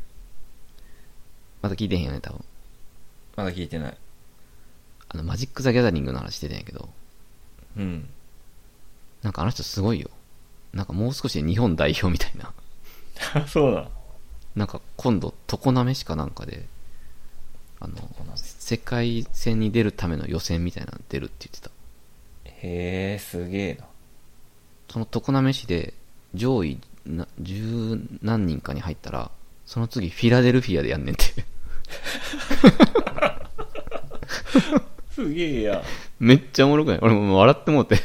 まだ聞いてへんよね、多分。
まだ聞いてない
あの、マジック・ザ・ギャザリングの話出てないけど、
うん
なんかあの人すごいよ。なんかもう少しで日本代表みたいな。
あそうだ
なんか今度、常滑しかなんかで、あの、世界戦に出るための予選みたいなの出るって言ってた。
へえすげえな
その常滑市で上位な十何人かに入ったら、その次フィラデルフィアでやんねんって。
すげえや
めっちゃおもろくない俺もう笑ってもうて。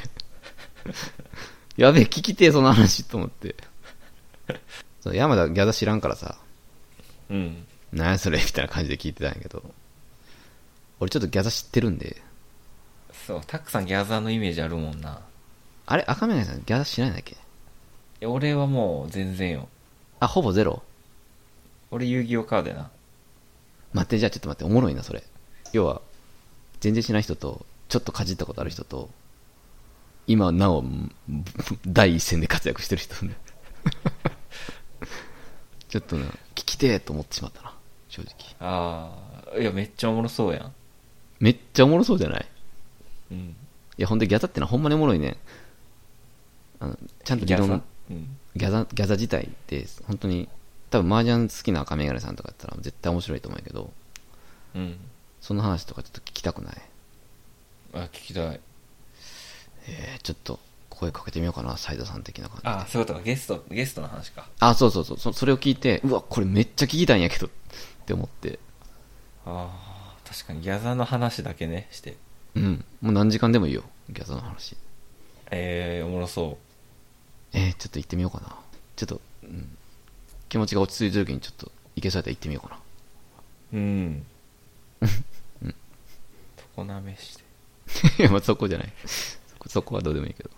やべえ、聞きてえ、その話と思って。そう山田ギャザ知らんからさ、
うん
なんやそれみたいな感じで聞いてたんやけど。俺ちょっとギャザ知ってるんで、
そうたくさんギャザーのイメージあるもんな
あれ赤嶺さんギャザ知らないんだっけ
いや俺はもう全然よ
あ、ほぼゼロ
俺遊戯王カードやな
待って、じゃあちょっと待って、おもろいな、それ。要は、全然知らない人と、ちょっとかじったことある人と、今なお、ん第一線で活躍してる人ね。 ちょっとな、聞きてえと思ってしまったな、正直。
ああいやめっちゃおもろそうやん
めっちゃおもろそうじゃない
うん
いや、ほんでギャザってのはほんまにおもろいね。あの、ちゃんと
ギ
理
ャザー
論、
うん
ギャザ、ギャザ自体で、本当に、多分麻雀好きな赤眼鏡さんとかだったら絶対面白いと思うんやけど、
うん
その話とかちょっと聞きたくない
あ聞きたい
えーちょっと声かけてみようかな、斉田さん的な感じで。
あそういうことかゲストゲストの話か
あ、そうそうそうそ、それを聞いて、うわ、これめっちゃ聞きたいんやけど、って思って
ああ確かにギャザの話だけねして
うんもう何時間でもいいよギャザの話
えー、おもろそ
えー、ちょっと行ってみようかなちょっと、うん、気持ちが落ち着いた時にちょっと行けそうやったら行ってみようかな
ううん常滑して
いや、まあ、そこじゃない。 そこそこはどうでもいいけど。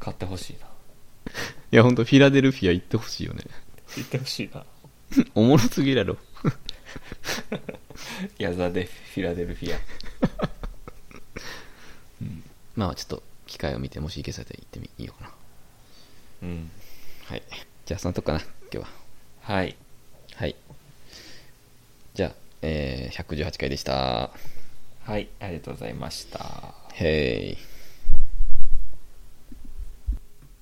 買ってほしいない
や、ほんと、フィラデルフィア行ってほしいよね。
行ってほしいな
おもろすぎだろ。
ギャザでフィラデルフィア
まあ、ちょっと、機会を見て、もし行けそうやったら行ってみようかな。
うん
はい。じゃあ、そのとこかな、今日は。
はい
はい。じゃあ、えー、118回でした。
はいありがとうございました
へい。